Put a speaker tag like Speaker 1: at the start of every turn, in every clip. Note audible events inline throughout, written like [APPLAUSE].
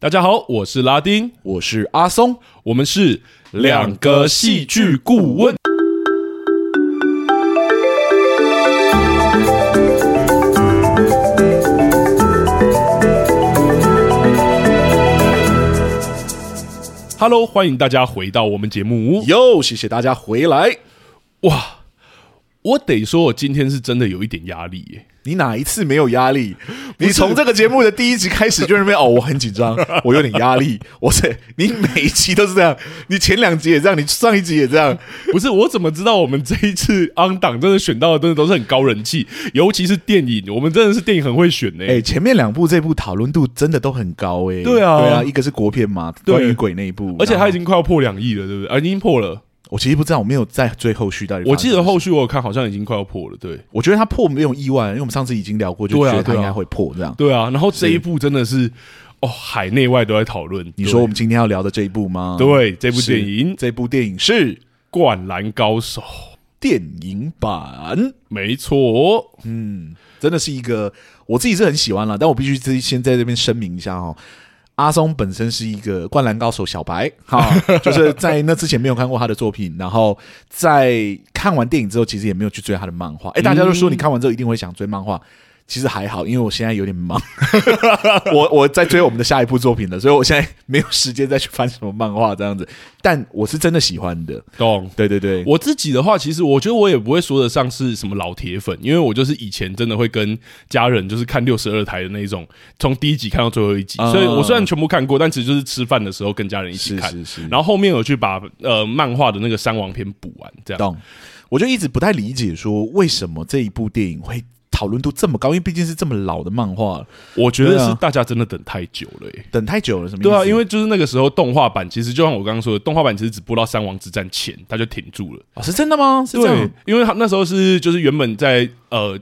Speaker 1: 大家好，我是拉丁，
Speaker 2: 我是阿松，
Speaker 1: 我们是两个戏剧顾问。Hello，欢迎大家回到我们节目。
Speaker 2: 哟，谢谢大家回来。
Speaker 1: 哇，我得说，我今天是真的有一点压力耶。
Speaker 2: 你哪一次没有压力？你从这个节目的第一集开始就在那边哦，我很紧
Speaker 1: [LAUGHS]
Speaker 2: 张，我有点压力。我这你每一集都是这样，你前两集也这样，你上一集也这样。
Speaker 1: [LAUGHS] 不是，我怎么知道我们这一次 on 档真的选到的真的都是很高人气，尤其是电影，我们真的是电影很会选呢、
Speaker 2: 哎、前面两部这部讨论度真的都很高哎、
Speaker 1: 对啊
Speaker 2: 对啊，一个是国片嘛，
Speaker 1: 对
Speaker 2: 关于鬼那一部，
Speaker 1: 而且
Speaker 2: 还
Speaker 1: 他已，经快要破两亿了，对不对？啊，已经破了。
Speaker 2: 我其实不知道，我没有在追后续到底。
Speaker 1: 我记得后，续我有看，好像已经快要破了。对，
Speaker 2: 我觉得他破没有意外，因为我们上次已经聊过，就
Speaker 1: 对啊
Speaker 2: 觉得他
Speaker 1: 对啊
Speaker 2: 应该会破这样。
Speaker 1: 对啊。然后这一部真的是，哦，海内外都在讨论。
Speaker 2: 你
Speaker 1: 对
Speaker 2: 说我们今天要聊的这一部吗？
Speaker 1: 对这部
Speaker 2: 是
Speaker 1: 电影《
Speaker 2: 这部电影是
Speaker 1: 灌篮高手》，
Speaker 2: 电影版。
Speaker 1: 没错。
Speaker 2: 真的是一个我自己是很喜欢了，但我必须自己先在这边声明一下哦。阿松本身是一个灌篮高手小白，哈，就是在那之前没有看过他的作品，然后在看完电影之后，其实也没有去追他的漫画。哎、大家都说你看完之后一定会想追漫画，其实还好，因为我现在有点忙，我我在追我们的下一部作品了，所以我现在没有时间再去翻什么漫画这样子。但我是真的喜欢的，
Speaker 1: 懂。
Speaker 2: 对对对，
Speaker 1: 我自己的话，其实我觉得我也不会说得上是什么老铁粉，因为我就是以前真的会跟家人就是看六十二台的那一种，从第一集看到最后一集，
Speaker 2: 啊
Speaker 1: 所以我虽然全部看过，但其实就是吃饭的时候跟家人一起
Speaker 2: 是
Speaker 1: 看，
Speaker 2: 是是，
Speaker 1: 然后后面有去把呃漫画的那个三王篇补完，这样。
Speaker 2: 懂。我就一直不太理解，说为什么这一部电影会讨论度这么高？因为毕竟是这么老的漫画，
Speaker 1: 我觉得
Speaker 2: 对啊
Speaker 1: 是大家真的等太久了、欸，
Speaker 2: 等太久了，什么意思？
Speaker 1: 对啊，因为就是那个时候动画版，其实就像我刚刚说的，动画版其实只播到三王之战前，它就停住了。
Speaker 2: 哦是真的吗？是这
Speaker 1: 对
Speaker 2: 样，
Speaker 1: 因为他那时候是就是原本在呃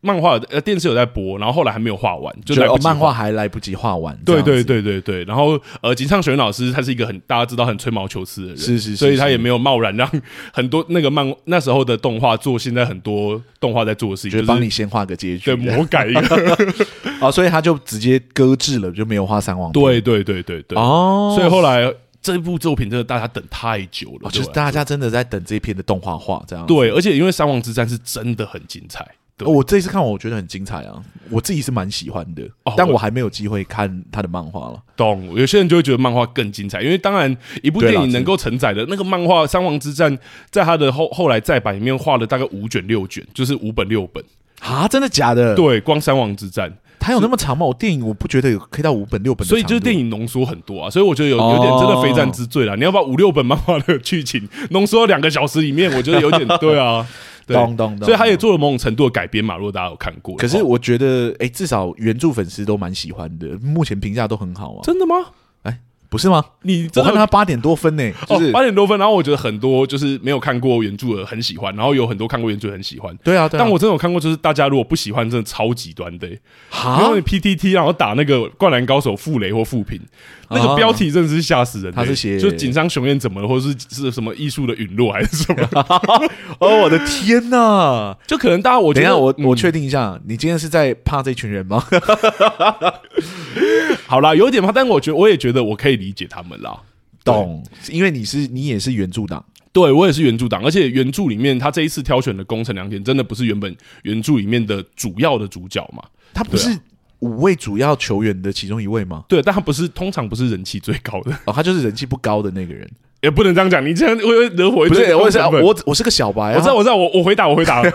Speaker 1: 漫画呃电视有在播，然后后来还没有画完，就
Speaker 2: 觉
Speaker 1: 来
Speaker 2: 得
Speaker 1: 不
Speaker 2: 哦
Speaker 1: 及画
Speaker 2: 漫画。还来不及画完，
Speaker 1: 对
Speaker 2: 这样
Speaker 1: 对
Speaker 2: 子，
Speaker 1: 对对对，然后呃，井上雄老师他是一个很大家知道很吹毛求疵的人，
Speaker 2: 是是是
Speaker 1: 所以他
Speaker 2: 是
Speaker 1: 也没有贸然让 [LAUGHS] 很多那个漫那时候的动画做现在很多动画在做的事情，
Speaker 2: 就
Speaker 1: 就是
Speaker 2: 帮你先画个结局
Speaker 1: 对魔改一
Speaker 2: [LAUGHS]
Speaker 1: 个，
Speaker 2: 啊，所以他就直接搁置了，就没有画三王篇。
Speaker 1: 对对对对对，
Speaker 2: 哦，
Speaker 1: 所以后来这部作品真的大家等太久了，
Speaker 2: 哦就是
Speaker 1: 对
Speaker 2: 大家真的在等这一篇的动画化这样。
Speaker 1: 对，而且因为三王之战是真的很精彩，对
Speaker 2: 哦，我这一次看完我觉得很精彩啊，我自己是蛮喜欢的
Speaker 1: 哦，
Speaker 2: 但
Speaker 1: 我
Speaker 2: 我还没有机会看他的漫画了。
Speaker 1: 懂，有些人就会觉得漫画更精彩，因为当然一部
Speaker 2: 对啦
Speaker 1: 电影能够承载的那个漫画《三王之战》，在他的后后来再版里面画了大概五卷六卷，就是五本六本。
Speaker 2: 啊，真的假的？，
Speaker 1: 对，光《三王之战
Speaker 2: 他有那么长吗？我电影我不觉得有可以到五本六本》，的长度，
Speaker 1: 所以就是电影浓缩很多啊，所以我觉得有
Speaker 2: 哦
Speaker 1: 有点真的非战之罪啦。你要把五六本漫画的剧情浓缩到两个小时里面，我觉得有点对
Speaker 2: [LAUGHS]
Speaker 1: 啊，对
Speaker 2: 咚咚咚，
Speaker 1: 所以他也做了某种程度的改编嘛。如果大家有看过的
Speaker 2: 可
Speaker 1: 话，
Speaker 2: 是我觉得，哎、至少原著粉丝都蛮喜欢的，目前评价都很好啊，
Speaker 1: 真的吗？
Speaker 2: 不是吗？
Speaker 1: 你
Speaker 2: 我
Speaker 1: 真的
Speaker 2: 看他八点多分呢、就是、
Speaker 1: 哦，八点多分，然后我觉得很多就是没有看过原著的很喜欢，然后有很多看过原著的很喜欢。
Speaker 2: 对啊，对啊，
Speaker 1: 但我真的有看过，就是大家如果不喜欢，真的超极端的、欸。然
Speaker 2: 哈
Speaker 1: 后你，PTT 然后打那个《灌篮高手》傅雷或复评，那个
Speaker 2: 啊
Speaker 1: 标题真的是吓死人的欸、
Speaker 2: 他是写
Speaker 1: 就是井上雄彦怎么了，或者是是什么艺术的陨落还是什
Speaker 2: [LAUGHS]
Speaker 1: 么？
Speaker 2: 哦，我的天哪、
Speaker 1: 就可能大家我觉
Speaker 2: 等一
Speaker 1: 得
Speaker 2: 下，我、
Speaker 1: 嗯
Speaker 2: 我确定一下，你今天是在怕这群人
Speaker 1: [LAUGHS]
Speaker 2: 吗？
Speaker 1: 好啦，有一点怕，但我觉得我也觉得我可以理解他们啦。
Speaker 2: 懂，因为你是你也是原著党，
Speaker 1: 对我也是原著党，而且原著里面他这一次挑选的宫城良田真的不是原本原著里面的主要的主角嘛？
Speaker 2: 他不
Speaker 1: 啊
Speaker 2: 是五位主要球员的其中一位吗？
Speaker 1: 对，但他不是通常不是人气最高的。
Speaker 2: 哦，他就是人气不高的那个人。
Speaker 1: 也不能这样讲，你这样会会惹火一
Speaker 2: 不
Speaker 1: 堆
Speaker 2: 是，我
Speaker 1: 公
Speaker 2: 是
Speaker 1: 审粉
Speaker 2: 我我是个小白、啊，
Speaker 1: 我知道，我知道，我我回答，我回答了，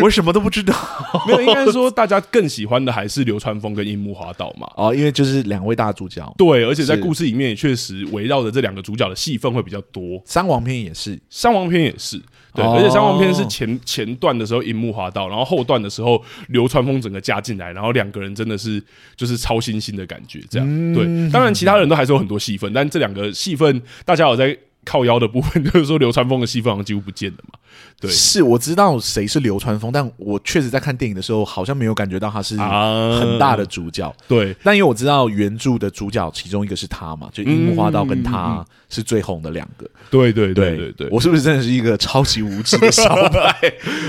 Speaker 2: 我什么都不知道 [LAUGHS]
Speaker 1: [LAUGHS] 没有，应该说大家更喜欢的还是流川枫跟樱木花道嘛。
Speaker 2: 哦，因为就是两位大主角，
Speaker 1: 对，而且在
Speaker 2: 是
Speaker 1: 故事里面也确实围绕着这两个主角的戏份会比较多。
Speaker 2: 三王篇也是
Speaker 1: 三王篇也是，对，
Speaker 2: 哦
Speaker 1: 而且三王篇是前前段的时候樱木花道，然后后段的时候流川枫整个加进来，然后两个人真的是就是超新星的感觉，这样、
Speaker 2: 嗯
Speaker 1: 对。当然其他人都还是有很多戏份，但这两个戏份大家有在靠腰的部分，就是说流川枫的戏份好像几乎不见了嘛。对
Speaker 2: 是我知道谁是流川枫，但我确实在看电影的时候，好像没有感觉到他是
Speaker 1: 啊
Speaker 2: 很大的主角。
Speaker 1: 对，
Speaker 2: 但因为我知道原著的主角其中一个是他嘛，就樱木花道跟他是最红的两个。
Speaker 1: 对对对对对，
Speaker 2: 我是不是真的是一个超级无知的小白？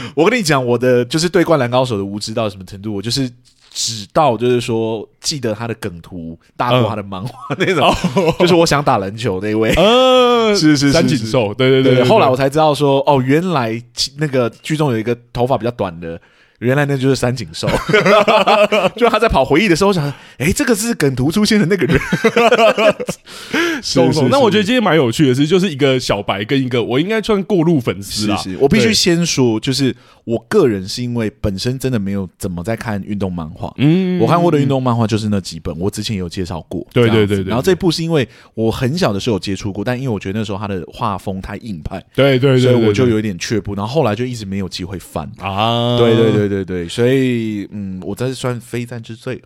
Speaker 2: [LAUGHS] 我跟你讲，我的就是对《灌篮高手》的无知到什么程度，我就是。只到就是说，记得他的梗图，大过他的漫画那种，就是我想打篮球那位。
Speaker 1: [LAUGHS] 呃，
Speaker 2: 是是是
Speaker 1: 三井
Speaker 2: 是
Speaker 1: 寿，对对
Speaker 2: 对
Speaker 1: 对。
Speaker 2: 后来我才知道说，哦，原来其那个剧中有一个头发比较短的，原来那就是三井寿。 [LAUGHS] 就他在跑回忆的时候，我想，哎，这个是梗图出现的那
Speaker 1: [LAUGHS]
Speaker 2: 个人。
Speaker 1: 懂懂。那我觉得
Speaker 2: 得。
Speaker 1: 今天蛮有趣的是，就是一个小白跟一个我应该算过路粉丝
Speaker 2: 是
Speaker 1: 啦。
Speaker 2: 是，我必须
Speaker 1: 啊对
Speaker 2: 先说，就是我个人是因为本身真的没有怎么在看运动漫画，
Speaker 1: 嗯
Speaker 2: 我看过的运动漫画就是那几本，我之前有介绍过。
Speaker 1: 对
Speaker 2: 这样子
Speaker 1: 对对对
Speaker 2: 然后这部是因为我很小的时候有接触过，但因为我觉得那时候他的画风太硬派，
Speaker 1: 对对对，
Speaker 2: 所以
Speaker 1: 对
Speaker 2: 我就
Speaker 1: 对
Speaker 2: 有一点却步，然后后来就一直没有机会翻。
Speaker 1: 啊，
Speaker 2: 对对。对对对，所以嗯，我这算非战之罪。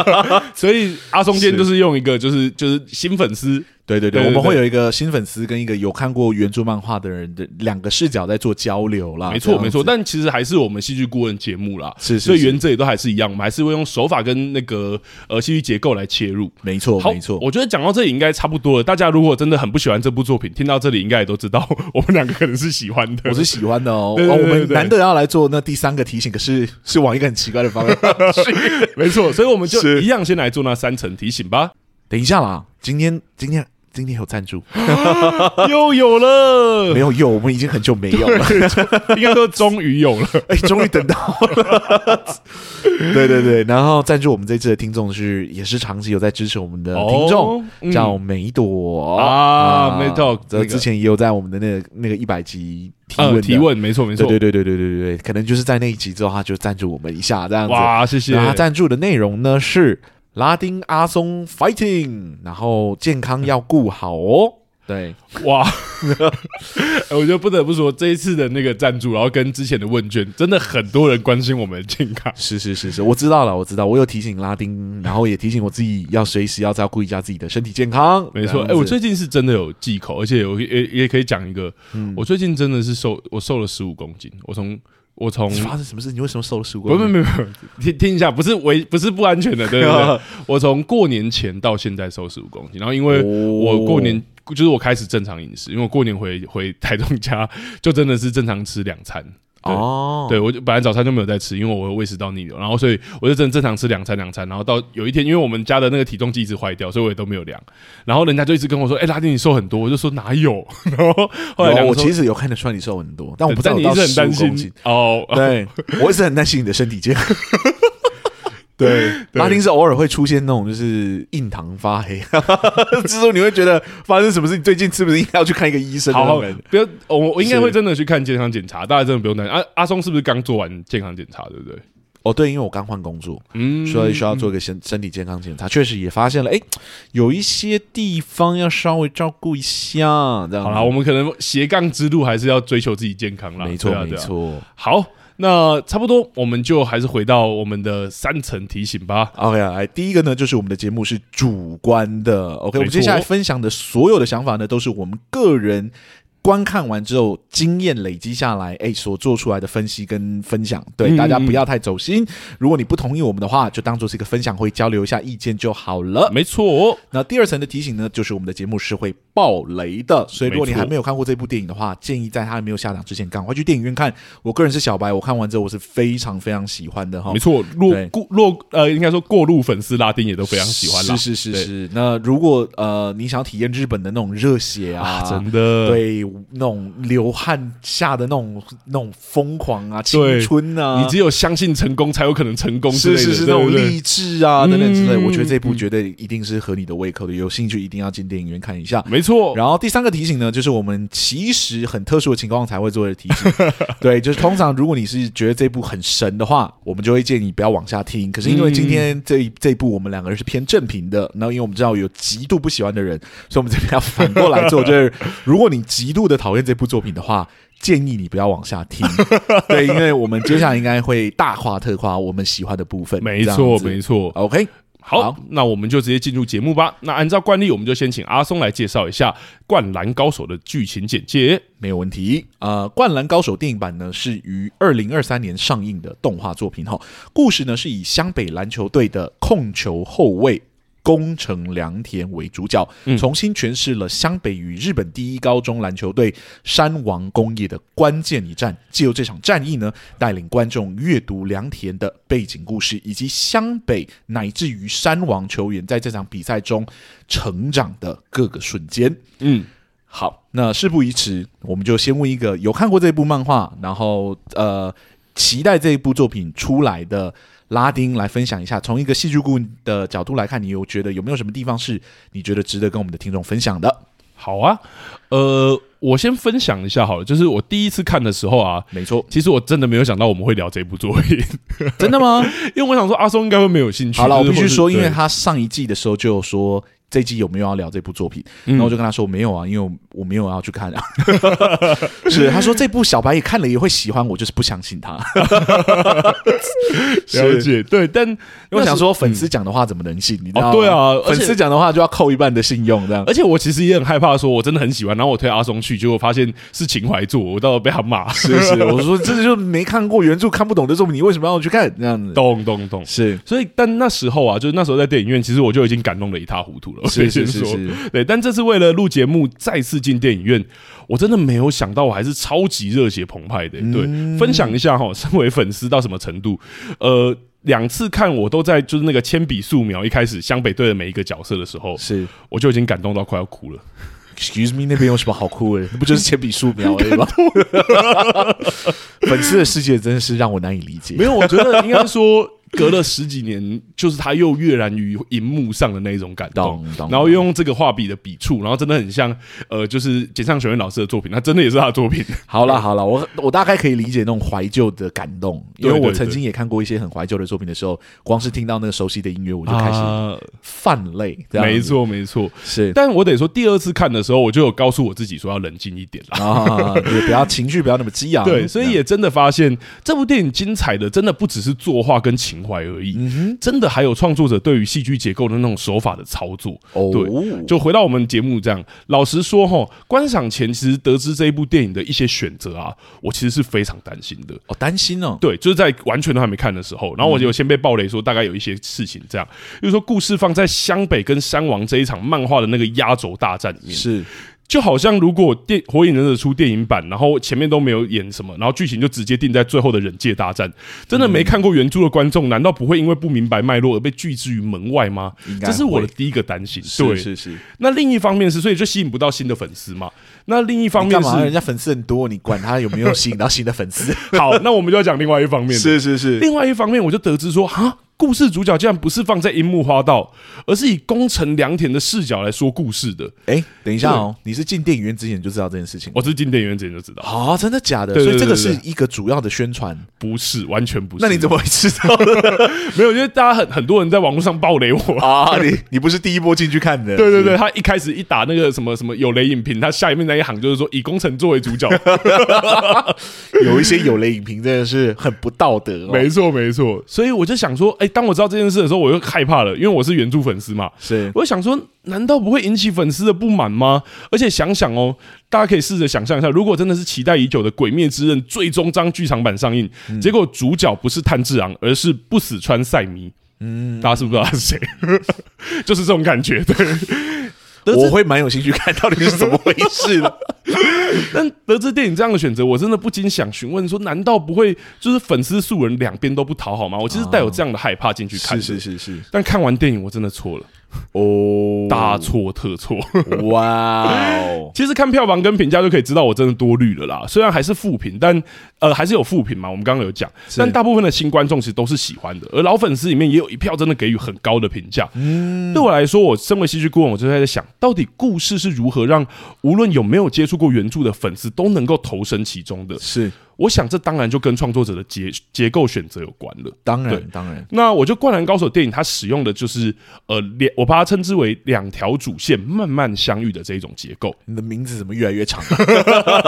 Speaker 2: [LAUGHS]
Speaker 1: 所以阿松今天就是用一个就是就是新粉丝，
Speaker 2: 对对
Speaker 1: 对
Speaker 2: 对，
Speaker 1: 对
Speaker 2: 我们会
Speaker 1: 对
Speaker 2: 有一个新粉丝跟一个有看过原著漫画的人的两个视角在做交流啦。
Speaker 1: 没
Speaker 2: 啊这
Speaker 1: 错
Speaker 2: 样
Speaker 1: 没错。
Speaker 2: 子
Speaker 1: 但其实还是我们戏剧顾问节目啦，
Speaker 2: 是是
Speaker 1: 所以
Speaker 2: 是
Speaker 1: 原则也都还是一样，我们还是会用手法跟那个呃戏剧结构来切入。
Speaker 2: 没错
Speaker 1: 好，
Speaker 2: 哦没错，
Speaker 1: 我觉得讲到这里应该差不多了。大家如果真的很不喜欢这部作品，听到这里应该也都知道 [LAUGHS] 我们两个可能是喜欢的。
Speaker 2: 我是喜欢的哦。
Speaker 1: 对对对
Speaker 2: 哦我
Speaker 1: 对
Speaker 2: 们
Speaker 1: 对
Speaker 2: 难得要来做那第三个提醒，可是是往一个很奇怪
Speaker 1: [LAUGHS]
Speaker 2: 的方向去。
Speaker 1: 没错，所以我们就是一样先来做那三层提醒吧。
Speaker 2: 等一下啦，今天今天今天有赞助？ [LAUGHS]
Speaker 1: 又有了，
Speaker 2: 没有有，我们已经很久没有了。
Speaker 1: 应该说终于
Speaker 2: [LAUGHS]
Speaker 1: 有了。
Speaker 2: 哎，终于等到了。对对对，然后赞助我们这次的听众是也是长期有在支持我们的啊听众
Speaker 1: 哦，嗯
Speaker 2: 叫梅朵
Speaker 1: 啊梅朵那
Speaker 2: 这
Speaker 1: 个
Speaker 2: 之前也有在我们的那个那个一百集提问
Speaker 1: 呃，
Speaker 2: 的
Speaker 1: 提。问没错没错，
Speaker 2: 对对对对对对对，可能就是在那一集之后，他就赞助我们一下这样子。
Speaker 1: 哇，谢谢
Speaker 2: 那。他赞助的内容呢是拉丁阿松 fighting，然后健康要顾好哦。对，
Speaker 1: 哇， [LAUGHS] 我就不得不说，这一次的那个赞助，然后跟之前的问卷，真的很多人关心我们的健康。
Speaker 2: 是是是是，我知道了，我知道，我有提醒拉丁，然后也提醒我自己要随时要照顾一下自己的身体健康。
Speaker 1: 没错，哎、
Speaker 2: 啊这样子
Speaker 1: 我最近是真的有忌口，而且我也也可以讲一个，
Speaker 2: 嗯
Speaker 1: 我最近真的是瘦，我瘦了十五公斤，我从我从
Speaker 2: 发生什么事？你为什么瘦了十五
Speaker 1: 不
Speaker 2: 公
Speaker 1: 不
Speaker 2: 斤？
Speaker 1: 不不，听听一下，不是违，不是不安全的，对对
Speaker 2: [LAUGHS]
Speaker 1: 对。我从过年前到现在瘦十五公斤，然后因为
Speaker 2: 哦
Speaker 1: 我过年、就是我开始正常饮食，因为我过年回 [LAUGHS] 回台东家就真的是正常吃两餐。对
Speaker 2: 哦，
Speaker 1: 对，我就本来早餐就没有在吃，因为我有胃食道逆流，然后所以我就真的正常吃两餐两餐，然后到有一天，因为我们家的那个体重计一直坏掉，所以我也都没有量，然后人家就一直跟我说：“哎、拉丁你瘦很多。”我就说哪有？然后后来
Speaker 2: 有
Speaker 1: 量
Speaker 2: 哦我
Speaker 1: 说
Speaker 2: 其实有看得出来你瘦很多，但我不知
Speaker 1: 但
Speaker 2: 道
Speaker 1: 你
Speaker 2: 有
Speaker 1: 一
Speaker 2: 到
Speaker 1: 直很
Speaker 2: 十
Speaker 1: 担
Speaker 2: 五公斤
Speaker 1: 心。哦， [LAUGHS]
Speaker 2: 对，我一直很担心你的身体健康。
Speaker 1: [LAUGHS]
Speaker 2: 对，拉丁是偶尔会出现那种就是印堂发黑， [LAUGHS] 就是说你会觉得发生什么事，你最近是不是应该要去看一个医生？
Speaker 1: 好好
Speaker 2: 那种感觉，
Speaker 1: 不要，我我应该
Speaker 2: 是
Speaker 1: 会真的去看健康检查，大家真的不用担心。阿啊阿松是不是刚做完健康检查，对不对？
Speaker 2: 哦，对，因为我刚换工作，
Speaker 1: 嗯
Speaker 2: 所以需要做一个身身体健康检查，确实也发现了，哎，有一些地方要稍微照顾一下。这样
Speaker 1: 好啦，我们可能斜杠之路还是要追求自己健康啦。
Speaker 2: 没错
Speaker 1: 对啊
Speaker 2: 没。
Speaker 1: 对啊
Speaker 2: 错。
Speaker 1: 好，那差不多，我们就还是回到我们的三层提醒吧。
Speaker 2: OK，来第一个呢，就是我们的节目是主观的。OK，我
Speaker 1: 没
Speaker 2: 们
Speaker 1: 错
Speaker 2: 接下来分享的所有的想法呢，都是我们个人观看完之后经验累积下来，哎，所做出来的分析跟分享。对，
Speaker 1: 嗯
Speaker 2: 大家
Speaker 1: 嗯
Speaker 2: 不要太走心。如果你不同意我们的话，就当做是一个分享会，交流一下意见就好了。
Speaker 1: 没错，哦
Speaker 2: 那第二层的提醒呢，就是我们的节目是会爆雷的，所以如果你
Speaker 1: 没错
Speaker 2: 还没有看过这部电影的话，建议在它还没有下档之前赶快去电影院看。我个人是小白，我看完之后我是非常非常喜欢的哈
Speaker 1: 没。错，落
Speaker 2: 对
Speaker 1: 过落呃，应该说过路粉丝拉丁也都非常喜欢啦。
Speaker 2: 是是是
Speaker 1: 对
Speaker 2: 是。那如果呃你想要体验日本的那种热血啊，
Speaker 1: 啊，真的，
Speaker 2: 对那种流汗下的那种那种疯狂啊，青春啊，
Speaker 1: 你只有相信成功，才有可能成功之类
Speaker 2: 是
Speaker 1: 的，
Speaker 2: 是是那
Speaker 1: 对
Speaker 2: 种
Speaker 1: 不对
Speaker 2: 励志啊等等之类。
Speaker 1: 嗯
Speaker 2: 我觉得这部
Speaker 1: 嗯
Speaker 2: 绝对一定是合你的胃口的，有兴趣一定要进电影院看一下。
Speaker 1: 没错。
Speaker 2: 然后第三个提醒呢，就是我们其实很特殊的情况才会做的提
Speaker 1: [LAUGHS]
Speaker 2: 醒。对，就是通常如果你是觉得这部很神的话，我们就会建议你不要往下听。可是因为今天这一、
Speaker 1: 嗯
Speaker 2: 这一部我们两个人是偏正评的，然后因为我们知道有极度不喜欢的人，所以我们这边要反过来做，就是如果你极度的讨厌这部作品的话。建议你不要往
Speaker 1: [LAUGHS]
Speaker 2: 下听，对，因为我们接下来应该会大夸特夸我们喜欢的部分。
Speaker 1: 没错，
Speaker 2: 这样
Speaker 1: 没
Speaker 2: 子。
Speaker 1: 错。
Speaker 2: OK，
Speaker 1: 好
Speaker 2: 好，
Speaker 1: 那我们就直接进入节目吧。那按照惯例，我们就先请阿松来介绍一下《灌篮高手》的剧情简介。
Speaker 2: 没有问题。呃，《灌篮高手》电影版呢是于二零二三年上映的动画作品哈，故事呢是以湘北篮球队的控球后卫。宫城良田为主角，重新诠释了湘北与日本第一高中篮球队山王工业的关键一战。借由这场战役呢，带领观众阅读良田的背景故事，以及湘北乃至于山王球员在这场比赛中成长的各个瞬间。
Speaker 1: 嗯，
Speaker 2: 好，那事不宜迟，我们就先问一个有看过这部漫画，然后呃，期待这一部作品出来的拉丁来分享一下，从一个戏剧顾问的角度来看，你有觉得有没有什么地方是你觉得值得跟我们的听众分享的？
Speaker 1: 好啊。呃，我先分享一下好了，就是我第一次看的时候啊，
Speaker 2: 没错，
Speaker 1: 其实我真的没有想到我们会聊这部作品， [LAUGHS]
Speaker 2: 真的吗？
Speaker 1: 因为我想说阿松应该会没有兴趣。
Speaker 2: 好了，我
Speaker 1: 就是
Speaker 2: 必
Speaker 1: 或
Speaker 2: 须
Speaker 1: 是
Speaker 2: 说，因为
Speaker 1: 对
Speaker 2: 他上一季的时候就有说。这一季有没有要聊这部作品？
Speaker 1: 嗯
Speaker 2: 然后我就跟他说没有啊，因为我没有要
Speaker 1: [LAUGHS]
Speaker 2: 去看啊。是，他说这部小白也看了也会喜欢，我就是不相信他。
Speaker 1: 了解对，但
Speaker 2: 因为我想
Speaker 1: 说。
Speaker 2: 说，粉丝讲的话怎么能信？你知道吗
Speaker 1: 嗯哦对啊而
Speaker 2: 粉
Speaker 1: 且
Speaker 2: 丝讲的话就要扣一半的信用，这样
Speaker 1: 而且我其实也很害怕，说我真的很喜欢，然后我推阿松去，结果发现是秦淮作，我到时候被他骂。
Speaker 2: 是是。我说这就是没看过原著、看不懂的作品，你为什么要去看？这样子
Speaker 1: [LAUGHS] 咚咚咚！
Speaker 2: 是
Speaker 1: 所以，但那时候啊，就是那时候在电影院，其实我就已经感动的一塌糊涂了。我
Speaker 2: 是
Speaker 1: 得
Speaker 2: 是
Speaker 1: 先
Speaker 2: 是
Speaker 1: 说，
Speaker 2: 是，
Speaker 1: 对。但这次为了录节目，再次进电影院，我真的没有想到，我还是超级热血澎湃的。
Speaker 2: 嗯
Speaker 1: 对，分享一下哈， [LAUGHS] 身为粉丝到什么程度？呃，两次看我都在就是那个铅笔素描一开始湘北队的每一个角色的时候，
Speaker 2: 是。
Speaker 1: 我就已经感动到快要哭了。
Speaker 2: Excuse me，那边有什么好哭的？那不就是铅笔素描而已
Speaker 1: [LAUGHS]
Speaker 2: 吗？粉丝的世界真的是让我难以理解。
Speaker 1: 没有，我觉得应该说，隔了十几年，就是他又跃然于荧幕上的那种感动
Speaker 2: 懂懂，
Speaker 1: 然后又用这个画笔的笔触，然后真的很像呃，就是简上学院老师的作品，那真的也是他的作品。
Speaker 2: [LAUGHS] 好了好了，我我大概可以理解那种怀旧的感动，因为
Speaker 1: 对对
Speaker 2: 我曾经也看过一些很怀旧的作品的时候，光是听到那个熟悉的音 [LAUGHS] 乐，我就开始
Speaker 1: 啊
Speaker 2: 泛泪。这样子
Speaker 1: 没，错没错。
Speaker 2: 是
Speaker 1: 但我得说，第二次看的时候，我就有告诉我自己说要冷静一点啦。
Speaker 2: [LAUGHS] 啊，也不要情绪不要那么激昂。
Speaker 1: 对，所以也真的发现这部电影精彩的，真的不只是作画跟情怀而已，
Speaker 2: 嗯
Speaker 1: 真的还有创作者对于戏剧结构的那种手法的操作。
Speaker 2: 哦，
Speaker 1: 对，就回到我们节目这样，老实说哈，观赏前其实得知这一部电影的一些选择啊，我其实是非常担心的。
Speaker 2: 哦担心哦，
Speaker 1: 对，就是在完全都还没看的时候，然
Speaker 2: 嗯
Speaker 1: 后我有先被暴雷说大概有一些事情这样，就是说故事放在湘北跟山王这一场漫画的那个压轴大战里面，
Speaker 2: 是
Speaker 1: 就好像如果电《火影忍者》出电影版，然后前面都没有演什么，然后剧情就直接定在最后的忍界大战，真的没看过原著的观众，难道不会因为不明白脉络而被拒之于门外吗
Speaker 2: 应？该
Speaker 1: 这是我的
Speaker 2: 会
Speaker 1: 第一个担心。
Speaker 2: 是
Speaker 1: 对，
Speaker 2: 是是，
Speaker 1: 那另一方面是，所以就吸引不到新的粉丝嘛。那另一方
Speaker 2: 你
Speaker 1: 面
Speaker 2: 干嘛？人 [LAUGHS]
Speaker 1: 是，
Speaker 2: 家粉丝很多，你管他有没有吸引到新的
Speaker 1: [LAUGHS]
Speaker 2: 粉丝？
Speaker 1: 好，那我们就要讲另外一方面的。
Speaker 2: 是 [LAUGHS] 是，
Speaker 1: 另外一方面，我就得知说，哈，故事主角竟然不是放在樱木花道，而是以宫城良田的视角来说故事的。
Speaker 2: 哎，等一下哦，你是进电影院之前就知道这件事情？
Speaker 1: 我是进电影院之前就知道，
Speaker 2: 啊，真的假的？
Speaker 1: 对
Speaker 2: 所
Speaker 1: 对
Speaker 2: 以这个
Speaker 1: 对对
Speaker 2: 是一个主要的宣传。
Speaker 1: 不是，完全不是。
Speaker 2: 那你怎么会知道的
Speaker 1: [LAUGHS] 没有？因为大家很很多人在网络上暴雷我。 [LAUGHS]
Speaker 2: [LAUGHS] 啊？你你不是第一波进去看的？
Speaker 1: 哦对对
Speaker 2: 是
Speaker 1: 对，，他一开始一打那个什么什么有雷影评，他下面那一行就是说以宫城作为主角，
Speaker 2: 有一些有雷影评真的是很不道德哦。
Speaker 1: [LAUGHS] 没错没错。所以我就想说，哎、当我知道这件事的时候，我又害怕了，因为我是原著粉丝嘛。
Speaker 2: 是
Speaker 1: 我想说，难道不会引起粉丝的不满吗？而且想想哦，大家可以试着想象一下，如果真的是期待已久的《鬼灭之刃》最终章剧场版上映，结果主角不是炭治郎，而是不死川赛弥。嗯，大家是不是不知道他是谁？ [LAUGHS] 就是这种感觉，对。得
Speaker 2: 我
Speaker 1: 知，
Speaker 2: 会蛮有兴趣看到底是怎么回
Speaker 1: [LAUGHS]
Speaker 2: 事的。
Speaker 1: 但得知电影这样的选择，我真的不禁想询问说：难道不会就是粉丝素人两边都不讨好吗？我其实带有这样的害怕进去看的，
Speaker 2: 啊是是是是，
Speaker 1: 但看完电影我真的错了，
Speaker 2: 哦，
Speaker 1: 大错特错。 [LAUGHS]
Speaker 2: 哇哦，
Speaker 1: 其实看票房跟评价就可以知道我真的多虑了啦。虽然还是负评，但呃还是有负评嘛。我们刚刚有讲，
Speaker 2: 是
Speaker 1: 但大部分的新观众其实都是喜欢的，而老粉丝里面也有一票真的给予很高的评价。
Speaker 2: 嗯
Speaker 1: 对我来说，我身为戏剧顾问，我就在想，到底故事是如何让无论有没有接触过原著的粉丝都能够投身其中的？
Speaker 2: 是
Speaker 1: 我想这当然就跟创作者的结结构选择有关了。
Speaker 2: 当
Speaker 1: 对
Speaker 2: 然当然，
Speaker 1: 那我就《灌篮高手》电影，它使用的就是呃两，我把它称之为两条主线慢慢相遇的这一种结构。
Speaker 2: 你的名字怎么越来越长？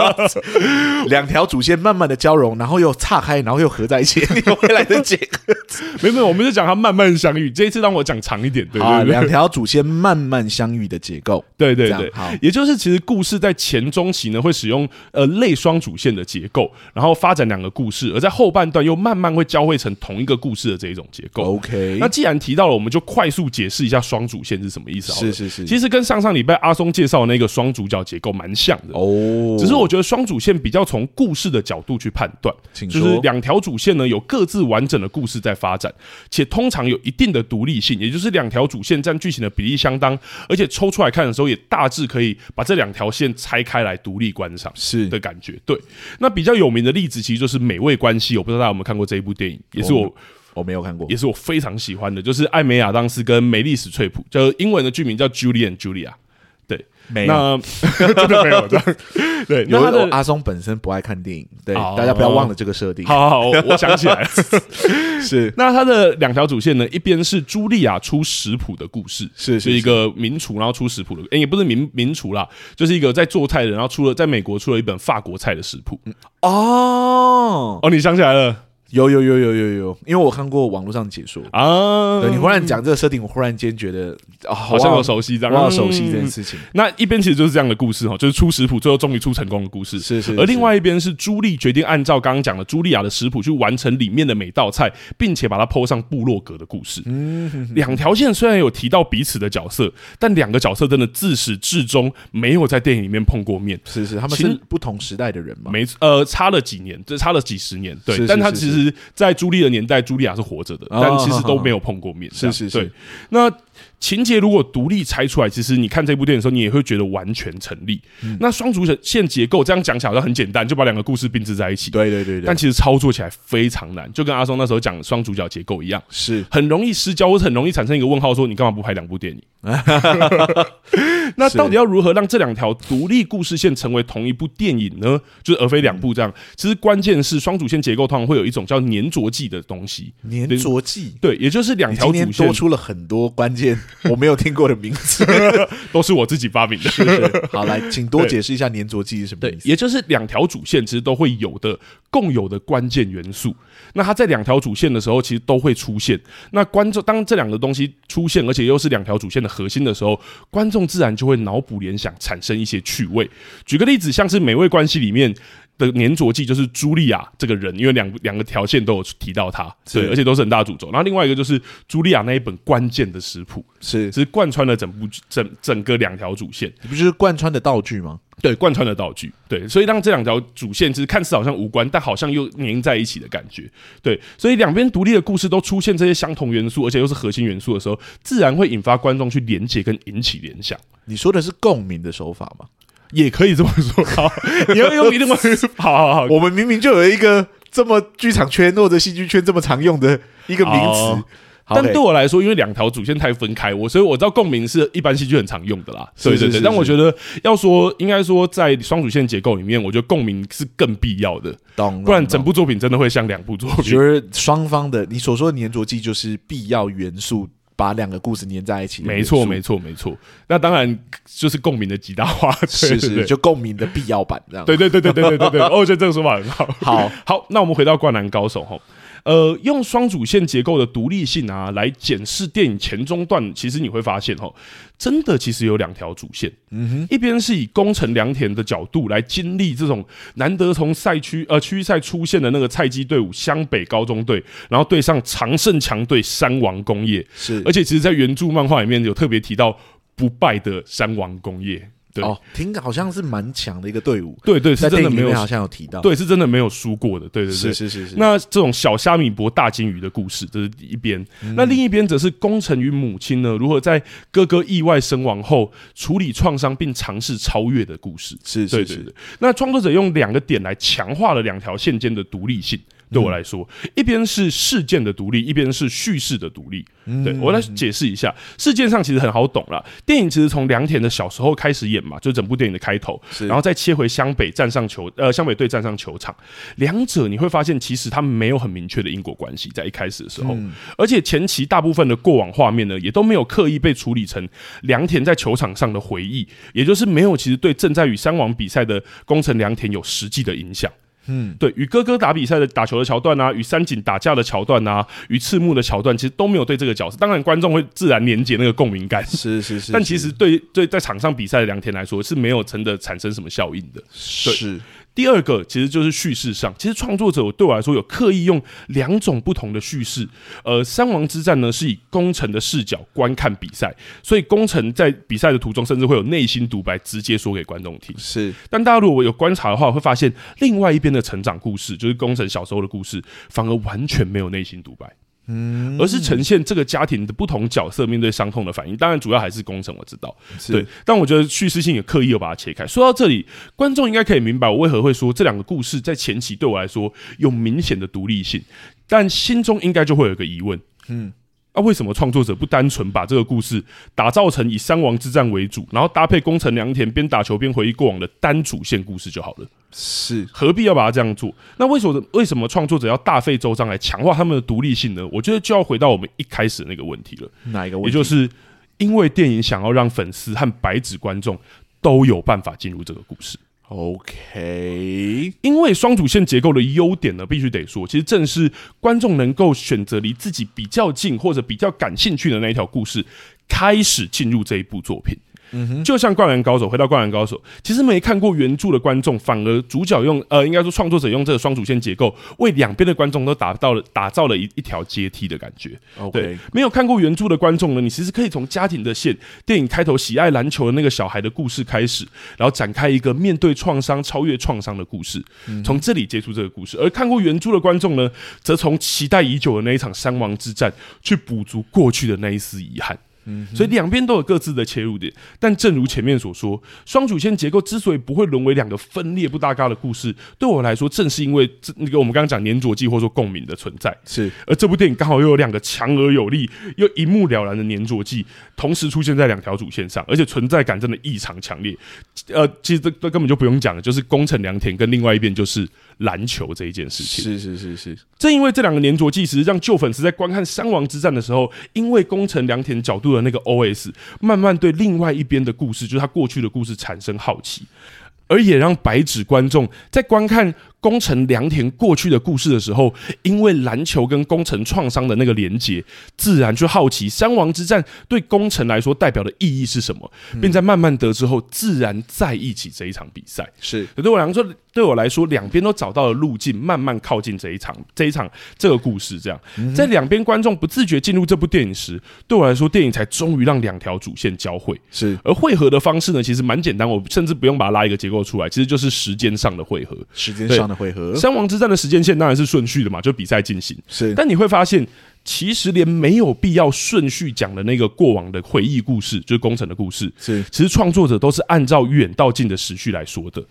Speaker 2: [LAUGHS] 两条主线慢慢的交融，然后又岔开，然后又合在一起，你未来的结合。
Speaker 1: 没有没有，我们就讲它慢慢相遇。这一次让我讲长一点， [LAUGHS] 对
Speaker 2: 好，
Speaker 1: 对
Speaker 2: 啊两
Speaker 1: 对，
Speaker 2: 条主线慢慢相遇的结构。
Speaker 1: 对对
Speaker 2: 这样
Speaker 1: 对
Speaker 2: 好，
Speaker 1: 也就是其实故事在前中期呢会使用呃类双主线的结构，然后发展两个故事，而在后半段又慢慢会交汇成同一个故事的这一种结构。
Speaker 2: OK，
Speaker 1: 那既然提到了，我们就快速解释一下双主线是什么意思好了。
Speaker 2: 是是是
Speaker 1: 其实跟上上礼拜阿松介绍的那个双主角结构蛮像的。
Speaker 2: 哦，
Speaker 1: 只是我觉得双主线比较从故事的角度去判断，
Speaker 2: 请
Speaker 1: 就
Speaker 2: 说
Speaker 1: 是两条主线呢有各自完整的故事在发展，且通常有一定的独立性，也就是两条主线占剧情的比例相当，而且抽出来看的时候也大致可以把这两条线拆开来独立观赏。
Speaker 2: 是
Speaker 1: 的感觉，对。那比较有名的例子其实就是《美味关系》，我不知道大家有没有看过这一部电影，也是我
Speaker 2: 哦我没有看过
Speaker 1: 也是我非常喜欢的，就是艾美亚当斯跟梅丽史翠普，就英文的剧名叫 Julie and Julia。对，
Speaker 2: 没有。
Speaker 1: 那
Speaker 2: [LAUGHS]
Speaker 1: [LAUGHS] 真的没有这样。对，
Speaker 2: 有
Speaker 1: 那他的
Speaker 2: 阿松本身不爱看电影，对
Speaker 1: 哦
Speaker 2: 大家不要忘了这个设定。
Speaker 1: 好好好，我我想起来
Speaker 2: [LAUGHS]
Speaker 1: 了。
Speaker 2: 是
Speaker 1: 那它的两条主线呢，一边是茱莉亚出食谱的故事，
Speaker 2: 是
Speaker 1: 是
Speaker 2: 是
Speaker 1: 一个名厨，然后出食谱的，诶也不是名名厨啦，就是一个在做菜的人，然后出了在美国出了一本法国菜的食谱。
Speaker 2: 哦，
Speaker 1: 哦，你想起来了
Speaker 2: 有有有有有有，因为我看过网络上的解说。
Speaker 1: 啊？
Speaker 2: 对你忽然讲这个设定，我忽然间觉得啊，好
Speaker 1: 好像有熟悉这样，
Speaker 2: 我好熟悉
Speaker 1: 嗯
Speaker 2: 这件事情。
Speaker 1: 那一边其实就是这样的故事哈，就是出食谱，最后终于出成功的故事。
Speaker 2: 是是
Speaker 1: 而另
Speaker 2: 是
Speaker 1: 外一边是朱莉决定按照刚刚讲的茱莉亚的食谱去完成里面的每道菜，并且把它剖上部落格的故事。
Speaker 2: 嗯
Speaker 1: 两条线虽然有提到彼此的角色，但两个角色真的自始至终没有在电影里面碰过面。
Speaker 2: 是是，他们
Speaker 1: 其实
Speaker 2: 是不同时代的人嘛？
Speaker 1: 没呃，差了几年，这差了几十年，对。
Speaker 2: 是是
Speaker 1: 但他
Speaker 2: 是
Speaker 1: 其
Speaker 2: 是
Speaker 1: 实，在朱莉的年代，朱莉亚是活着的，
Speaker 2: 哦
Speaker 1: 但其实
Speaker 2: 好
Speaker 1: 都
Speaker 2: 好
Speaker 1: 没有碰过面。
Speaker 2: 是
Speaker 1: 这样
Speaker 2: 是是
Speaker 1: 对。那情节如果独立拆出来，其实你看这部电影的时候，你也会觉得完全成立。
Speaker 2: 嗯
Speaker 1: 那双主线结构这样讲起来好像很简单，就把两个故事并置在一起。。
Speaker 2: 对对对对，
Speaker 1: 但其实操作起来非常难，就跟阿松那时候讲双主角结构一样，
Speaker 2: 是
Speaker 1: 很容易失焦，或者很容易产生一个问号，说你干嘛不拍两部
Speaker 2: [LAUGHS]
Speaker 1: 电影？那到底要如何让这两条独立故事线成为同一部电影呢？就是而非两部这样。其实关键是双主线结构通常会有一种叫粘着剂的东西，
Speaker 2: 粘着剂。
Speaker 1: 对，也就是两
Speaker 2: 你
Speaker 1: 条
Speaker 2: 今
Speaker 1: 主
Speaker 2: 天多
Speaker 1: 线
Speaker 2: 出了很多关键我没有听过的名词。
Speaker 1: 都是我自己发明的。
Speaker 2: 是 [LAUGHS] 好，来，请多
Speaker 1: 对
Speaker 2: 解释一下粘着剂是什么
Speaker 1: 对
Speaker 2: 意，思。
Speaker 1: 也就是两条主线其实都会有的共有的关键元素。那它在两条主线的时候，其实都会出现。那观众当这两个东西出现，而且又是两条主线的核心的时候，观众自然就会脑补联想，产生一些趣味。举个例子，像是美味关系里面。的粘着剂就是茱莉亚这个人，因为两两个条线都有提到她，
Speaker 2: 是
Speaker 1: 对，而且都是很大的主轴。然后另外一个就是茱莉亚那一本关键的食谱，
Speaker 2: 是，
Speaker 1: 只是贯穿了整部整整个两条主线。
Speaker 2: 你不就是贯穿的道具吗？
Speaker 1: 对，贯穿的道具，对，所以让这两条主线其实看似好像无关，但好像又粘在一起的感觉，对，所以两边独立的故事都出现这些相同元素，而且又是核心元素的时候，自然会引发观众去连接跟引起联想，
Speaker 2: 你说的是共鸣的手法吗？
Speaker 1: 也可以这么说，好，你要用
Speaker 2: [LAUGHS]
Speaker 1: 另外，好好好，
Speaker 2: 哦我们明明就有一个这么剧场圈或者戏剧圈这么常用的一个名词
Speaker 1: 哦，
Speaker 2: 好
Speaker 1: 但
Speaker 2: ，OK
Speaker 1: 对我来说，因为两条主线太分开，我所以我知道共鸣是一般戏剧很常用的啦。
Speaker 2: 是
Speaker 1: 对
Speaker 2: 是
Speaker 1: 对对，
Speaker 2: 是
Speaker 1: 但我
Speaker 2: 是
Speaker 1: 觉得要说，应该说在双主线结构里面，我觉得共鸣是更必要的，
Speaker 2: 懂，
Speaker 1: 不然
Speaker 2: 懂
Speaker 1: 整。
Speaker 2: 懂
Speaker 1: 部作品真的会像两部作
Speaker 2: 我
Speaker 1: 品
Speaker 2: 觉。得双方的你所说的粘着剂就是必要元素，把两个故事粘在一起的
Speaker 1: 没
Speaker 2: 元素。
Speaker 1: 错，没错，没错。那当然就是共鸣的极大化，对
Speaker 2: 是
Speaker 1: 对对
Speaker 2: 是，就共鸣的必要版这样。
Speaker 1: 对对对对对对对对。哦，我觉得这个说法很好。
Speaker 2: 好，
Speaker 1: 好，那我们回到《灌篮高手》吼。呃，用双主线结构的独立性啊，来检视电影前中段，其实你会发现吼，真的其实有两条主线。嗯哼，一边是以宫城良田的角度来经历这种难得从赛区呃区域赛出现的那个菜鸡队伍湘北高中队，然后对上常胜强队山王工业，
Speaker 2: 是
Speaker 1: 而且其实，在原著漫画里面有特别提到不败的山王工业。对
Speaker 2: 哦，听好像是蛮强的一个队伍，
Speaker 1: 对对，是
Speaker 2: 在
Speaker 1: 真
Speaker 2: 电
Speaker 1: 的
Speaker 2: 影里
Speaker 1: 没有
Speaker 2: 面好像有提到，，
Speaker 1: 对，是真的没有输过的，对对对。
Speaker 2: 是是是是，
Speaker 1: 那这种小虾米搏大金鱼的故事，这是一边；
Speaker 2: 嗯
Speaker 1: 那另一边则是功臣与母亲呢，如何在哥哥意外身亡后处理创伤并尝试超越的故事。
Speaker 2: 是
Speaker 1: 对
Speaker 2: 是
Speaker 1: 对
Speaker 2: 是
Speaker 1: 对。那创作者用两个点来强化了两条线间的独立性。对
Speaker 2: 嗯
Speaker 1: 我来说，一边是事件的独立，一边是叙事的独立。
Speaker 2: 嗯
Speaker 1: 对我来解释一下，事件上其实很好懂啦。电影其实从良田的小时候开始演嘛，就整部电影的开头，
Speaker 2: 是
Speaker 1: 然后再切回湘北站上球，呃，湘北队站上球场，两者你会发现其实他们没有很明确的因果关系，在一开始的时候，
Speaker 2: 嗯
Speaker 1: 而且前期大部分的过往画面呢，也都没有刻意被处理成良田在球场上的回忆，也就是没有其实对正在与三王比赛的宫城良田有实际的影响。
Speaker 2: 嗯
Speaker 1: 对，与哥哥打比赛的打球的桥段啊，与三井打架的桥段啊，与赤木的桥段，其实都没有对这个角色。当然，观众会自然连接那个共鸣感，
Speaker 2: 是是是，
Speaker 1: 但
Speaker 2: 是
Speaker 1: 其实对对在场上比赛的良田来说是没有真的产生什么效应的。
Speaker 2: 是
Speaker 1: 第二个其实就是叙事上，其实创作者对我来说有刻意用两种不同的叙事。呃，三王之战呢是以工程的视角观看比赛，所以工程在比赛的途中甚至会有内心独白直接说给观众听。
Speaker 2: 是
Speaker 1: 但大家如果有观察的话，会发现另外一边的成长故事，就是工程小时候的故事，反而完全没有内心独白。嗯，而是呈现这个家庭的不同角色面对伤痛的反应。当然，主要还是工程，我知道，
Speaker 2: 是
Speaker 1: 对。但我觉得叙事性也刻意有把它切开。说到这里，观众应该可以明白我为何会说这两个故事在前期对我来说有明显的独立性，但心中应该就会有一个疑问，啊，为什么创作者不单纯把这个故事打造成以三王之战为主，然后搭配宫城良田边打球边回忆过往的单主线故事就好了？
Speaker 2: 是
Speaker 1: 何必要把它这样做？那为什么为什么创作者要大费周章来强化他们的独立性呢？我觉得就要回到我们一开始的那个问题了，
Speaker 2: 哪一个问
Speaker 1: 也
Speaker 2: 题？
Speaker 1: 就是因为电影想要让粉丝和白纸观众都有办法进入这个故事。
Speaker 2: OK，
Speaker 1: 因为双主线结构的优点呢，必须得说，其实正是观众能够选择离自己比较近或者比较感兴趣的那一条故事，开始进入这一部作品。就像《灌篮高手》，回到《灌篮高手》，其实没看过原著的观众，反而主角用呃，应该说创作者用这个双主线结构，为两边的观众都打到了打造了一一条阶梯的感觉。
Speaker 2: OK
Speaker 1: 对，没有看过原著的观众呢，你其实可以从家庭的线，电影开头喜爱篮球的那个小孩的故事开始，然后展开一个面对创伤、超越创伤的故事，从这里接触这个故事。而看过原著的观众呢，则从期待已久的那一场三王之战，去补足过去的那一丝遗憾。所以两边都有各自的切入点，但正如前面所说，双主线结构之所以不会沦为两个分裂不搭嘎的故事，对我来说，正是因为这那个我们刚刚讲粘着剂或者说共鸣的存在。
Speaker 2: 是
Speaker 1: 而这部电影刚好又有两个强而有力又一目了然的粘着剂，同时出现在两条主线上，而且存在感真的异常强烈。呃，其实这这根本就不用讲了，就是宫城良田跟另外一边就是篮球这一件事情。
Speaker 2: 是是是是
Speaker 1: 正因为这两个粘着剂，其实让旧粉丝在观看三王之战的时候，因为宫城良田角度的那个 OS，慢慢对另外一边的故事，就是他过去的故事产生好奇。而也让白纸观众在观看宫城良田过去的故事的时候，因为篮球跟宫城创伤的那个连结，自然去好奇三王之战对宫城来说代表的意义是什么，并在慢慢得知后，自然在一起这一场比赛。
Speaker 2: 是
Speaker 1: 对我来说，对我来说，两边都找到了路径，慢慢靠近这一场，这一场这个故事。这样，在两边观众不自觉进入这部电影时，对我来说，电影才终于让两条主线交汇。
Speaker 2: 是
Speaker 1: 而汇合的方式呢，其实蛮简单，我甚至不用把它拉一个结构出来，其实就是时间上的汇合。
Speaker 2: 时间
Speaker 1: 对
Speaker 2: 上的回合，
Speaker 1: 三王之战的时间线当然是顺序的嘛，就比赛进行。
Speaker 2: 是
Speaker 1: 但你会发现，其实连没有必要顺序讲的那个过往的回忆故事，就是工程的故事，
Speaker 2: 是
Speaker 1: 其实创作者都是按照远到近的时序来说的。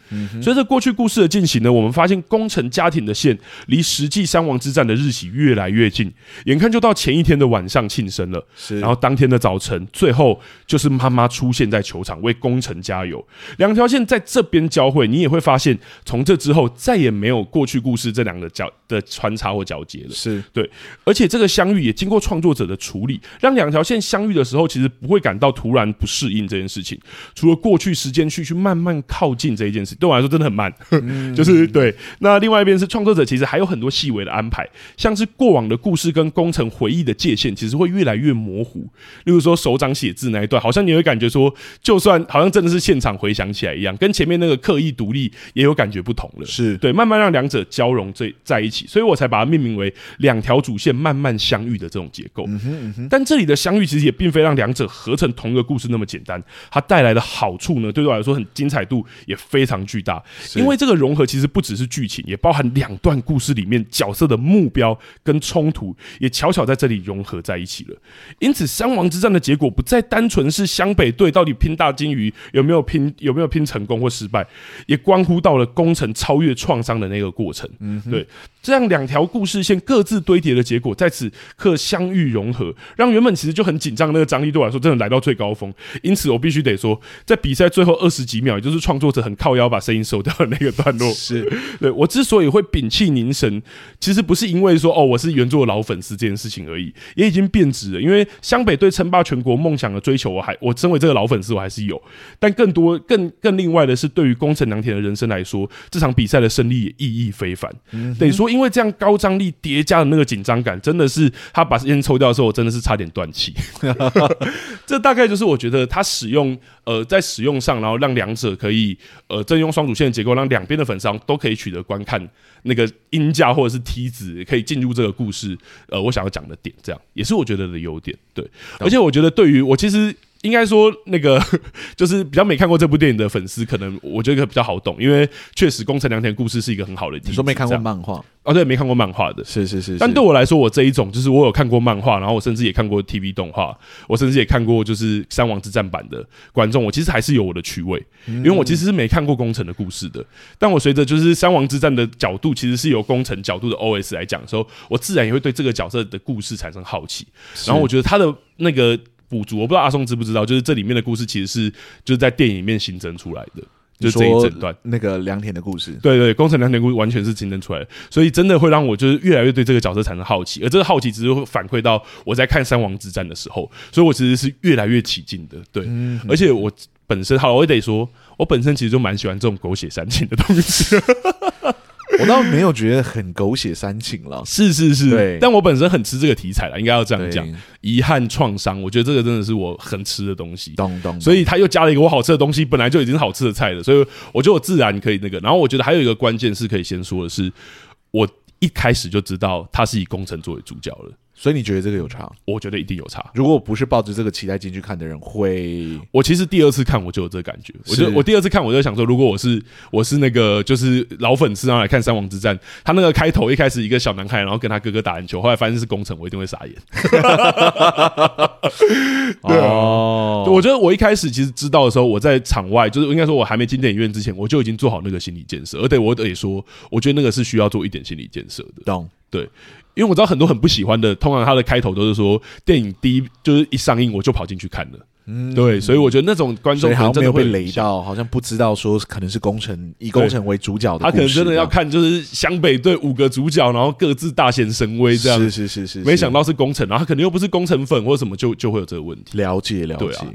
Speaker 1: 随着过去故事的进行呢，我们发现工程家庭的线离实际三王之战的日期越来越近，眼看就到前一天的晚上庆生了。
Speaker 2: 是，
Speaker 1: 然后当天的早晨，最后就是妈妈出现在球场为工程加油。两条线在这边交汇，你也会发现，从这之后再也没有过去故事这两个交的穿插或交接了。
Speaker 2: 是
Speaker 1: 对，而且这个相遇也经过创作者的处理，让两条线相遇的时候，其实不会感到突然不适应这件事情。除了过去时间去去慢慢靠近这一件事，对我来说真的很慢，就是对。那另外一边是创作者，其实还有很多细微的安排，像是过往的故事跟工程回忆的界限，其实会越来越模糊。例如说手掌写字那一段，好像你会感觉说，就算好像真的是现场回想起来一样，跟前面那个刻意独立也有感觉不同了。
Speaker 2: 是
Speaker 1: 对，慢慢让两者交融在在一起，所以我才把它命名为两条主线慢慢相遇的这种结构。但这里的相遇其实也并非让两者合成同一个故事那么简单，它带来的好处呢，对我来说很精彩度也非常巨大。因为这个融合其实不只是剧情，也包含两段故事里面角色的目标跟冲突，也巧巧在这里融合在一起了。因此，三王之战的结果不再单纯是湘北队到底拼大金鱼有没有拼有没有拼成功或失败，也关乎到了工程超越创伤的那个过程。对，这样两条故事线各自堆叠的结果，在此刻相遇融合，让原本其实就很紧张的那个张力对我来说真的来到最高峰。因此，我必须得说，在比赛最后二十几秒，也就是创作者很靠腰把声音收掉的那个段落，
Speaker 2: 是
Speaker 1: 对我之所以会屏气凝神，其实不是因为说哦我是原作老粉丝这件事情而已，也已经变质了。因为湘北对称霸全国梦想的追求，我还我身为这个老粉丝我还是有，但更多更更另外的是，对于宫城良田的人生来说，这场比赛的胜利也意义非凡。得说，因为这样高张力叠加的那个紧张感，真的是他把烟抽掉的时候，我真的是差点断气。这大概就是我觉得他使用呃在使用上，然后让两者可以呃正用双主线的结构，让两边的粉商都可以取得观看那个音价或者是梯子，可以进入这个故事。呃，我想要讲的点，这样也是我觉得的优点。对，而且我觉得对于我其实。应该说，那个就是比较没看过这部电影的粉丝，可能我觉得比较好懂，因为确实《宫城良田》故事是一个很好的例子。
Speaker 2: 你说没看
Speaker 1: 这
Speaker 2: 过
Speaker 1: 样
Speaker 2: 漫画？
Speaker 1: 哦，对，没看过漫画的。
Speaker 2: 是是是，
Speaker 1: 但
Speaker 2: 是
Speaker 1: 对我来说，我这一种就是我有看过漫画，然后我甚至也看过 TV 动画，我甚至也看过就是《三王之战》版的观众，我其实还是有我的趣味，因为我其实是没看过工程的故事的。但我随着就是《三王之战》的角度，其实是由工程角度的 OS 来讲的时候，我自然也会对这个角色的故事产生好奇。然后我觉得他的那个补足，我不知道阿松知不知道，就是这里面的故事其实是就是在电影里面新增出来的，就
Speaker 2: 你
Speaker 1: 是这一
Speaker 2: 说
Speaker 1: 整段。
Speaker 2: 那个良田的故事，
Speaker 1: 对对，工程良田故事完全是新增出来的，所以真的会让我就是越来越对这个角色产生好奇，而这个好奇只是会反馈到我在看《三王之战》的时候，所以我其实是越来越起劲的。对，
Speaker 2: 嗯
Speaker 1: 而且我本身好了，我也得说，我本身其实就蛮喜欢这种狗血煽情的东
Speaker 2: [LAUGHS]
Speaker 1: 西。
Speaker 2: 我倒没有觉得很狗血煽情了。
Speaker 1: 是是是
Speaker 2: 对，
Speaker 1: 但我本身很吃这个题材啦，应该要这样讲
Speaker 2: 对。
Speaker 1: 遗憾、创伤，我觉得这个真的是我很吃的东西。
Speaker 2: 咚咚，
Speaker 1: 所以他又加了一个我好吃的东西，本来就已经是好吃的菜了，所以我觉得我自然可以那个。然后我觉得还有一个关键是可以先说的是，我一开始就知道他是以工程作为主角了，
Speaker 2: 所以你觉得这个有差？
Speaker 1: 我觉得一定有差。
Speaker 2: 如果不是抱着这个期待进去看的人，会
Speaker 1: 我其实第二次看我就有这个感觉，我就是我第二次看我就想说，如果我是我是那个就是老粉丝，然后来看《三王之战》，他那个开头一开始一个小男孩，然后跟他哥哥打篮球，后来发现是工程，我一定会傻眼。对啊
Speaker 2: 哦
Speaker 1: 我觉得我一开始其实知道的时候，我在场外，就是应该说我还没进电影院之前，我就已经做好那个心理建设。而且我得说，我觉得那个是需要做一点心理建设的，
Speaker 2: 懂，
Speaker 1: 因为我知道很多很不喜欢的，通常它的开头都是说电影第一就是一上映我就跑进去看了，对，所以我觉得那种观
Speaker 2: 嗯所
Speaker 1: 众
Speaker 2: 以
Speaker 1: 可
Speaker 2: 好
Speaker 1: 能
Speaker 2: 像
Speaker 1: 真
Speaker 2: 没
Speaker 1: 的
Speaker 2: 有
Speaker 1: 会
Speaker 2: 被
Speaker 1: 有
Speaker 2: 雷
Speaker 1: 影响。
Speaker 2: 到，好像不知道说可能是工程以工程为主角的
Speaker 1: 他
Speaker 2: 故
Speaker 1: 可
Speaker 2: 事，啊
Speaker 1: 能真的要
Speaker 2: 这样
Speaker 1: 看，就是湘北队五个主角，然后各自大显神威这样。
Speaker 2: 是是是是，
Speaker 1: 没想到是工程，然后他可能又不是工程粉或什么，就就会有这个问题。
Speaker 2: 是了解了
Speaker 1: 对
Speaker 2: 解
Speaker 1: 啊，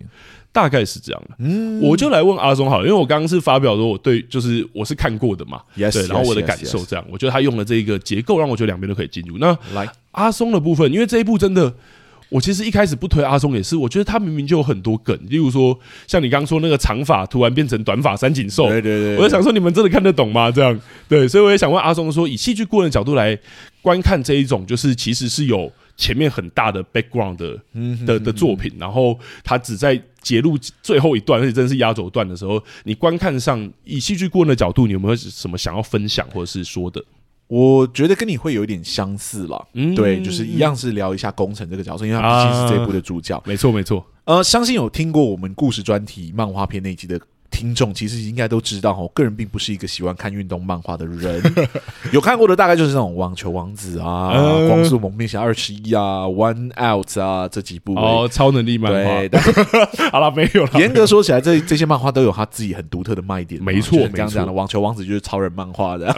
Speaker 1: 大概是这样的。
Speaker 2: 嗯
Speaker 1: 我就来问阿松好了，因为我刚刚是发表说我对，就是我是看过的嘛
Speaker 2: Yes,
Speaker 1: 对，然后
Speaker 2: yes,
Speaker 1: 我的
Speaker 2: yes,
Speaker 1: 感受这样，我觉得他用了这个结构，让我觉得两边都可以进入。那
Speaker 2: 来
Speaker 1: 阿松的部分，因为这一部真的。我其实一开始不推阿松，也是我觉得他明明就有很多梗，例如说像你刚说那个长发突然变成短发三井寿，
Speaker 2: 对对对对
Speaker 1: 哦我就想说你们真的看得懂吗？这样对，所以我也想问阿松说，以戏剧顾问的角度来观看这一种，就是其实是有前面很大的 background 的的的作品，然后他只在截录最后一段，而且真的是压轴段的时候，你观看上以戏剧顾问的角度，你有没有什么想要分享或者是说的？
Speaker 2: 我觉得跟你会有一点相似了，
Speaker 1: 嗯
Speaker 2: 对，就是一样是聊一下工程这个角色，因为他毕竟是这一部的主角。
Speaker 1: 没错，没错，
Speaker 2: 呃，相信有听过我们故事专题漫画片那一集的听众，其实应该都知道哈，我个人并不是一个喜欢看运动漫画的
Speaker 1: [LAUGHS]
Speaker 2: 人，有看过的大概就是那种网球王子啊、
Speaker 1: 嗯
Speaker 2: 光速蒙面侠二十一啊、One Out 啊这几部。
Speaker 1: 哦，超能力漫
Speaker 2: 对，
Speaker 1: 画，
Speaker 2: 但是
Speaker 1: 好了，没有了，
Speaker 2: 严格说起来，这这些漫画都有它自己很独特的卖点嘛。
Speaker 1: 没错
Speaker 2: 就是你刚
Speaker 1: 没
Speaker 2: 刚
Speaker 1: 错
Speaker 2: 讲的《网球王子》就是超人漫画
Speaker 1: [LAUGHS]
Speaker 2: 的，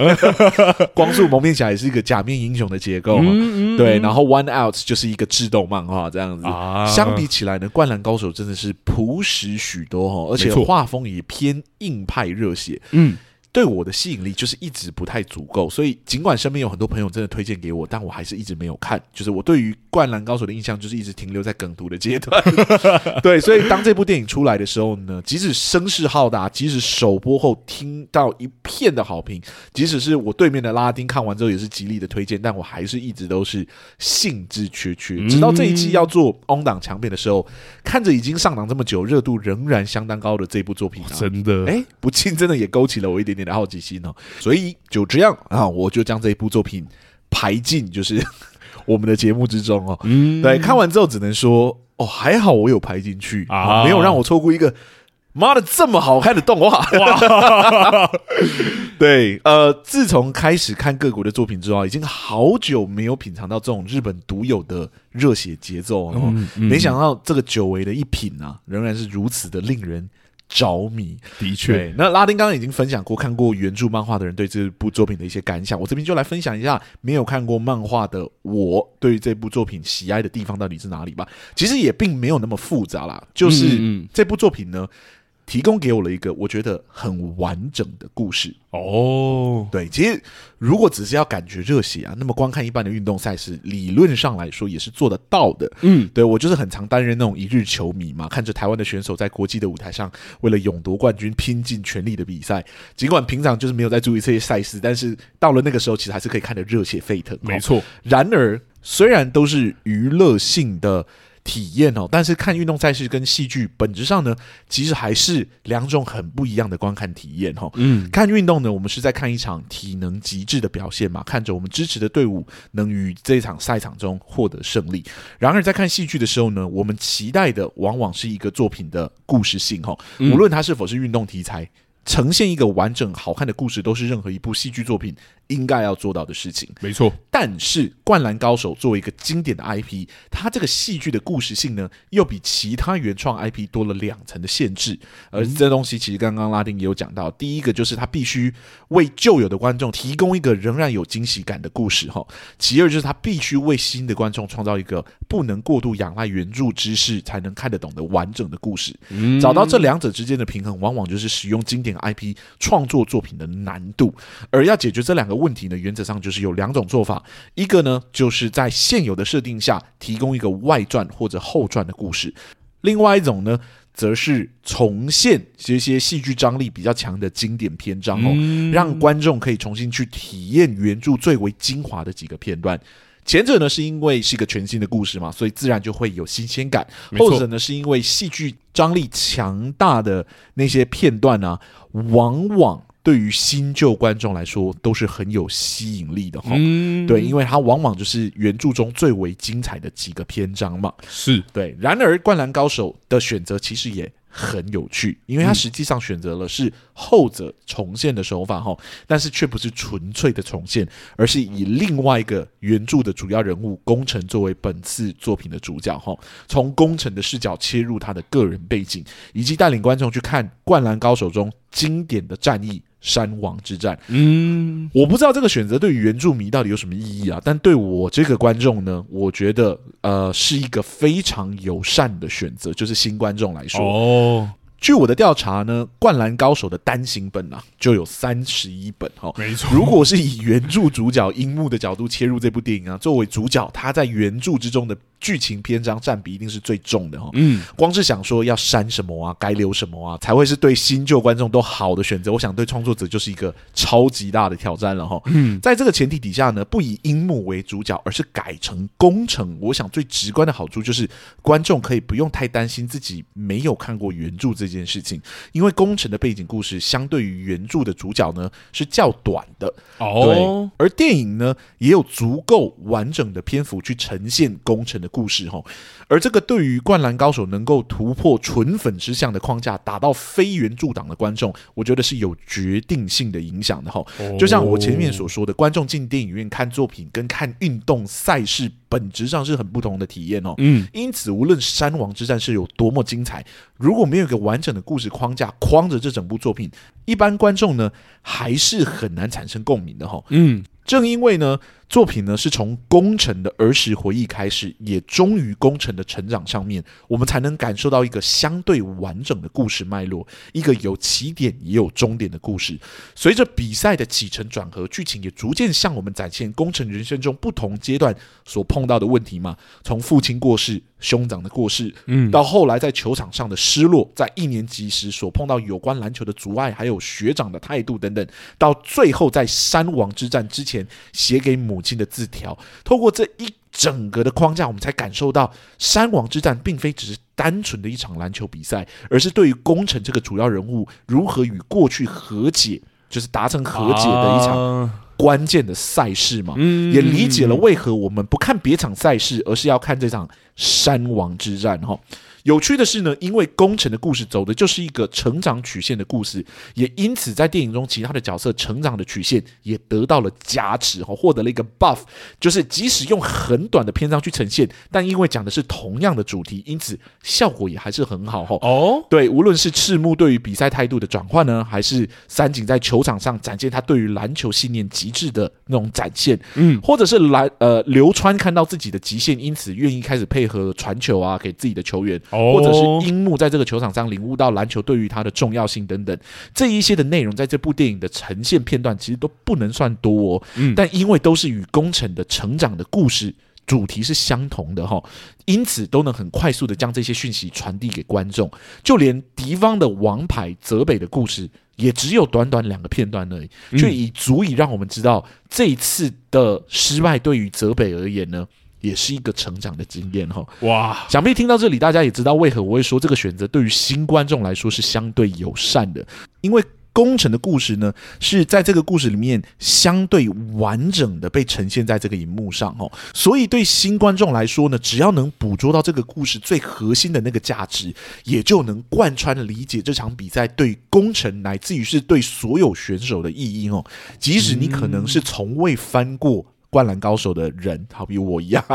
Speaker 2: 光速蒙面侠也是一个假面英雄的结构嘛。
Speaker 1: 嗯
Speaker 2: 对，然后 One Out 就是一个智斗漫画这样子。
Speaker 1: 啊
Speaker 2: 相比起来呢，《灌篮高手》真的是朴实许多哈，而且
Speaker 1: 没错
Speaker 2: 画风也偏硬派热血。
Speaker 1: 嗯，
Speaker 2: 对我的吸引力就是一直不太足够，所以尽管身边有很多朋友真的推荐给我，但我还是一直没有看。就是我对于《灌篮高手》的印象就是一直停留在梗图的阶段。 [LAUGHS] 对，所以当这部电影出来的时候呢，即使声势浩大，即使首播后听到一片的好评，即使是我对面的拉丁看完之后也是极力的推荐，但我还是一直都是兴致缺缺。
Speaker 1: 嗯
Speaker 2: 直到这一季要做 on 档强片的时候，看着已经上档这么久，热度仍然相当高的这部作品、啊，
Speaker 1: 真的，
Speaker 2: 哎，不禁真的也勾起了我一点点的好奇心哦。所以就这样啊，我就将这一部作品排进就是 [LAUGHS] 我们的节目之中哦。
Speaker 1: 嗯
Speaker 2: 对，看完之后只能说，哦，还好我有排进去
Speaker 1: 啊
Speaker 2: 没有让我错过一个妈的这么好看的
Speaker 1: [LAUGHS]
Speaker 2: 动画。 [LAUGHS] 对，呃，自从开始看各国的作品之后啊，已经好久没有品尝到这种日本独有的热血节奏了、哦
Speaker 1: 嗯
Speaker 2: 没想到这个久违的一品啊，仍然是如此的令人着迷。
Speaker 1: 的确
Speaker 2: 对，，那拉丁刚刚已经分享过看过原著漫画的人对这部作品的一些感想，我这边就来分享一下没有看过漫画的我对于这部作品喜爱的地方到底是哪里吧。其实也并没有那么复杂啦，就是
Speaker 1: 嗯嗯
Speaker 2: 这部作品呢，提供给我了一个我觉得很完整的故事。
Speaker 1: 哦，
Speaker 2: 对，其实如果只是要感觉热血啊，那么观看一般的运动赛事，理论上来说也是做得到的。
Speaker 1: 嗯，
Speaker 2: 对我就是很常担任那种一日球迷嘛，看着台湾的选手在国际的舞台上为了勇夺冠军拼尽全力的比赛，尽管平常就是没有在注意这些赛事，但是到了那个时候，其实还是可以看得热血沸腾。
Speaker 1: 没
Speaker 2: 哦
Speaker 1: 错，
Speaker 2: 然而，虽然都是娱乐性的体验哦，但是看运动赛事跟戏剧本质上呢，其实还是两种很不一样的观看体验哦。
Speaker 1: 嗯，
Speaker 2: 看运动呢，我们是在看一场体能极致的表现嘛，看着我们支持的队伍能于这场赛场中获得胜利。然而在看戏剧的时候呢，我们期待的往往是一个作品的故事性哈，无论它是否是运动题材。呈现一个完整好看的故事，都是任何一部戏剧作品应该要做到的事情。
Speaker 1: 没错，
Speaker 2: 但是《灌篮高手》作为一个经典的 IP，它这个戏剧的故事性呢，又比其他原创 IP 多了两层的限制。而这东西其实刚刚拉丁也有讲到，第一个就是它必须为旧有的观众提供一个仍然有惊喜感的故事哈；其二就是它必须为新的观众创造一个不能过度仰赖原著知识才能看得懂的完整的故事。找到这两者之间的平衡，往往就是使用经典 IP 创作作品的难度。而要解决这两个问题呢，原则上就是有两种做法，一个呢就是在现有的设定下提供一个外传或者后传的故事，另外一种呢。则是重现这些戏剧张力比较强的经典篇章
Speaker 1: 嗯
Speaker 2: 哦，让观众可以重新去体验原著最为精华的几个片段。前者呢是因为是一个全新的故事嘛，所以自然就会有新鲜感；
Speaker 1: 没错
Speaker 2: 后者呢是因为戏剧张力强大的那些片段啊，往往对于新旧观众来说都是很有吸引力的哈。
Speaker 1: 嗯，
Speaker 2: 对，因为它往往就是原著中最为精彩的几个篇章嘛。
Speaker 1: 是，
Speaker 2: 对，然而《灌篮高手》的选择其实也很有趣，
Speaker 1: 嗯
Speaker 2: 因为它实际上选择了是后者重现的手法哈，但是却不是纯粹的重现，而是以另外一个原著的主要人物宫城作为本次作品的主角哈，从宫城的视角切入他的个人背景，以及带领观众去看《灌篮高手》中经典的战役——山王之战。
Speaker 1: 嗯，
Speaker 2: 我不知道这个选择对于原住迷到底有什么意义啊，但对我这个观众呢，我觉得呃是一个非常友善的选择，就是新观众来说。
Speaker 1: 哦，
Speaker 2: 据我的调查呢，《灌篮高手》的单行本啊就有三十一本哦。
Speaker 1: 没错，
Speaker 2: 如果是以原著主角樱木的角度切入这部电影啊，作为主角，他在原著之中的剧情篇章占比一定是最重的哦。
Speaker 1: 嗯，
Speaker 2: 光是想说要删什么啊，该留什么啊，才会是对新旧观众都好的选择。我想对创作者就是一个超级大的挑战了哈。嗯，在这个前提底下呢，不以樱木为主角，而是改成工程，我想最直观的好处就是观众可以不用太担心自己没有看过原著这件事情，因为工程的背景故事相对于原著的主角呢是较短的。
Speaker 1: 哦，
Speaker 2: 对，而电影呢也有足够完整的篇幅去呈现工程的故事哈。而这个对于《灌篮高手》能够突破纯粉之项的框架，打到非原著党的观众，我觉得是有决定性的影响的哈。就像我前面所说的，观众进电影院看作品跟看运动赛事本质上是很不同的体验哦。
Speaker 1: 嗯，
Speaker 2: 因此，无论山王之战是有多么精彩，如果没有一个完整的故事框架框着这整部作品，一般观众呢还是很难产生共鸣的哈、
Speaker 1: 嗯，
Speaker 2: 正因为呢，作品呢是从功臣的儿时回忆开始，也忠于功臣的成长上面，我们才能感受到一个相对完整的故事脉络，一个有起点也有终点的故事。随着比赛的起承转合，剧情也逐渐向我们展现功臣人生中不同阶段所碰到的问题嘛，从父亲过世、兄长的过世，嗯，到后来在球场上的失落，在一年级时所碰到有关篮球的阻碍，还有学长的态度等等，到最后在山王之战之前写给母亲的字条，透过这一。整个的框架，我们才感受到山王之战并非只是单纯的一场篮球比赛，而是对于工程这个主要人物如何与过去和解，就是达成和解的一场
Speaker 1: 啊
Speaker 2: 关键的赛事嘛，
Speaker 1: 嗯
Speaker 2: 也理解了为何我们不看别场赛事，而是要看这场山王之战哈。有趣的是呢，因为工程的故事走的就是一个成长曲线的故事，也因此在电影中其他的角色成长的曲线也得到了加持哈，获得了一个 buff，就是即使用很短的篇章去呈现，但因为讲的是同样的主题，因此效果也还是很好哈。
Speaker 1: 哦，
Speaker 2: 对，无论是赤木对于比赛态度的转换呢，还是三井在球场上展现他对于篮球信念极致的那种展现，
Speaker 1: 嗯，
Speaker 2: 或者是篮呃流川看到自己的极限，因此愿意开始配合传球啊，给自己的球员，
Speaker 1: 哦
Speaker 2: 或者是樱木在这个球场上领悟到篮球对于他的重要性等等，这一些的内容在这部电影的呈现片段其实都不能算多、哦，
Speaker 1: 嗯
Speaker 2: 但因为都是与工程的成长的故事。主题是相同的哈、因此都能很快速的将这些讯息传递给观众。就连敌方的王牌泽北的故事，也只有短短两个片段而已，却已足以让我们知道这一次的失败对于泽北而言呢，也是一个成长的经验哈、
Speaker 1: 哇，
Speaker 2: 想必听到这里，大家也知道为何我会说这个选择对于新观众来说是相对友善的，因为。工程的故事呢，是在这个故事里面相对完整的被呈现在这个荧幕上哦，所以对新观众来说呢，只要能捕捉到这个故事最核心的那个价值，也就能贯穿理解这场比赛对工程乃至于是对所有选手的意义哦。即使你可能是从未翻过《灌篮高手》的人，好比我一样，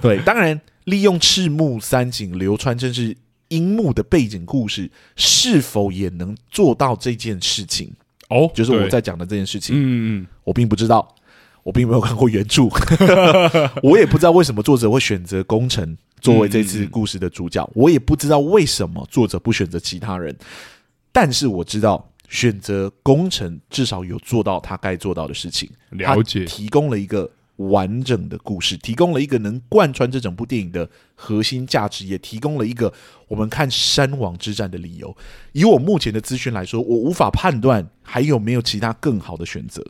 Speaker 2: 对，当然利用赤木、三井、流川，甚至樱木的背景故事，是否也能做到这件事情？
Speaker 1: 哦，
Speaker 2: 就是我
Speaker 1: 对
Speaker 2: 在，讲的这件事情，
Speaker 1: 嗯嗯
Speaker 2: 我并不知道，我并没有看过原著，我也不知道为什么作者会选择工程作为这次故事的主角，我也不知道为什么作者不选择其他人，但是我知道。选择工程至少有做到他该做到的事情，
Speaker 1: 嗯了解
Speaker 2: 他提供了一个完整的故事，提供了一个能贯穿这整部电影的核心价值，也提供了一个我们看《山王之战》的理由。以我目前的资讯来说，我无法判断还有没有其他更好的选择。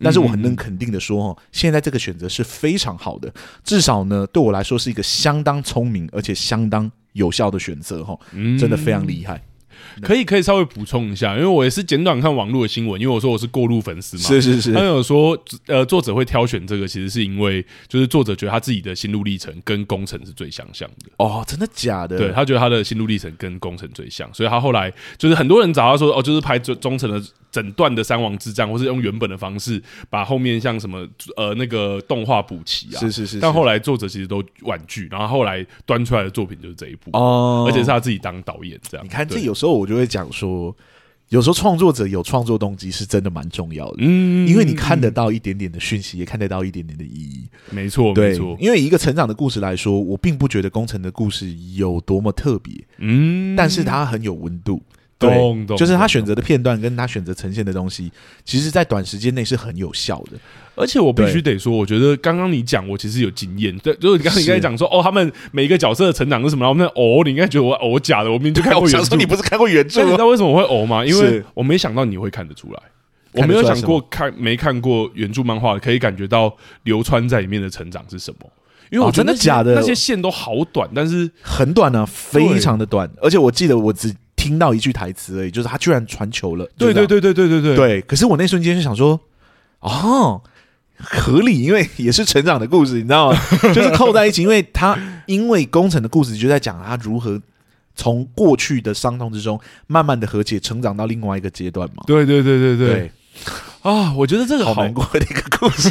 Speaker 2: 但是我很能肯定的
Speaker 1: 嗯
Speaker 2: 说，哦，现在这个选择是非常好的，至少呢对我来说是一个相当聪明而且相当有效的选择，哈，真的非常厉害，
Speaker 1: 嗯，可以可以稍微补充一下，因为我也是简短看网络的新闻，因为我说我是过路粉丝嘛，
Speaker 2: 是
Speaker 1: 他们有说，呃，作者会挑选这个，其实是因为就是作者觉得他自己的心路历程跟工程是最相像的，
Speaker 2: 哦，真的假的？
Speaker 1: 对他觉得他的心路历程跟工程最像，所以他后来就是很多人找他说，哦，就是拍中中程的整段的三王之战，或是用原本的方式把后面像什么呃那个动画补齐啊，
Speaker 2: 是是是
Speaker 1: 但
Speaker 2: 是
Speaker 1: 后来作者其实都婉拒，然后后来端出来的作品就是这一部，
Speaker 2: 哦
Speaker 1: 而且是他自己当导演这样，
Speaker 2: 你看，这
Speaker 1: 啊对
Speaker 2: 有时候我就会讲说，有时候创作者有创作动机是真的蛮重要的，
Speaker 1: 嗯
Speaker 2: 因为你看得到一点点的讯息，也看得到一点点的意义。
Speaker 1: 没错嗯没
Speaker 2: 对
Speaker 1: 错，，
Speaker 2: 因为以一个成长的故事来说，我并不觉得工程的故事有多么特别，
Speaker 1: 嗯，
Speaker 2: 但是它很有温度。
Speaker 1: 懂
Speaker 2: 对
Speaker 1: 懂
Speaker 2: 就是他
Speaker 1: 懂
Speaker 2: 选择的片段跟他选择呈现的东西，其实在短时间内是很有效的。
Speaker 1: 而且我必须得说，我觉得刚刚你讲，我其实有经验。对，就是你刚才应该讲说，哦，他们每一个角色的成长是什么，然后我们哦，你应该觉得我哦假的，我明明就看过原著。
Speaker 2: 是看过 [LAUGHS] 原
Speaker 1: 但你知道为什么我会哦吗？因为
Speaker 2: 是
Speaker 1: 我没想到你会看得出来，我
Speaker 2: 看得
Speaker 1: 没
Speaker 2: 出来
Speaker 1: 有想过看没看过原著漫画，可以感觉到流川在里面的成长是什么。因为我
Speaker 2: 哦
Speaker 1: 觉得
Speaker 2: 真的
Speaker 1: 那些
Speaker 2: 假的
Speaker 1: 那些线都好短，但是
Speaker 2: 很短啊，非常的短。而且我记得我只听到一句台词而已，就是他居然传球了。就
Speaker 1: 对
Speaker 2: 这样
Speaker 1: 对对对对对对，
Speaker 2: 对，可是我那瞬间就想说，哦，合理，因为也是成长的故事，你知道吗？ [LAUGHS] 就是扣在一起，因为他因为工程的故事就在讲他如何从过去的伤痛之中，慢慢的和解，成长到另外一个阶段嘛。
Speaker 1: 对对对对对啊！我觉得这个
Speaker 2: 好
Speaker 1: 好 [LAUGHS]
Speaker 2: 难过的一个故事，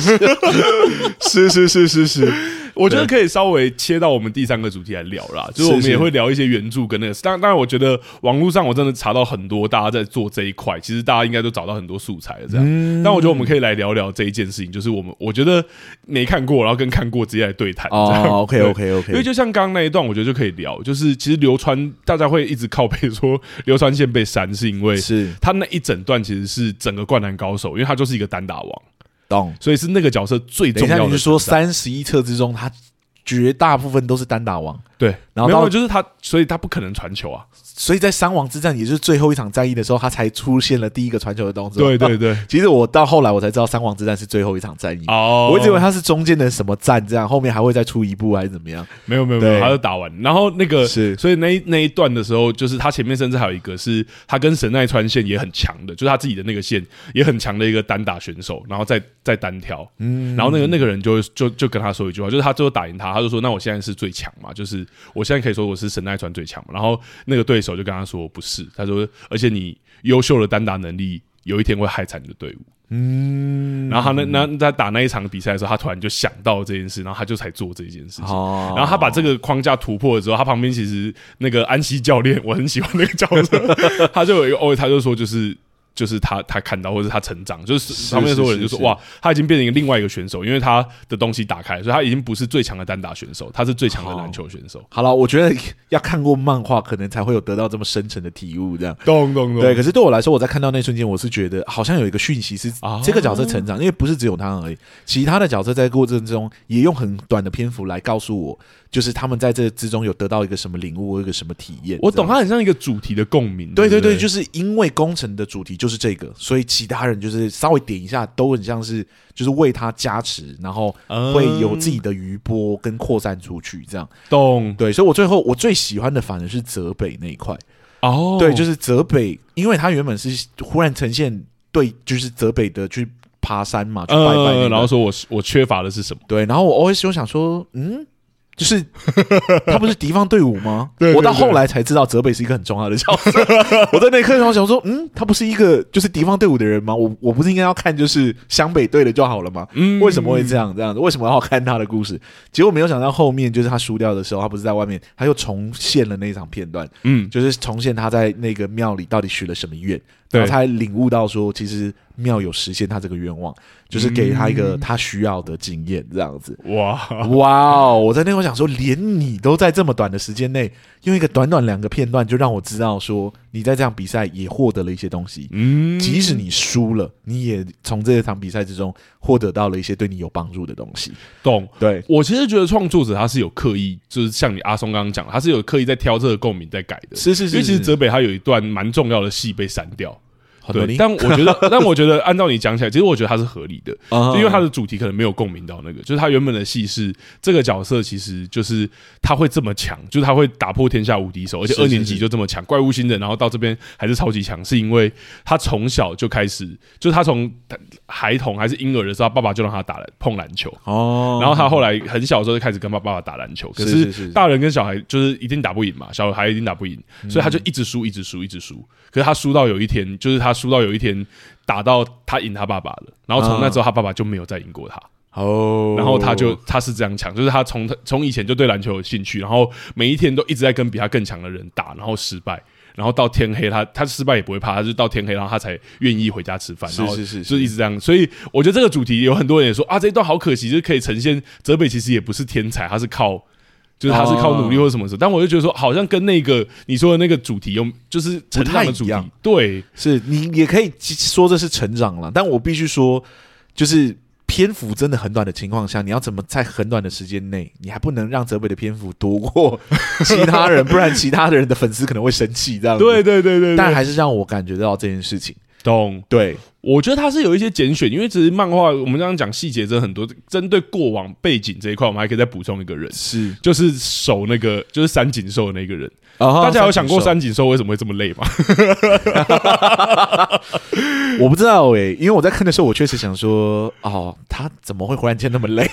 Speaker 2: 是是是是是，
Speaker 1: 我觉得可以稍微切到我们第三个主题来聊啦，就是我们
Speaker 2: 是
Speaker 1: 也会聊一些原著跟那个。当当然，我觉得网络上我真的查到很多大家在做这一块，其实大家应该都找到很多素材了。这样，
Speaker 2: 嗯
Speaker 1: 但我觉得我们可以来聊聊这一件事情，就是我们我觉得没看过，然后跟看过直接来对谈。这样 [LAUGHS]
Speaker 2: 哦，OK OK
Speaker 1: 因为
Speaker 2: OK，
Speaker 1: 就像刚刚那一段，我觉得就可以聊，就是其实流川大家会一直靠背说流川线被删，是因为
Speaker 2: 是
Speaker 1: 他那一整段其实是整个灌篮高手，因为他就是一个单打王，
Speaker 2: 懂。
Speaker 1: 所以是那个角色最
Speaker 2: 等
Speaker 1: 重
Speaker 2: 一下，
Speaker 1: 要
Speaker 2: 你
Speaker 1: 的
Speaker 2: 是说
Speaker 1: 存在。
Speaker 2: 三十一册之中，他绝大部分都是单打王，
Speaker 1: 对，
Speaker 2: 然后
Speaker 1: 没
Speaker 2: 到
Speaker 1: 有就是他，所以他不可能传球啊。
Speaker 2: 所以在三王之战，也就是最后一场战役的时候，他才出现了第一个传球的动作。
Speaker 1: 对对对，
Speaker 2: 其实我到后来我才知道，三王之战是最后一场战役。
Speaker 1: 哦，
Speaker 2: 我一直以为他是中间的什么战，这样后面还会再出一步还是怎么样？
Speaker 1: 没有没有没有，
Speaker 2: 对
Speaker 1: 他就打完。然后那个
Speaker 2: 是
Speaker 1: 所以那一那一段的时候，就是他前面甚至还有一个是他跟神奈川线也很强的，就是他自己的那个线也很强的一个单打选手，然后再再单挑。嗯，然后那个那个人就会就就跟他说一句话，就是他最后打赢他，他就说：“那我现在是最强嘛，就是我现在可以说我是神奈川最强嘛。”然后那个对手就跟他说：“不是。”他说：“而且你优秀的单打能力。”有一天会害惨你的队伍。嗯，然后他那那在打那一场比赛的时候，他突然就想到这件事，然后他就才做这件事情。
Speaker 2: 哦
Speaker 1: 然后他把这个框架突破了之后，他旁边其实那个安西教练，我很喜欢那个教
Speaker 2: [LAUGHS]
Speaker 1: 练，他就有一个哦，他就说就是。就是他，他看到或者他成长，就是旁边所有人就说
Speaker 2: 是是
Speaker 1: 哇，他已经变成一个另外一个选手，因为他的东西打开，所以他已经不是最强的单打选手，他是最强的篮球选手。
Speaker 2: 好了，我觉得要看过漫画，可能才会有得到这么深沉的体悟，这样。
Speaker 1: 咚咚咚，
Speaker 2: 对，可是对我来说，我在看到那瞬间，我是觉得好像有一个讯息是
Speaker 1: 啊
Speaker 2: 这个角色成长，因为不是只有他而已，其他的角色在过程中也用很短的篇幅来告诉我，就是他们在这之中有得到一个什么领悟，一个什么体验。
Speaker 1: 我懂，
Speaker 2: 这样。
Speaker 1: 他很像一个主题的共鸣。
Speaker 2: 对
Speaker 1: 对
Speaker 2: 对
Speaker 1: 不
Speaker 2: 对，就是因为工程的主题就是这个，所以其他人就是稍微点一下，都很像是就是为他加持，然后
Speaker 1: 哦
Speaker 2: 会有自己的余波跟扩散出去这样。
Speaker 1: 懂
Speaker 2: 对，所以我最后我最喜欢的反而是泽北那一块。
Speaker 1: 哦，
Speaker 2: 对，就是是泽北，因为他原本是忽然呈现对，就是泽北的去爬山嘛，去拜拜那个、
Speaker 1: 呃，然后说我是我缺乏的是什么？
Speaker 2: 对，然后我 always 就想说，嗯，就是
Speaker 1: [LAUGHS]
Speaker 2: 他不是敌方队伍吗？
Speaker 1: 对对
Speaker 2: 我到
Speaker 1: 对
Speaker 2: 后来才知道泽北是一个很重要的角色。 [LAUGHS] 我在那一刻上想说，嗯，他不是一个就是敌方队伍的人吗？我我不是应该要看就是湘北队的就好了吗？
Speaker 1: 嗯
Speaker 2: 为什么会这样这样子？为什么要看他的故事？结果没有想到后面就是他输掉的时候，他不是在外面，他又重现了那一场片段。
Speaker 1: 嗯，
Speaker 2: 就是重现他在那个庙里到底许了什么愿，
Speaker 1: 对
Speaker 2: 然后才领悟到说，其实庙有实现他这个愿望，就是给他一
Speaker 1: 嗯
Speaker 2: 个他需要的经验，这样
Speaker 1: [LAUGHS]
Speaker 2: 子。
Speaker 1: 哇，
Speaker 2: 哇哦！我在那会想说，连你都在这么短的时间内，用一个短短两个片段就让我知道说，你在这场比赛也获得了一些东西。
Speaker 1: 嗯，
Speaker 2: 即使你输了，你也从这场比赛之中获得到了一些对你有帮助的东西。
Speaker 1: 懂。
Speaker 2: 对，
Speaker 1: [LAUGHS] 我其实觉得创作者他是有刻意，就是像你阿松刚刚讲的，他是有刻意在挑这个共鸣在改的。
Speaker 2: 是是
Speaker 1: 因
Speaker 2: 是，
Speaker 1: 为其实
Speaker 2: 是
Speaker 1: 泽北他有一段蛮重要的戏被删
Speaker 2: [LAUGHS]
Speaker 1: 掉，
Speaker 2: 好的
Speaker 1: 对
Speaker 2: 你，
Speaker 1: 但我觉得，但 [LAUGHS] 我觉得按照你讲起来，其实我觉得他是合理的，
Speaker 2: 啊
Speaker 1: 就因为他的主题可能没有共鸣到那个，就是他原本的戏是这个角色其实就是他会这么强，就是他会打破天下无敌手，而且
Speaker 2: 是
Speaker 1: 二
Speaker 2: 是
Speaker 1: 年级
Speaker 2: 是
Speaker 1: 就这么强，怪物新人，然后到这边还是超级强，是因为他从小就开始，就是他从孩童还是婴儿的时候，他爸爸就让他打篮碰篮球，
Speaker 2: 哦，
Speaker 1: 然后他后来很小的时候就开始跟他爸爸打篮球，可
Speaker 2: 是
Speaker 1: 是
Speaker 2: 是是嗯
Speaker 1: 大人跟小孩就是一定打不赢嘛，小孩一定打不赢，所以他就一直输，一直输，一直输。可是他输到有一天，就是他输到有一天打到他赢他爸爸了，然后从
Speaker 2: 嗯
Speaker 1: 那之后他爸爸就没有再赢过他，
Speaker 2: 哦，
Speaker 1: 然后他就他是这样强，就是他从他从以前就对篮球有兴趣，然后每一天都一直在跟比他更强的人打，然后失败。然后到天黑他，他失败也不会怕，他就到天黑，然后他才愿意回家吃饭，
Speaker 2: 是
Speaker 1: 然后
Speaker 2: 是是
Speaker 1: 就是一直这样。所以我觉得这个主题有很多人也说啊，这一段好可惜，就是可以呈现泽北其实也不是天才，他是靠。就是他是靠努力或者什
Speaker 2: 哦
Speaker 1: 么的，但我就觉得说，好像跟那个你说的那个主题有，就是成长的主
Speaker 2: 不太一
Speaker 1: 题
Speaker 2: 样，
Speaker 1: 对，
Speaker 2: 是你也可以说这是成长了，但我必须说，就是篇幅真的很短的情况下，你要怎么在很短的时间内，你还不能让泽北的篇幅多过其他人，不然其他的人的粉丝可能会生气这样子。
Speaker 1: 对对对对对，
Speaker 2: 但还是让我感觉到这件事情。
Speaker 1: 懂。
Speaker 2: 对，
Speaker 1: 我觉得它是有一些拣选，因为其实漫画我们刚刚讲细节真的很多，针对过往背景这一块，我们还可以再补充一个人，
Speaker 2: 是
Speaker 1: 就是守那个就是三井寿的那个人。
Speaker 2: 大
Speaker 1: 大家有想过哦三井寿为什么会这么累吗？
Speaker 2: 我不知道诶、因为我在看的时候，我确实想说，哦，他怎么会忽然间那么累？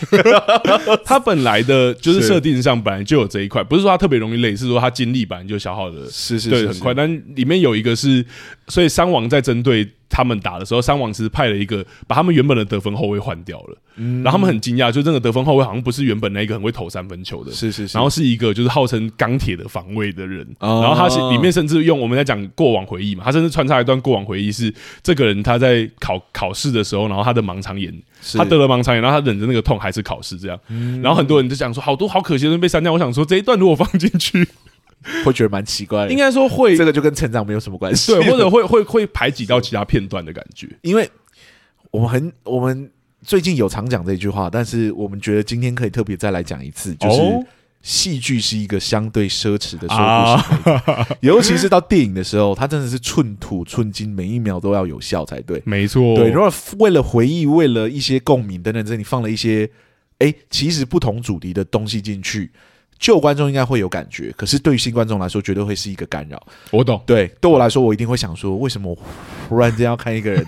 Speaker 1: [LAUGHS] 他本来的就是
Speaker 2: 是
Speaker 1: 设定上本来就有这一块，不是说他特别容易累，是说他精力本来就消耗的
Speaker 2: 是是
Speaker 1: 对很快。但里面有一个是，所以三王在针对他们打的时候，三王其实派了一个把他们原本的得分后卫换掉了，然后他们很惊讶，就这个得分后卫好像不是原本那一个很会投三分球的，
Speaker 2: 是是是
Speaker 1: 然后是一个就是号称钢铁的防卫的人，
Speaker 2: 哦
Speaker 1: 然后他是里面甚至用我们在讲过往回忆嘛，他甚至穿插一段过往回忆是这个人他在考考试的时候，然后他的盲肠炎，
Speaker 2: 是
Speaker 1: 他得了盲肠炎，然后他忍着那个痛还是考试这样，然后很多人就讲说好多好可惜的人被删掉，我想说这一段如果放进去，
Speaker 2: 会觉得蛮奇怪的，
Speaker 1: 应该说会
Speaker 2: 这个就跟成长没有什么关系，
Speaker 1: [LAUGHS] 对，或者会会会排挤到其他片段的感觉。
Speaker 2: 因为我们很我们最近有常讲这句话，但是我们觉得今天可以特别再来讲一次，就是
Speaker 1: 哦啊
Speaker 2: 戏剧是一个相对奢侈的说故事媒体， [LAUGHS] 尤其是到电影的时候，它真的是寸土寸金，每一秒都要有效才对。
Speaker 1: 没错，
Speaker 2: 对，如果为了回忆，为了一些共鸣等等，这你放了一些，哎，其实不同主题的东西进去，旧观众应该会有感觉，可是对于新观众来说，绝对会是一个干扰。
Speaker 1: 我懂。
Speaker 2: 对，对我来说，我一定会想说，为什么我忽然间要看一个
Speaker 1: [LAUGHS]
Speaker 2: 人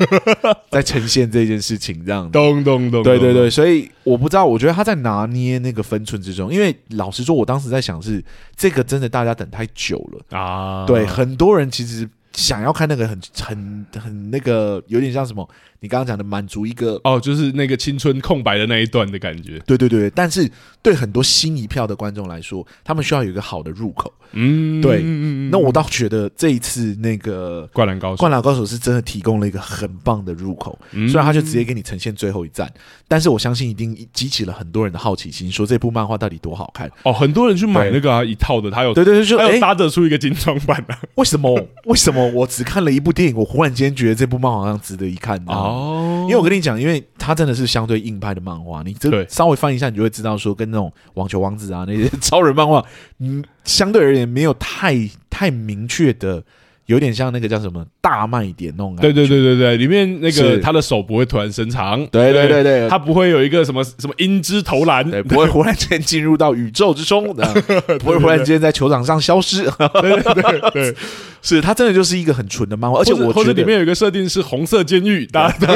Speaker 2: 在呈现这件事情这样子？
Speaker 1: 咚咚咚，
Speaker 2: 对对
Speaker 1: 咚
Speaker 2: 对，，所以我不知道，我觉得他在拿捏那个分寸之中，因为老实说，我当时在想是这个真的大家等太久了，
Speaker 1: 咚啊，
Speaker 2: 对，很多人其实想要看那个很很很那个有点像什么，你刚刚讲的满足一个，
Speaker 1: 哦，就是那个青春空白的那一段的感觉，
Speaker 2: 对对对，但是对很多新一票的观众来说，他们需要有一个好的入口。
Speaker 1: 嗯，
Speaker 2: 对
Speaker 1: 嗯嗯嗯
Speaker 2: 那我倒觉得这一次那个
Speaker 1: 灌篮高
Speaker 2: 《
Speaker 1: 手
Speaker 2: 灌，篮高手》是真的提供了一个很棒的入口，
Speaker 1: 嗯
Speaker 2: 虽然他就直接给你呈现最后一战，但是我相信一定激起了很多人的好奇心，说这部漫画到底多好看。
Speaker 1: 哦，很多人去买
Speaker 2: 对
Speaker 1: 那个啊一套的，他有
Speaker 2: 对对对，就
Speaker 1: 他
Speaker 2: 哎
Speaker 1: 有，搭着出一个精装版啊的
Speaker 2: [LAUGHS] 为什么为什么我只看了一部电影，我忽然间觉得这部漫画好像值得一看呢？
Speaker 1: 哦
Speaker 2: 因为我跟你讲，因为它真的是相对硬派的漫画，你这
Speaker 1: 对
Speaker 2: 稍微翻一下，你就会知道说，跟那种网球王子啊那些 [LAUGHS] 超人漫画，嗯，相对而言没有太太明确的，有点像那个叫什么大卖点那种感
Speaker 1: 对对
Speaker 2: 觉。
Speaker 1: 对对对，里面那
Speaker 2: 是
Speaker 1: 个他的手不会突然伸长，
Speaker 2: 对对对对
Speaker 1: 他不会有一个什么什么鹰之投篮，
Speaker 2: [LAUGHS] 对，不会忽然间进入到宇宙
Speaker 1: [LAUGHS]
Speaker 2: 之中，这样不会忽然间在球场上消失。
Speaker 1: 对对对对，
Speaker 2: [LAUGHS] 是他真的就是一个很纯的漫画，而且
Speaker 1: 或者
Speaker 2: 我
Speaker 1: 或
Speaker 2: 觉
Speaker 1: 者
Speaker 2: 得哎
Speaker 1: 里面有一个设定是红色监狱，大家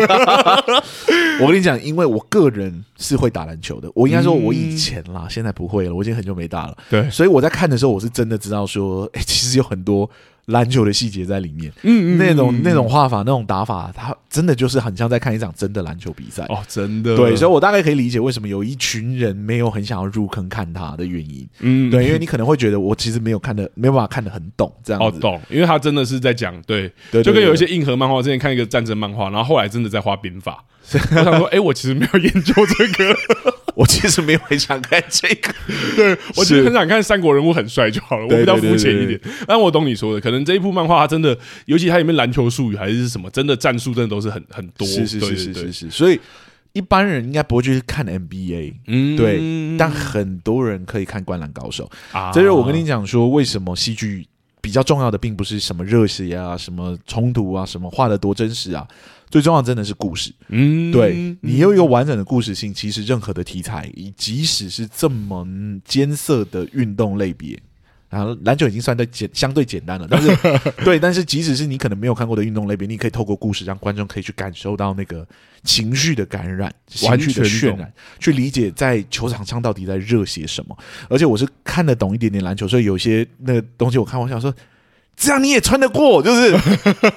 Speaker 2: 我跟你讲，因为我个人是会打篮球的，我应该说我以前啦，现在不会了，我已经很久没打了。
Speaker 1: 嗯对
Speaker 2: 所以我在看的时候，我是真的知道说，哎、其实有很多篮球的细节在里面。
Speaker 1: 嗯
Speaker 2: 那种那种画法，那种打法，它真的就是很像在看一场真的篮球比赛。
Speaker 1: 哦，真的
Speaker 2: 对，所以
Speaker 1: 以
Speaker 2: 我大概可以理解为什么有一群人没有很想要入坑看它的原因。
Speaker 1: 嗯
Speaker 2: 对，因为你可能会觉得我其实没有看的，没有办法看得很懂这样
Speaker 1: 哦，
Speaker 2: 子。
Speaker 1: 懂，因为他真的是在讲，对，
Speaker 2: 对对
Speaker 1: 就跟有一
Speaker 2: 对
Speaker 1: 些硬核漫画，之前看一个战争漫画，然后后来真的在画兵法。我想说，哎、我其实没有研究这个，
Speaker 2: 我其实没有很想看这个。
Speaker 1: 我其实很想看三国人物很帅就好了，我
Speaker 2: 对
Speaker 1: 比较
Speaker 2: 对
Speaker 1: 肤浅
Speaker 2: 对
Speaker 1: 一
Speaker 2: 对
Speaker 1: 点。但我懂你说的，可能这一部漫画它真的，尤其它里面篮球术语还是什么，真的战术真的都是很很 [LAUGHS] 多，
Speaker 2: 是是
Speaker 1: 对
Speaker 2: 是是，
Speaker 1: 对
Speaker 2: 是
Speaker 1: 对
Speaker 2: 是，所以一般人应该不会去看 NBA，
Speaker 1: 嗯
Speaker 2: 对，但很多人可以看《灌篮高手》
Speaker 1: 啊
Speaker 2: 这就是我跟你讲说，为什么戏剧比较重要的，并不是什么热血啊、什么冲突啊、什么画的多真实啊，最重要的真的是故事。
Speaker 1: 嗯
Speaker 2: 对你有一个完整的故事性，其实任何的题材，以即使是这么艰涩的运动类别。然后篮球已经算对简相对简单了，但
Speaker 1: [LAUGHS]
Speaker 2: 是对，但是即使是你可能没有看过的运动类别，你可以透过故事让观众可以去感受到那个情绪的感染、情
Speaker 1: 完
Speaker 2: 绪
Speaker 1: 全
Speaker 2: 的渲
Speaker 1: 懂
Speaker 2: 染，去理解在球场上到底在热血什么。而且我是看得懂一点点篮球，所以有些那个东西我看，我想说这样你也穿得过，就是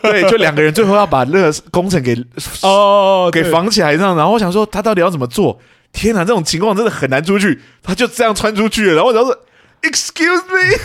Speaker 2: 对，
Speaker 1: [LAUGHS]
Speaker 2: 就两个人最后要把那个工程给
Speaker 1: 哦，
Speaker 2: 给
Speaker 1: 对
Speaker 2: 绑起来这样，然后我想说他到底要怎么做？天哪，这种情况真的很难出去，他就这样穿出去了，然后我想说，Excuse me，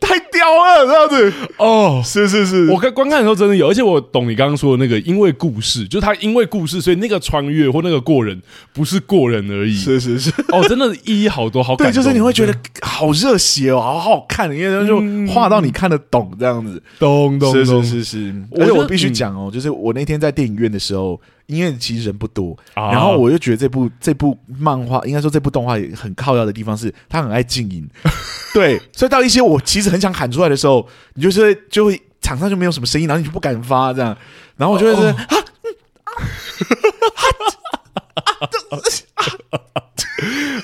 Speaker 2: 太 [LAUGHS] 屌了，这样子，
Speaker 1: 哦。
Speaker 2: 是是是，
Speaker 1: 我看观看的时候真的有，而且我懂你刚刚说的那个，因为故事，就他因为故事，所以那个穿越或那个过人不是过人而已，
Speaker 2: 是是是，
Speaker 1: 哦，真的意义好多，好感
Speaker 2: 对，
Speaker 1: 动
Speaker 2: 就是你会觉得好热血哦，好好看，因为就画到你看得懂这样子，
Speaker 1: 咚咚
Speaker 2: 是
Speaker 1: 咚
Speaker 2: 是是是，
Speaker 1: 我
Speaker 2: 而且
Speaker 1: 觉得
Speaker 2: 我必须
Speaker 1: 嗯
Speaker 2: 讲哦，就是我那天在电影院的时候，因为其实人不多，
Speaker 1: 啊
Speaker 2: 然后我就觉得这部这部漫画，应该说这部动画也很靠要的地方是，它很爱
Speaker 1: [LAUGHS]
Speaker 2: 静音，对，所以到一些我其实很想喊出来的时候，你就是会就会场上就没有什么声音，然后你就不敢发这样，然后我就会说、
Speaker 1: 哦
Speaker 2: 啊。嗯啊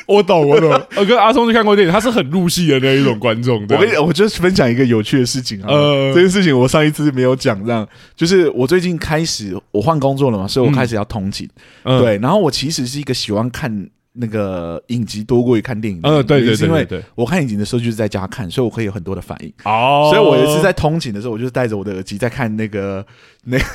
Speaker 2: 我
Speaker 1: [LAUGHS]
Speaker 2: 懂，我懂。
Speaker 1: 我跟哦阿松去看过电影，他是很入戏的那一种观众。
Speaker 2: 我跟你
Speaker 1: 你
Speaker 2: 我就是分享一个有趣的事情啊，
Speaker 1: 呃
Speaker 2: 这件事情我上一次没有讲，这样就是我最近开始我换工作了嘛，所以我
Speaker 1: 嗯
Speaker 2: 开始要通勤，，对，然后我其实是一个喜欢看那个影集多过于看电影的人，
Speaker 1: 呃对对
Speaker 2: 原因是
Speaker 1: 对
Speaker 2: 因
Speaker 1: 对
Speaker 2: 为
Speaker 1: 对
Speaker 2: 我看影集的时候就是在家看，所以我可以有很多的反应，
Speaker 1: 哦，
Speaker 2: 所以我有一次在通勤的时候，我就是戴着我的耳机在看那个那 [LAUGHS]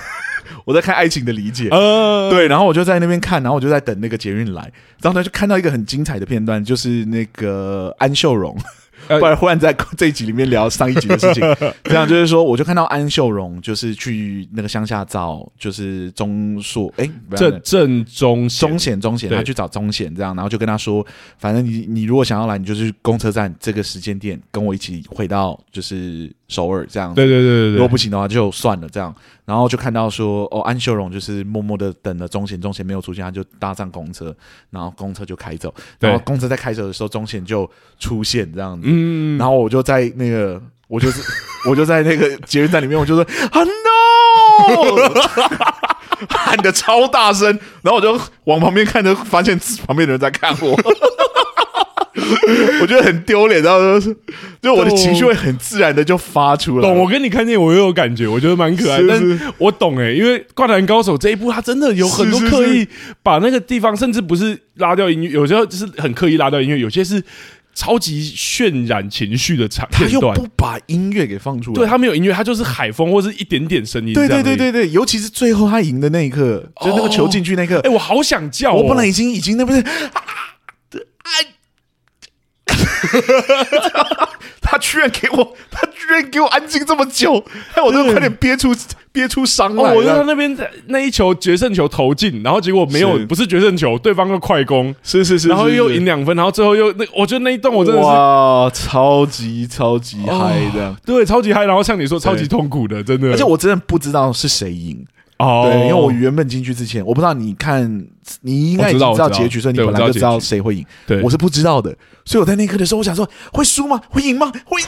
Speaker 2: 我在看《爱情的理解》
Speaker 1: 呃，
Speaker 2: 对，然后我就在那边看，然后我就在等那个捷运来，然后呢就看到一个很精彩的片段，就是那个安秀荣，
Speaker 1: [LAUGHS] 呃
Speaker 2: 不然忽然在这一集里面聊上一集
Speaker 1: [LAUGHS]
Speaker 2: 的事情，这样就是说，我就看到安秀荣就是去那个乡下找，就是中硕，哎，不然呢
Speaker 1: 正正中贤
Speaker 2: 中显中显，
Speaker 1: 对
Speaker 2: 他去找中显这样，然后就跟他说，反正你你如果想要来，你就去公车站这个时间点跟我一起回到就是首尔这样子
Speaker 1: 对对对对
Speaker 2: 如果
Speaker 1: 对，
Speaker 2: 不行的话就算了这样。然后就看到说，哦，安秀荣就是默默的等了钟贤，钟贤没有出现，他就搭上公车，然后公车就开走。
Speaker 1: 对
Speaker 2: 然后公车在开走的时候，钟贤就出现这样子。
Speaker 1: 嗯，
Speaker 2: 然后我就在那个，我就是 [LAUGHS] 我就在那个捷运站里面，我就说啊 no，喊的超大声，然后我就往旁边看，就发现旁边的人在看我。 [LAUGHS] 我觉得很丢脸，然后就是，就我的情绪会很自然的就发出来。
Speaker 1: 懂，我跟你看见我也有感觉，我觉得蛮可爱。
Speaker 2: 是
Speaker 1: 但
Speaker 2: 是
Speaker 1: 是我懂哎、因为《灌篮高手》这一部，它真的有很多
Speaker 2: 是是
Speaker 1: 刻
Speaker 2: 是
Speaker 1: 意把那个地方，甚至不是拉掉音乐，有时候就是很刻意拉掉音乐，有些是超级渲染情绪的场
Speaker 2: 他
Speaker 1: 片
Speaker 2: 又
Speaker 1: 段
Speaker 2: 不。把音乐给放出来。
Speaker 1: 对，它没有音乐，它就是海风或是一点点声音。
Speaker 2: 对哦对对对。对，尤其是最后他赢的那一刻，就是那个球进去那一刻，
Speaker 1: 哎、我好想叫、哦！
Speaker 2: 我本来已经已经那不是啊，啊啊 [LAUGHS] 他居然给我，他居然给我安静这么久，哎，我都快点憋出憋出伤来
Speaker 1: 哦，
Speaker 2: 了。
Speaker 1: 我就在那边那一球决胜球投进，然后结果没有，
Speaker 2: 是
Speaker 1: 不是决胜球，对方又快攻，
Speaker 2: 是是是，
Speaker 1: 然后
Speaker 2: 是
Speaker 1: 又赢，两分，然后最后又那，我觉得那一段我真的是哦
Speaker 2: 哇，超级超级嗨的。
Speaker 1: 对超级嗨，然后像你说超级痛苦的，真的，
Speaker 2: 而且我真的不知道是谁赢，
Speaker 1: 哦，
Speaker 2: 对，因为我原本进去之前，我不知道你看，你应该已
Speaker 1: 我
Speaker 2: 经
Speaker 1: 知道
Speaker 2: 知道
Speaker 1: 我知道
Speaker 2: 结局，所以你
Speaker 1: 对
Speaker 2: 本来就
Speaker 1: 我
Speaker 2: 知
Speaker 1: 知道结局
Speaker 2: 道谁会赢。
Speaker 1: 对
Speaker 2: 我是不知道的，所以我在那一刻的时候，我想说，会输吗？会赢吗？会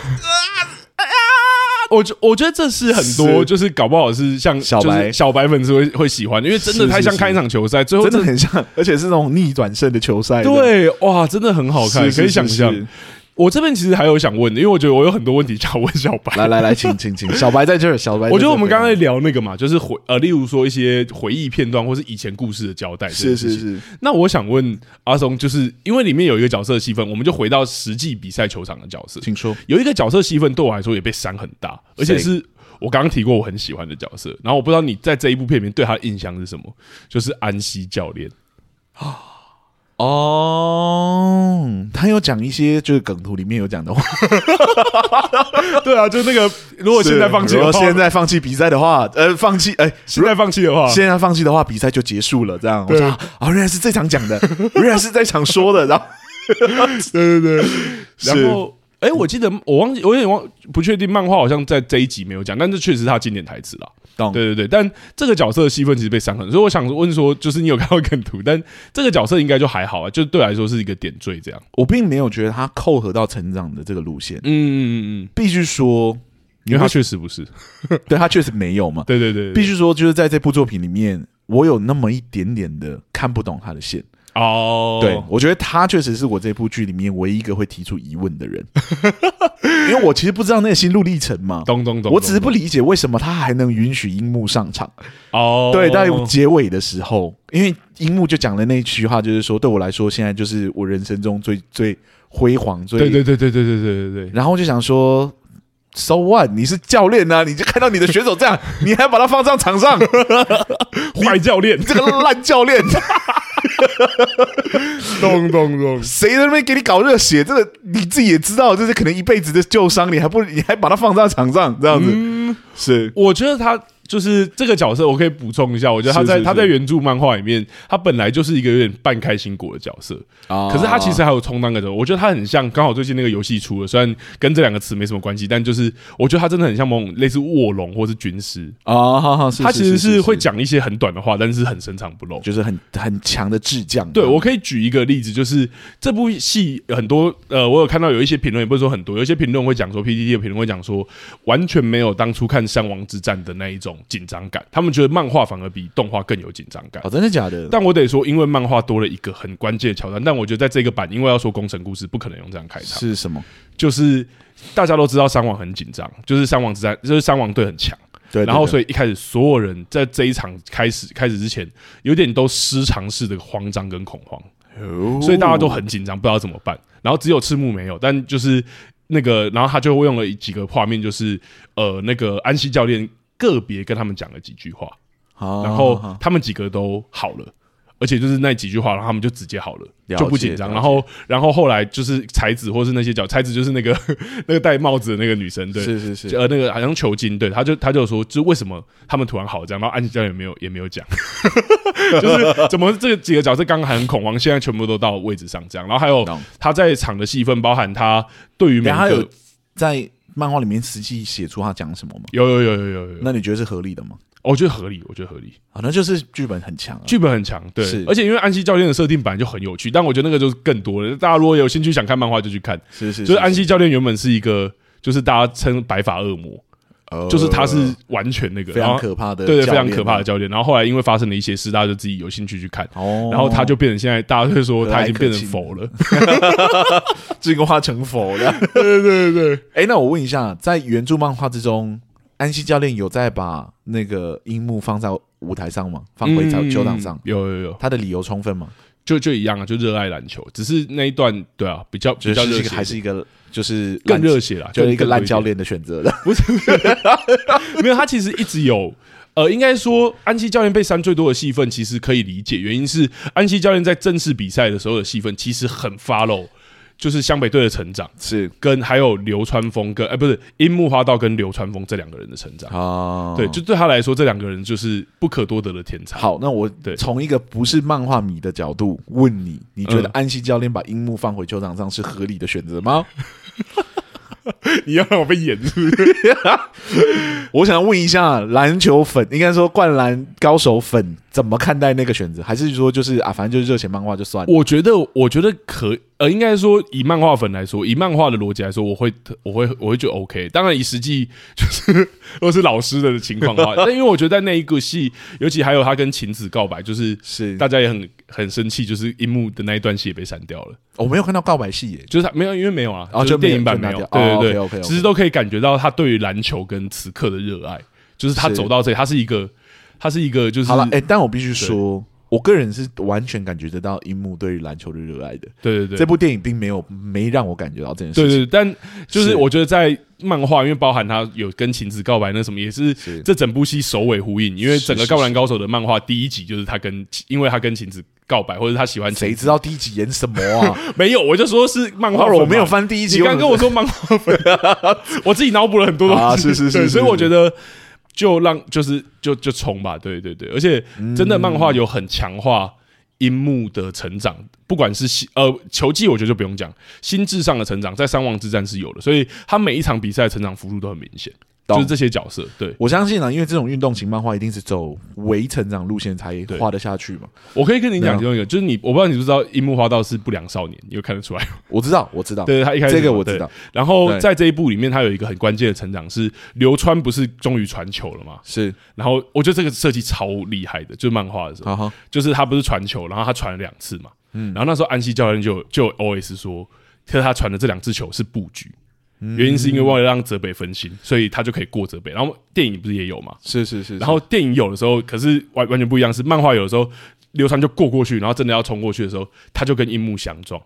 Speaker 1: 我觉我觉得这是很多
Speaker 2: 是
Speaker 1: 就是搞不好是像
Speaker 2: 小白
Speaker 1: 就是小白粉丝会会喜欢的，因为真的
Speaker 2: 是
Speaker 1: 太
Speaker 2: 是
Speaker 1: 像
Speaker 2: 是
Speaker 1: 看一场球赛，最后
Speaker 2: 真的很像，而且是那种逆转胜的球赛。
Speaker 1: 对哇，真的很好
Speaker 2: 是，
Speaker 1: 看，
Speaker 2: 是
Speaker 1: 可以想。
Speaker 2: 是是
Speaker 1: 象。我这边其实还有想问的，因为我觉得我有很多问题想问小白。
Speaker 2: [LAUGHS] 来来来，请请请，小白在这儿，小白在这儿。
Speaker 1: 我觉得我们刚才聊那个嘛，就是回呃，例如说一些回忆片段或是以前故事的交代，
Speaker 2: 是是。是，
Speaker 1: 那我想问阿松，就是因为里面有一个角色的戏份，我们就回到实际比赛球场的角色。
Speaker 2: 请说。
Speaker 1: 有一个角色戏份对我来说也被删很大，而且
Speaker 2: 谁
Speaker 1: 是我刚刚提过我很喜欢的角色。然后我不知道你在这一部片里面对他的印象是什么，就是安西教练。
Speaker 2: 哦，他有讲一些就是梗图里面有讲的话。
Speaker 1: [LAUGHS] 对啊，就那个如果现在放弃
Speaker 2: 如
Speaker 1: 的
Speaker 2: 果
Speaker 1: 话，
Speaker 2: 现在放弃比赛的话，呃，放弃，哎，
Speaker 1: 现在放弃的话，
Speaker 2: 现在放弃的话，比赛就结束了。这样，我
Speaker 1: 对
Speaker 2: 说啊，哦原来是这场讲 [LAUGHS] 的，原来是这场说的，然后
Speaker 1: 对对对，
Speaker 2: 是嗯
Speaker 1: 然后。哎、我记得我忘记，我有点忘，不确定漫画好像在这一集没有讲，但这确实是他经典台词啦。
Speaker 2: 懂
Speaker 1: 对对对，但这个角色的戏份其实被删很，所以我想问说，就是你有看到梗图，但这个角色应该就还好啊，就对我来说是一个点缀这样。
Speaker 2: 我并没有觉得他扣合到成长的这个路线，
Speaker 1: 嗯嗯嗯嗯，
Speaker 2: 必须说，
Speaker 1: 因为他确实不是。
Speaker 2: 对他确实没有嘛。
Speaker 1: 对对对，对
Speaker 2: 必须说，就是在这部作品里面，我有那么一点点的看不懂他的线。
Speaker 1: 哦，
Speaker 2: 对我觉得他确实是我这部剧里面唯一一个会提出疑问的人， [LAUGHS] 因为我其实不知道那个心路历程嘛。
Speaker 1: 咚咚咚，
Speaker 2: 我只是不理解为什么他还能允许樱木上场。
Speaker 1: 哦，
Speaker 2: 对，在结尾的时候，因为樱木就讲了那一句话，就是说，对我来说，现在就是我人生中最最辉煌、最
Speaker 1: 对对对对对对对对对，
Speaker 2: 然后我就想说，So what？你是教练呐、你就看到你的选手这样， [LAUGHS] 你还把他放上场上，
Speaker 1: 坏教
Speaker 2: [LAUGHS]
Speaker 1: 练
Speaker 2: 你，这个烂教练，
Speaker 1: 咚咚咚，
Speaker 2: 谁在那边给你搞热血？这个你自己也知道，这是可能一辈子的旧伤，你还不你还把他放上场上这样子，是
Speaker 1: 我觉得他就是这个角色，我可以补充一下，我觉得他在
Speaker 2: 是是是
Speaker 1: 他在原著漫画里面，他本来就是一个有点半开心果的角色，
Speaker 2: 啊
Speaker 1: 可是他其实还有充当个角色，我觉得他很像，刚好最近那个游戏出了，虽然跟这两个词没什么关系，但就是我觉得他真的很像某种类似卧龙或是军师，
Speaker 2: 啊，哈哈，是
Speaker 1: 他其实
Speaker 2: 是
Speaker 1: 是会，讲一些很短的话，但是很深藏不露。
Speaker 2: 就是很很强的智将。
Speaker 1: 对，我可以举一个例子，就是这部戏很多，呃，我有看到有一些评论，也不是说很多，有一些评论会讲说，PPT 的评论会讲说，完全没有当初看《三王之战》的那一种紧张感，他们觉得漫画反而比动画更有紧张感
Speaker 2: 哦，。真的假的？
Speaker 1: 但我得说，因为漫画多了一个很关键的桥段，但我觉得在这个版，因为要说工程故事，不可能用这样开场，
Speaker 2: 是什么？
Speaker 1: 就是大家都知道三王很紧张，就是三王之战，就是三王队很强。
Speaker 2: 对，
Speaker 1: 然后所
Speaker 2: 以
Speaker 1: 以一开始所有人在这一场开始开始之前，有点都失常式的慌张跟恐慌，所以大家都很紧张，不知道怎么办。然后只有赤木没有，但就是那个，然后他就会用了几个画面，就是呃，那个安西教练个别跟他们讲了几句话，
Speaker 2: 好
Speaker 1: 然后他们几个都好了。而且就是那几句话，然后他们就直接好了，
Speaker 2: 了解
Speaker 1: 就不紧张。
Speaker 2: 了解
Speaker 1: 然后，然后后来就是才子或是那些角，才子就是那个 [LAUGHS] 那个戴帽子的那个女生，对，
Speaker 2: 是是是，
Speaker 1: 呃，那个好像球精，对，他就他就说，就是为什么他们突然好这样，然后安琪教练也没有也没有讲， [LAUGHS] 就是怎么这几个角色刚刚还很恐慌，现在全部都到位置上这样，然后还有
Speaker 2: 懂
Speaker 1: 他在场的戏份，包含他对于每
Speaker 2: 然后他
Speaker 1: 个
Speaker 2: 有在漫画里面实际写出他讲什么吗？
Speaker 1: 有有有有有有有，
Speaker 2: 那你觉得是合理的吗？
Speaker 1: 哦我觉得合理，我觉得合理，
Speaker 2: 啊，那就是剧本很强啊，
Speaker 1: 剧本很强，对
Speaker 2: 是，
Speaker 1: 而且因为安西教练的设定本来就很有趣，但我觉得那个就是更多了，大家如果有兴趣想看漫画就去看，
Speaker 2: 是是，
Speaker 1: 就是安西教练原本是一个。就是大家称白发恶魔，
Speaker 2: 呃
Speaker 1: 就是他是完全那个，
Speaker 2: 非
Speaker 1: 然
Speaker 2: 常
Speaker 1: 后
Speaker 2: 可怕的，啊
Speaker 1: 对对，非常可怕的。教练。然后后来因为发生了一些事，大家就自己有兴趣去看，
Speaker 2: 哦，
Speaker 1: 然后他就变成现在大家会说
Speaker 2: 和蔼
Speaker 1: 他已经变成
Speaker 2: 可亲
Speaker 1: 佛了。
Speaker 2: 进化成佛
Speaker 1: [LAUGHS]
Speaker 2: 了。对对对，哎，那我问一下，在原著漫画之中，安西教练有在把那个樱木放在舞台上吗？放回球
Speaker 1: 嗯
Speaker 2: 球场上，
Speaker 1: 有有有，
Speaker 2: 他的理由充分吗？
Speaker 1: 就就一样啊，就热爱篮球，只是那一段对啊，比较
Speaker 2: 就
Speaker 1: 比较
Speaker 2: 是
Speaker 1: 热
Speaker 2: 一
Speaker 1: 血
Speaker 2: 个还是一个就是
Speaker 1: 更
Speaker 2: 烂
Speaker 1: 热，血啦，
Speaker 2: 就是
Speaker 1: 更
Speaker 2: 一个烂教，
Speaker 1: 更
Speaker 2: 练的选 [LAUGHS] 择了。
Speaker 1: 多一点 [LAUGHS] 没有他其实一直有。呃，应该说安西教练被删最多的戏份，其实可以理解，原因是安西教练在正式比赛的时候的戏份其实很 follow，就是湘北队的成长，
Speaker 2: 是
Speaker 1: 跟还有流川枫跟哎、不是樱木花道跟流川枫这两个人的成长。
Speaker 2: 啊，
Speaker 1: 对，就对他来说，这两个人就是不可多得的天才。，
Speaker 2: 好，那我
Speaker 1: 对
Speaker 2: 从一个不是漫画迷的角度问你，你觉得
Speaker 1: 嗯
Speaker 2: 安西教练把樱木放回球场上是合理的选择吗？
Speaker 1: [LAUGHS] 你要让我被演是不是？
Speaker 2: 我想问一下篮球粉，应该说灌篮高手粉怎么看待那个选择？还是说就是啊，反正就是热血漫画就算了？
Speaker 1: 我觉得，我觉得可呃，应该说以漫画粉来说，以漫画的逻辑来说，我会我会我会觉得 OK。当然，以实际就是 [LAUGHS] 如果是老师的情况的话， [LAUGHS] 但因为我觉得在那一个戏，尤其还有他跟晴子告白，就是
Speaker 2: 是
Speaker 1: 大家也很很生气，就是樱木的那一段戏也被删掉了。
Speaker 2: 我没有看到告白戏耶，
Speaker 1: 就是他没有，因为没有啊，
Speaker 2: 哦
Speaker 1: 就是
Speaker 2: 就没有
Speaker 1: 电影版
Speaker 2: 就
Speaker 1: 没
Speaker 2: 拿
Speaker 1: 有，
Speaker 2: 掉
Speaker 1: 对对对、
Speaker 2: 哦，OK，OK，OK
Speaker 1: 其实都可以感觉到他对于篮球跟此刻的热爱，就是他
Speaker 2: 是
Speaker 1: 走到这里，他是一个，他是一个就是
Speaker 2: 好了，哎、但我必须说，我个人是完全感觉得到樱木对于篮球的热爱的。
Speaker 1: 对对对，
Speaker 2: 这部电影并没有没让我感觉到这件事
Speaker 1: 对
Speaker 2: 情。
Speaker 1: 对，对但就是
Speaker 2: 是
Speaker 1: 我觉得在漫画，因为包含他有跟晴子告白那什么，也是
Speaker 2: 是
Speaker 1: 这整部戏首尾呼应。因为整个《
Speaker 2: 是是
Speaker 1: 灌篮高手》的漫画第一集就是他跟，因为他跟晴子告白，或者他喜欢晴
Speaker 2: 谁
Speaker 1: 子
Speaker 2: 知道第一集演什么啊？
Speaker 1: 没有，我就说是 [LAUGHS] 漫画
Speaker 2: 画
Speaker 1: 粉嘛，
Speaker 2: 我没有翻第一集，
Speaker 1: 你刚跟我说漫画
Speaker 2: [LAUGHS]
Speaker 1: 粉，我自己脑补了很多东西，
Speaker 2: 啊是是是
Speaker 1: 对
Speaker 2: 是
Speaker 1: 所以
Speaker 2: 是
Speaker 1: 我觉得就让就是就就冲吧，对对对，而且真的漫画
Speaker 2: 嗯
Speaker 1: 有很强化樱木的成长，不管是心呃球技，我觉得就不用讲，心智上的成长在三王之战是有的，所以他每一场比赛成长幅度都很明显，
Speaker 2: 懂
Speaker 1: 就是这些角色，对
Speaker 2: 我相信啊，因为这种运动型漫画一定是走微成长路线才
Speaker 1: 对
Speaker 2: 画得下去嘛。
Speaker 1: 我可以跟你
Speaker 2: 对
Speaker 1: 讲
Speaker 2: 啊
Speaker 1: 其中一个，就是你我不知道你知不知道樱木花道是不良少年，你有看得出来吗？
Speaker 2: 我知道，我知道，
Speaker 1: 对他一开始
Speaker 2: 这个我
Speaker 1: 对
Speaker 2: 知道，
Speaker 1: 然后
Speaker 2: 对
Speaker 1: 在这一部里面，他有一个很关键的成长是流川不是终于传球了吗？
Speaker 2: 是，
Speaker 1: 然后我觉得这个设计超厉害的，就是漫画的时候，
Speaker 2: 好好，
Speaker 1: 就是他不是传球，然后他传了两次嘛，然后那时候安西教练就就 OS 说，可是他传的这两次球是布局，原因是因为为了让泽北分心，所以他就可以过泽北。然后电影不是也有嘛，
Speaker 2: 是是是，
Speaker 1: 然后电影有的时候可是完完全不一样，是漫画有的时候流川就过过去，然后真的要冲过去的时候，他就跟樱木相撞，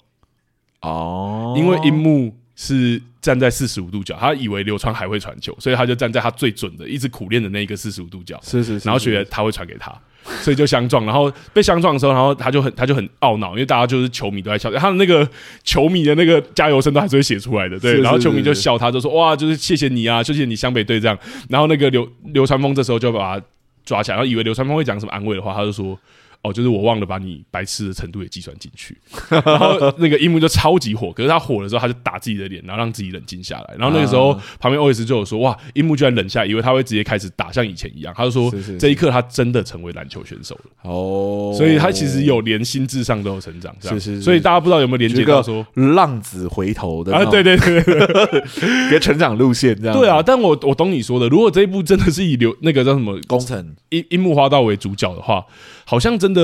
Speaker 2: 哦，
Speaker 1: 因为樱木。是站在四十五度角，他以为流川还会传球，所以他就站在他最准的，一直苦练的那一个四十五度角。
Speaker 2: 是是是，
Speaker 1: 然后觉得他会传给他，所以就相撞。然后被相撞的时候，然后他就很他就很懊恼，因为大家就是球迷都在笑，他的那个球迷的那个加油声都还是会写出来的，对。
Speaker 2: 是是
Speaker 1: 然后球迷
Speaker 2: 是
Speaker 1: 就是笑他，就说哇，就是谢谢你啊，谢谢你湘北队这样。然后那个刘刘传峰这时候就把他抓起来，然后以为刘传峰会讲什么安慰的话，他就说。哦，就是我忘了把你白痴的程度也计算进去， [LAUGHS] 然后那个樱木就超级火，可是他火的时候，他就打自己的脸，然后让自己冷静下来。然后那个时候，旁边 OS 就有说：“哇，樱木居然冷下，以为他会直接开始打，像以前一样。”他就说：“
Speaker 2: 是是是
Speaker 1: 这一刻，他真的成为篮球选手了。
Speaker 2: 哦，
Speaker 1: 所以他其实有连心智上都有成长，这样
Speaker 2: 是是是
Speaker 1: 所以大家不知道有没有连
Speaker 2: 这
Speaker 1: 接
Speaker 2: 个
Speaker 1: 到说
Speaker 2: 浪子回头的
Speaker 1: 啊？对
Speaker 2: 对，
Speaker 1: 对
Speaker 2: [LAUGHS]
Speaker 1: 对对对
Speaker 2: 一个成长路线这样，
Speaker 1: 对啊！，但我我懂你说的，如果这一部真的是以流那个叫什么
Speaker 2: 工程
Speaker 1: 樱樱木花道为主角的话，好像真的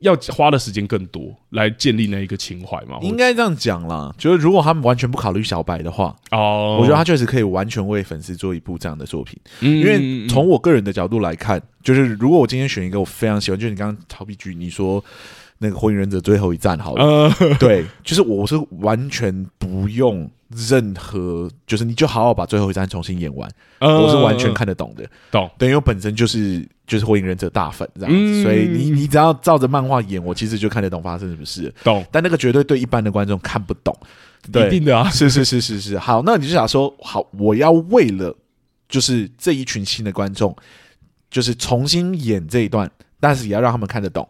Speaker 1: 要花的时间更多来建立那一个情怀嘛。
Speaker 2: 应该这样讲啦，就是如果他们完全不考虑小白的话，
Speaker 1: 我哦，
Speaker 2: 我觉得他确实可以完全为粉丝做一部这样的作品。
Speaker 1: 嗯，
Speaker 2: 因
Speaker 1: 因
Speaker 2: 为从我个人的角度来看，就是如果我今天选一个我非常喜欢，就是你刚刚逃避剧你说那个《火影忍者》最后一战好了，
Speaker 1: 呃，
Speaker 2: 对，就是我是完全不用任何，就是你就好好把最后一战重新演完，我
Speaker 1: 我
Speaker 2: 是完全看得懂的。
Speaker 1: 呃懂
Speaker 2: 对，因为我本身就是就是火影忍者大粉这样子，
Speaker 1: 嗯
Speaker 2: 所以你你只要照着漫画演，我其实就看得懂发生什么事了。
Speaker 1: 懂，
Speaker 2: 但那个绝对对一般的观众看不懂，对
Speaker 1: 一定的啊，
Speaker 2: [LAUGHS] 是是是是是，好，那你就想说，好，我要为了就是这一群新的观众，就是重新演这一段，但是也要让他们看得懂。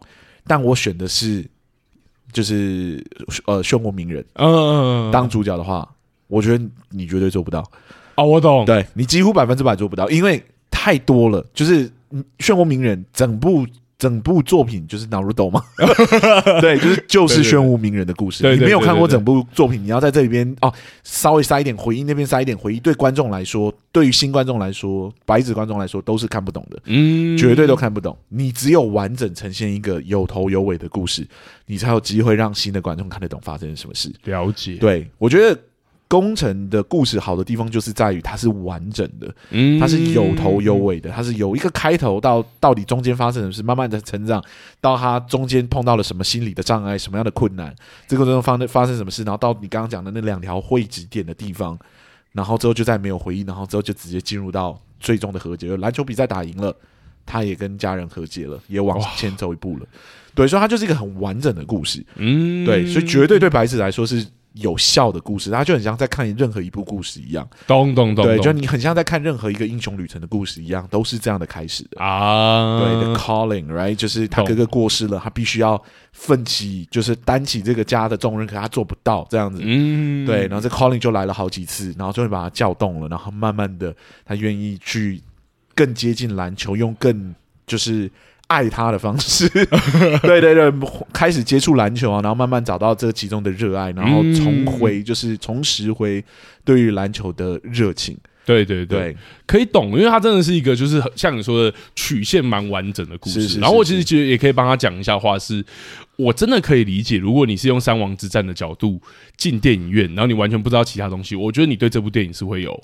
Speaker 2: 但我选的是就是呃漩涡鸣人
Speaker 1: 嗯嗯，嗯
Speaker 2: 当主角的话，我觉得你绝对做不到，
Speaker 1: 哦，我懂，
Speaker 2: 对你几乎百分之百做不到，因为太多了，就是嗯漩涡鸣人整部。整部作品就是《脑入斗》嘛， [LAUGHS] 对，就是就是漩涡鸣人的故事。
Speaker 1: 对对对
Speaker 2: 你没有看过
Speaker 1: 对对
Speaker 2: 整部作品，你要在这里边哦，稍微塞一点回忆，那边塞一点回忆，对观众来说，对于新观众来说，白纸观众来说都是看不懂的，
Speaker 1: 嗯，
Speaker 2: 绝对都看不懂。你只有完整呈现一个有头有尾的故事，你才有机会让新的观众看得懂发生了什么事。
Speaker 1: 了解，
Speaker 2: 对我觉得。工程的故事好的地方就是在于它是完整的，
Speaker 1: 嗯
Speaker 2: 它是有头有尾的，它是有一个开头到到底中间发生的事，慢慢的成长，到它中间碰到了什么心理的障碍，什么样的困难，这个中发生发生什么事，然后到你刚刚讲的那两条汇集点的地方，然后之后就再没有回忆，然后之后就直接进入到最终的和解。篮球比赛打赢了，他也跟家人和解了，也往前走一步了。对，所以它就是一个很完整的故事。
Speaker 1: 嗯，
Speaker 2: 对，所以绝对对白纸来说是有效的故事，它就很像在看任何一部故事一样。
Speaker 1: 懂懂懂，
Speaker 2: 对，
Speaker 1: 懂
Speaker 2: 就你很像在看任何一个英雄旅程的故事一样，都是这样的开始的。
Speaker 1: 啊，
Speaker 2: 对，The Calling，right，就是他
Speaker 1: 懂
Speaker 2: 哥哥过世了，他必须要奋起，就是担起这个家的重任，可他做不到这样子。
Speaker 1: 嗯，
Speaker 2: 对，然后这 Calling 就来了好几次，然后终于把他叫动了，然后慢慢的他愿意去更接近篮球，用更就是爱他的方式， [LAUGHS] 对对对，开始接触篮球啊，然后慢慢找到这其中的热爱，然后重回、就是重拾回对于篮球的热情。
Speaker 1: 对对对，
Speaker 2: 对，
Speaker 1: 可以懂，因为它真的是一个就是很像你说的曲线蛮完整的故事。
Speaker 2: 是是
Speaker 1: 然后我
Speaker 2: 是
Speaker 1: 其实觉得也可以帮他讲一下话是，我真的可以理解，如果你是用三王之战的角度进电影院，然后你完全不知道其他东西，我觉得你对这部电影是会有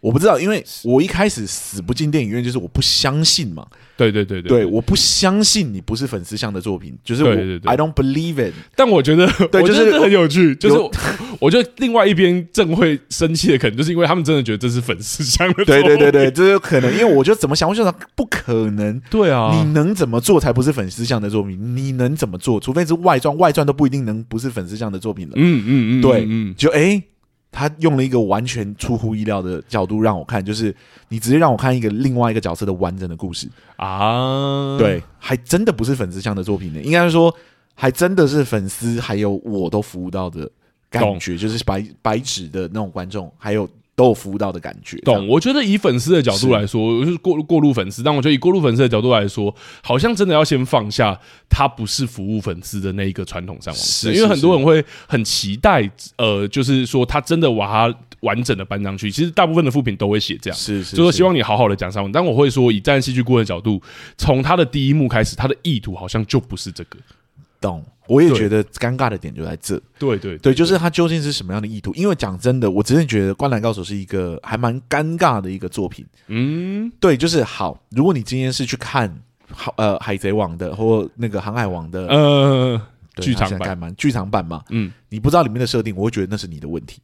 Speaker 2: 我不知道，因为我一开始死不进电影院，就是我不相信嘛。
Speaker 1: 对对对对
Speaker 2: 对，我不相信你不是粉丝向的作品，就是我
Speaker 1: 对对对
Speaker 2: I don't believe it。
Speaker 1: 但我觉得，
Speaker 2: 对
Speaker 1: 我觉
Speaker 2: 就是
Speaker 1: 得这很有趣，就是
Speaker 2: 有
Speaker 1: 我我觉得另外一边正会生气的，可能就是因为他们真的觉得这是粉丝 [LAUGHS] 向的作
Speaker 2: 对
Speaker 1: 品，
Speaker 2: 对对对，这有可能，因为我就怎么想，我就想不可能。
Speaker 1: 对啊，
Speaker 2: 你能怎么做才不是粉丝向的作品？你能怎么做？除非是外传，外传都不一定能不是粉丝向的作品了。
Speaker 1: 嗯嗯嗯，
Speaker 2: 对，
Speaker 1: 嗯，
Speaker 2: 就诶，他用了一个完全出乎意料的角度让我看，就是你直接让我看一个另外一个角色的完整的故事。
Speaker 1: 啊，
Speaker 2: 对，还真的不是粉丝向的作品呢，应该说还真的是粉丝还有我都服务到的感觉，就是白白纸的那种观众，还有都有服务到的感觉。这
Speaker 1: 懂，
Speaker 2: 样？
Speaker 1: 我觉得以粉丝的角
Speaker 2: 是
Speaker 1: 度来说，我就是过过路粉丝，但我觉得以过路粉丝的角度来说，好像真的要先放下他不是服务粉丝的那一个传统上网
Speaker 2: 是
Speaker 1: 站，
Speaker 2: 是
Speaker 1: 因为很多人会很期待，呃，就是说他真的把它完整的搬上去。其实大部分的副评都会写这样，
Speaker 2: 是是，
Speaker 1: 就说
Speaker 2: 是
Speaker 1: 希望你好好的讲三文，但我会说，以站戏剧顾问的角度，从他的第一幕开始，他的意图好像就不是这个。
Speaker 2: 懂。我也
Speaker 1: 对
Speaker 2: 觉得尴尬的点就在这，
Speaker 1: 对对
Speaker 2: 对，就是他究竟是什么样的意图？因为讲真的，我真的觉得《灌篮高手》是一个还蛮尴尬的一个作品。
Speaker 1: 嗯，
Speaker 2: 对，就是好，如果你今天是去看好呃《海贼王》的或那个《航海王》的
Speaker 1: 呃，
Speaker 2: 对
Speaker 1: 剧
Speaker 2: 它
Speaker 1: 场
Speaker 2: 现在
Speaker 1: 版
Speaker 2: 改版，剧场版嘛，
Speaker 1: 嗯，
Speaker 2: 你不知道里面的设定，我会觉得那是你的
Speaker 1: [LAUGHS]
Speaker 2: 问题。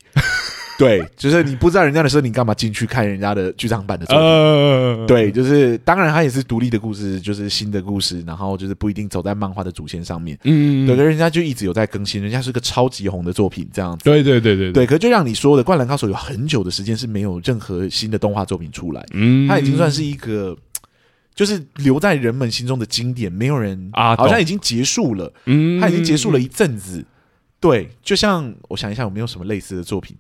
Speaker 2: 对， [LAUGHS] 就是你不知道人家的设定，你干嘛进去看人家的剧场版的作品？
Speaker 1: 呃，
Speaker 2: 对，就是当然它也是独立的故事，就是新的故事，然后就是不一定走在漫画的主线上面。
Speaker 1: 嗯，
Speaker 2: 对，可是人家就一直有在更新，人家是个超级红的作品，这样子。
Speaker 1: 对对对对对，
Speaker 2: 对，可就像你说的，《灌篮高手》有很久的时间是没有任何新的动画作品出来，
Speaker 1: 嗯，
Speaker 2: 它已经算是一个，就是留在人们心中的经典，没有人
Speaker 1: 啊
Speaker 2: 好像
Speaker 1: 懂
Speaker 2: 已经结束了。
Speaker 1: 嗯，
Speaker 2: 它已经结束了一阵子。对，就像我想一下，有没有什么类似的作品？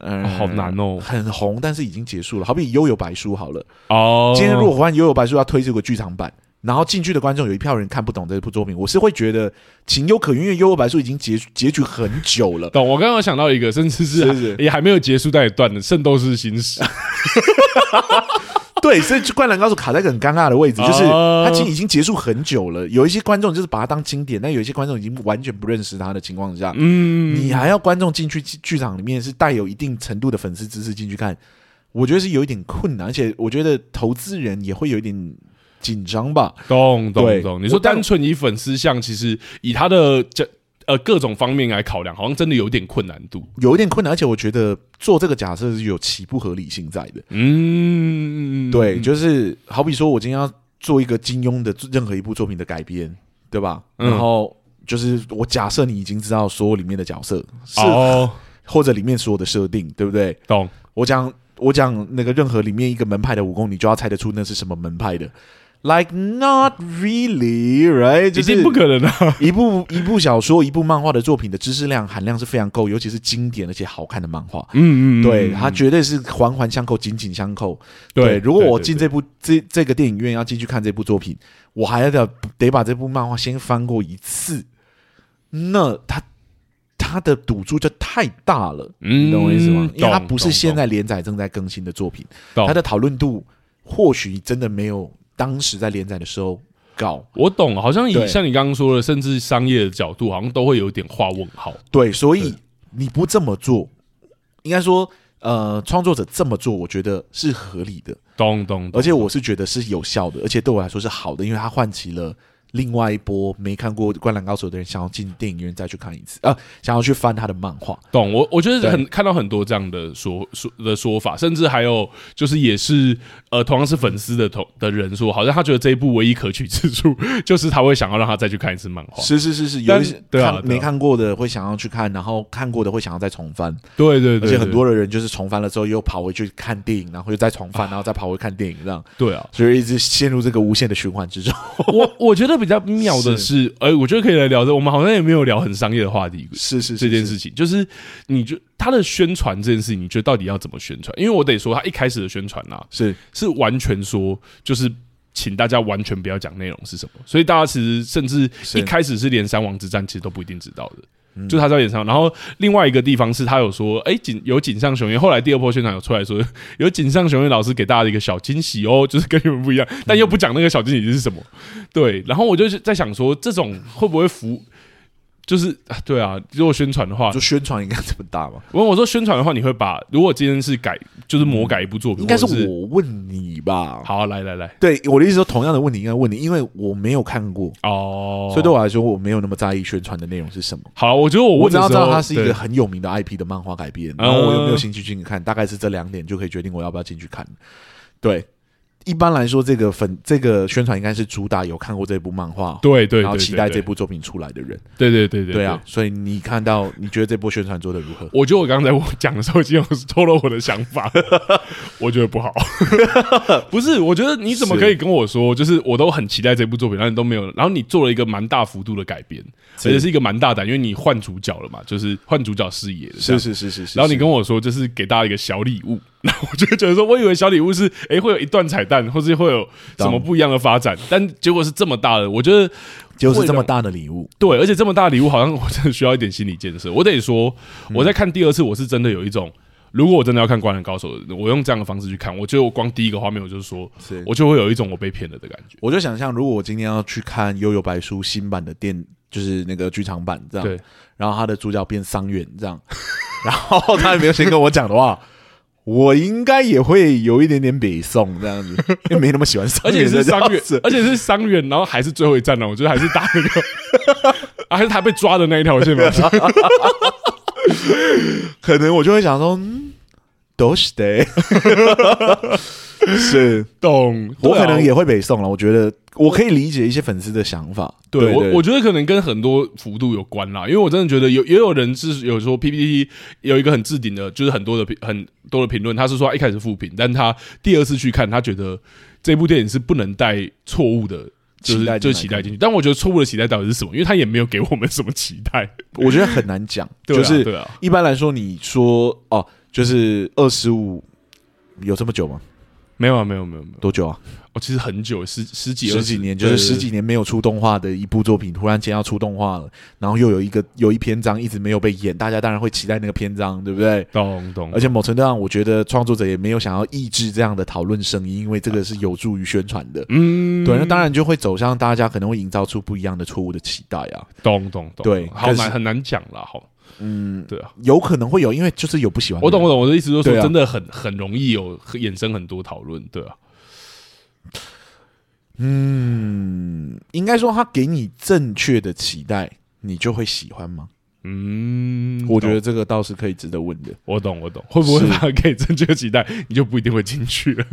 Speaker 2: 嗯、
Speaker 1: 哦好难哦
Speaker 2: 很红，但是已经结束了。好比《悠悠白书》好了，
Speaker 1: 哦。。
Speaker 2: 今天如果换《悠悠白书》要推这个剧场版，然后进去的观众有一票人看不懂这部作品，我是会觉得情有可原，因为《悠悠白书》已经结结局很久
Speaker 1: [LAUGHS]
Speaker 2: 了
Speaker 1: 懂，我刚刚有想到一个，甚至是啊
Speaker 2: 是是
Speaker 1: 也还没有结束但也断了，《圣斗士星
Speaker 2: [LAUGHS]
Speaker 1: 矢》
Speaker 2: 对，所以《灌篮高手》卡在一个很尴尬的位置，就是
Speaker 1: 哦
Speaker 2: 它其实已经结束很久了。有一些观众就是把它当经典，但有一些观众已经完全不认识它的情况下，
Speaker 1: 嗯，
Speaker 2: 你还要观众进去剧剧场里面是带有一定程度的粉丝知识进去看，我觉得是有一点困难，而且我觉得投资人也会有一点紧张吧。
Speaker 1: 懂懂
Speaker 2: 对
Speaker 1: 懂。你说
Speaker 2: 我当
Speaker 1: 单纯以粉丝向，其实以他的这呃各种方面来考量，好像真的有点困难度。
Speaker 2: 有一点困难，而且我觉得做这个假设是有其不合理性在的。
Speaker 1: 嗯，
Speaker 2: 对，就是好比说，我今天要做一个金庸的任何一部作品的改编，对吧？
Speaker 1: 嗯
Speaker 2: 然后就是我假设你已经知道所有里面的角色是、
Speaker 1: 哦，
Speaker 2: [LAUGHS] 或者里面所有的设定，对不对？
Speaker 1: 懂
Speaker 2: 我讲我讲那个任何里面一个门派的武功，你就要猜得出那是什么门派的。Like not really, right？就
Speaker 1: 一
Speaker 2: 是
Speaker 1: 定不可能啊！
Speaker 2: 一部一部小说、一部漫画的作品的知识量含量是非常够，尤其是经典而且好看的漫画。
Speaker 1: 嗯
Speaker 2: [LAUGHS] 对，它绝对是环环相扣、紧紧相扣。
Speaker 1: 对
Speaker 2: 如果
Speaker 1: 对
Speaker 2: 我
Speaker 1: 对
Speaker 2: 进
Speaker 1: 对
Speaker 2: 这部这这个电影院要进去看这部作品，我还得得把这部漫画先翻过一次，那它它的赌注就太大了，
Speaker 1: 嗯
Speaker 2: 你懂我意思吗？因为它
Speaker 1: 懂
Speaker 2: 不是
Speaker 1: 懂
Speaker 2: 现
Speaker 1: 懂
Speaker 2: 在连载正在更新的作品，
Speaker 1: 懂
Speaker 2: 它的讨论度或许真的没有当时在连载的时候高。
Speaker 1: 我懂，好像以
Speaker 2: 对
Speaker 1: 像你刚刚说的，甚至商业的角度，好像都会有一点画问号。
Speaker 2: 对，所
Speaker 1: 对
Speaker 2: 以你不这么做，应该说，呃，创作者这么做，我觉得是合理的，
Speaker 1: 懂懂，懂
Speaker 2: 而且我是觉得是有效的，而且对我来说是好的，因为它唤起了另外一波没看过《灌篮高手》的人想要进电影院再去看一次，啊，想要去翻他的漫画。
Speaker 1: 懂我，我觉得
Speaker 2: 对
Speaker 1: 很看到很多这样的说说的说法，甚至还有就是也是呃，同样是粉丝的同的人说，好像他觉得这一部唯一可取之处 [LAUGHS] 就是他会想要让他再去看一次漫画。
Speaker 2: 是是是是，有
Speaker 1: 但
Speaker 2: 一
Speaker 1: 是
Speaker 2: 些
Speaker 1: 对啊
Speaker 2: 看
Speaker 1: 对啊
Speaker 2: 没看过的会想要去看，然后看过的会想要再重翻，
Speaker 1: 对对
Speaker 2: 而
Speaker 1: 对，
Speaker 2: 且很
Speaker 1: 对
Speaker 2: 多的人就是重翻了之后又跑回去看电影，然后又再重翻，然后再跑回去看电影，这样，
Speaker 1: 对啊，
Speaker 2: 所以一直陷入这个无限的循环之中。
Speaker 1: 我我觉得比较妙的是，哎、我觉得可以来聊这，我们好像也没有聊很商业的话题，
Speaker 2: [LAUGHS] 是是
Speaker 1: 这件
Speaker 2: 情。
Speaker 1: 事情，就是你就他的宣传这件事情，你觉得到底要怎么宣传？因为我得说，他一开始的宣传啊，
Speaker 2: 是
Speaker 1: 是完全说就是。请大家完全不要讲内容是什么，所以大家其实甚至
Speaker 2: 是嗯
Speaker 1: 一开始是连三王之战其实都不一定知道的，就他在演唱。然后另外一个地方是他有说，哎，井有井上雄彦，后来第二波宣传有出来说，有井上雄彦老师给大家的一个小惊喜哦，就是跟你们不一样，但又不讲那个小惊喜是什么。对，然后我就是在想说，这种会不会服？就是啊对啊，如果宣传的话，
Speaker 2: 就宣传应该这么大嘛？
Speaker 1: 我我说宣传的话，你会把如果今天是改，就是魔改一部作品，
Speaker 2: [LAUGHS] 应该是
Speaker 1: 或者
Speaker 2: 我问你吧。
Speaker 1: 好，来来来，
Speaker 2: 对我的意思说，同样的问题应该问你，因为我没有看过，
Speaker 1: 哦，
Speaker 2: 所以对我来说，我没有那么在意宣传的内容是什么。
Speaker 1: 好，我觉得我
Speaker 2: 我
Speaker 1: 问
Speaker 2: 只
Speaker 1: 的时
Speaker 2: 要
Speaker 1: 候，
Speaker 2: 知道它是一
Speaker 1: 对
Speaker 2: 个很有名的 IP 的漫画改编，然后我有没有兴趣进去看，大概是这两点就可以决定我要不要进去看。对，一般来说，这个粉这个宣传应该是主打有看过这部漫画，
Speaker 1: 对对，
Speaker 2: 然后
Speaker 1: 对
Speaker 2: 期待这，部作品出来的人，
Speaker 1: 对对对对
Speaker 2: 对啊。。所以你看到，你觉得这波宣传做的如何？
Speaker 1: 我觉得我刚才我讲的时候已经有透露我的想法，我觉得
Speaker 2: [LAUGHS]
Speaker 1: 不好。不是，我觉得你怎么可以跟我说，就是我都很期待这部作品，但你都没有，然后你做了一个蛮大幅度的改编，而且是一个蛮大胆，因为你换主角了嘛，就是换主角视野的，这
Speaker 2: 是
Speaker 1: 样
Speaker 2: 是是是是。
Speaker 1: 然后你跟我说，就是给大家一个小礼物， [LAUGHS] 然后我就觉得说，我以为小礼物是诶会有一段彩蛋，或是会有什么不一样的发展，但结果是这么大的，我觉得
Speaker 2: 就是这么大的礼物，
Speaker 1: 对，而且这么大的礼物，好像我真的需要一点心理建设。我得说，
Speaker 2: 嗯
Speaker 1: 我在看第二次，我是真的有一种，如果我真的要看《灌篮高手》，我用这样的方式去看，我觉得我光第一个画面，我就是说
Speaker 2: 是，
Speaker 1: 我就会有一种我被骗了的感觉。
Speaker 2: 我就想象，如果我今天要去看《悠悠白书》新版的电，就是那个剧场版这样，
Speaker 1: 对，
Speaker 2: 然后他的主角变桑园这样， [LAUGHS] 然后他也没有先跟我讲的话，我应该也会有一点点北宋这样子，因为没那么喜欢
Speaker 1: 而
Speaker 2: 桑
Speaker 1: 且
Speaker 2: 园
Speaker 1: 是
Speaker 2: 的
Speaker 1: 伤
Speaker 2: 样
Speaker 1: 员
Speaker 2: 子，。
Speaker 1: 而且是伤员，然后还是最后一站了，我觉得还是打那个， [LAUGHS] 啊还是他被抓的那一条线吧。
Speaker 2: 啊可能我就会想说，嗯，都是的， [LAUGHS] 是
Speaker 1: 懂，
Speaker 2: 我
Speaker 1: 对啊
Speaker 2: 可能也会北宋了。我觉得我可以理解一些粉丝的想法，
Speaker 1: 对
Speaker 2: 对
Speaker 1: 我，我觉得可能跟很多幅度有关啦，因为我真的觉得有也有人是有说 PPT 有一个很置顶的，就是很多的评很多的评论，他是说他一开始负评，但他第二次去看，他觉得这部电影是不能带错误的。就
Speaker 2: 期待
Speaker 1: 是
Speaker 2: 进
Speaker 1: 就
Speaker 2: 来
Speaker 1: 是期待进去，但我觉得错误的期待到底是什么？因为他也没有给我们什么期
Speaker 2: [LAUGHS]
Speaker 1: 待，
Speaker 2: 我觉得很难讲，
Speaker 1: 对啊
Speaker 2: 就是
Speaker 1: 对啊，
Speaker 2: 一般来说，你说哦，就是二十五，有这么久吗？
Speaker 1: 没有啊，没有没有没有，
Speaker 2: 多久啊？
Speaker 1: 哦，其实很久，十十几
Speaker 2: 十几年，就是十，
Speaker 1: 20对对
Speaker 2: 几
Speaker 1: 对
Speaker 2: 年没有出动画的一部作品，突然间要出动画了，然后又有一个有一篇章一直没有被演，大家当然会期待那个篇章，对不对？
Speaker 1: 懂懂，
Speaker 2: 而且某程度上，我觉得创作者也没有想要抑制这样的讨论声音，因为这个是有助于宣传的。
Speaker 1: 嗯，
Speaker 2: 对，那当然就会走向大家可能会营造出不一样的错误的期待啊，
Speaker 1: 懂懂懂，
Speaker 2: 对
Speaker 1: 好
Speaker 2: 可
Speaker 1: 难
Speaker 2: 是
Speaker 1: 很难讲啦，好，嗯，对啊，
Speaker 2: 有可能会有，因为就是有不喜欢的
Speaker 1: 我
Speaker 2: 人。
Speaker 1: 懂，我懂，我的意思就是
Speaker 2: 对
Speaker 1: 说，
Speaker 2: 啊
Speaker 1: 真的很很容易有衍生很多讨论，对啊，
Speaker 2: 应该说他给你正确的期待，你就会喜欢吗？
Speaker 1: 嗯，
Speaker 2: 我觉得
Speaker 1: 懂
Speaker 2: 这个倒是可以值得问的。
Speaker 1: 我懂，我懂，会不会
Speaker 2: 是
Speaker 1: 他给正确期待，你就不一定会进去了？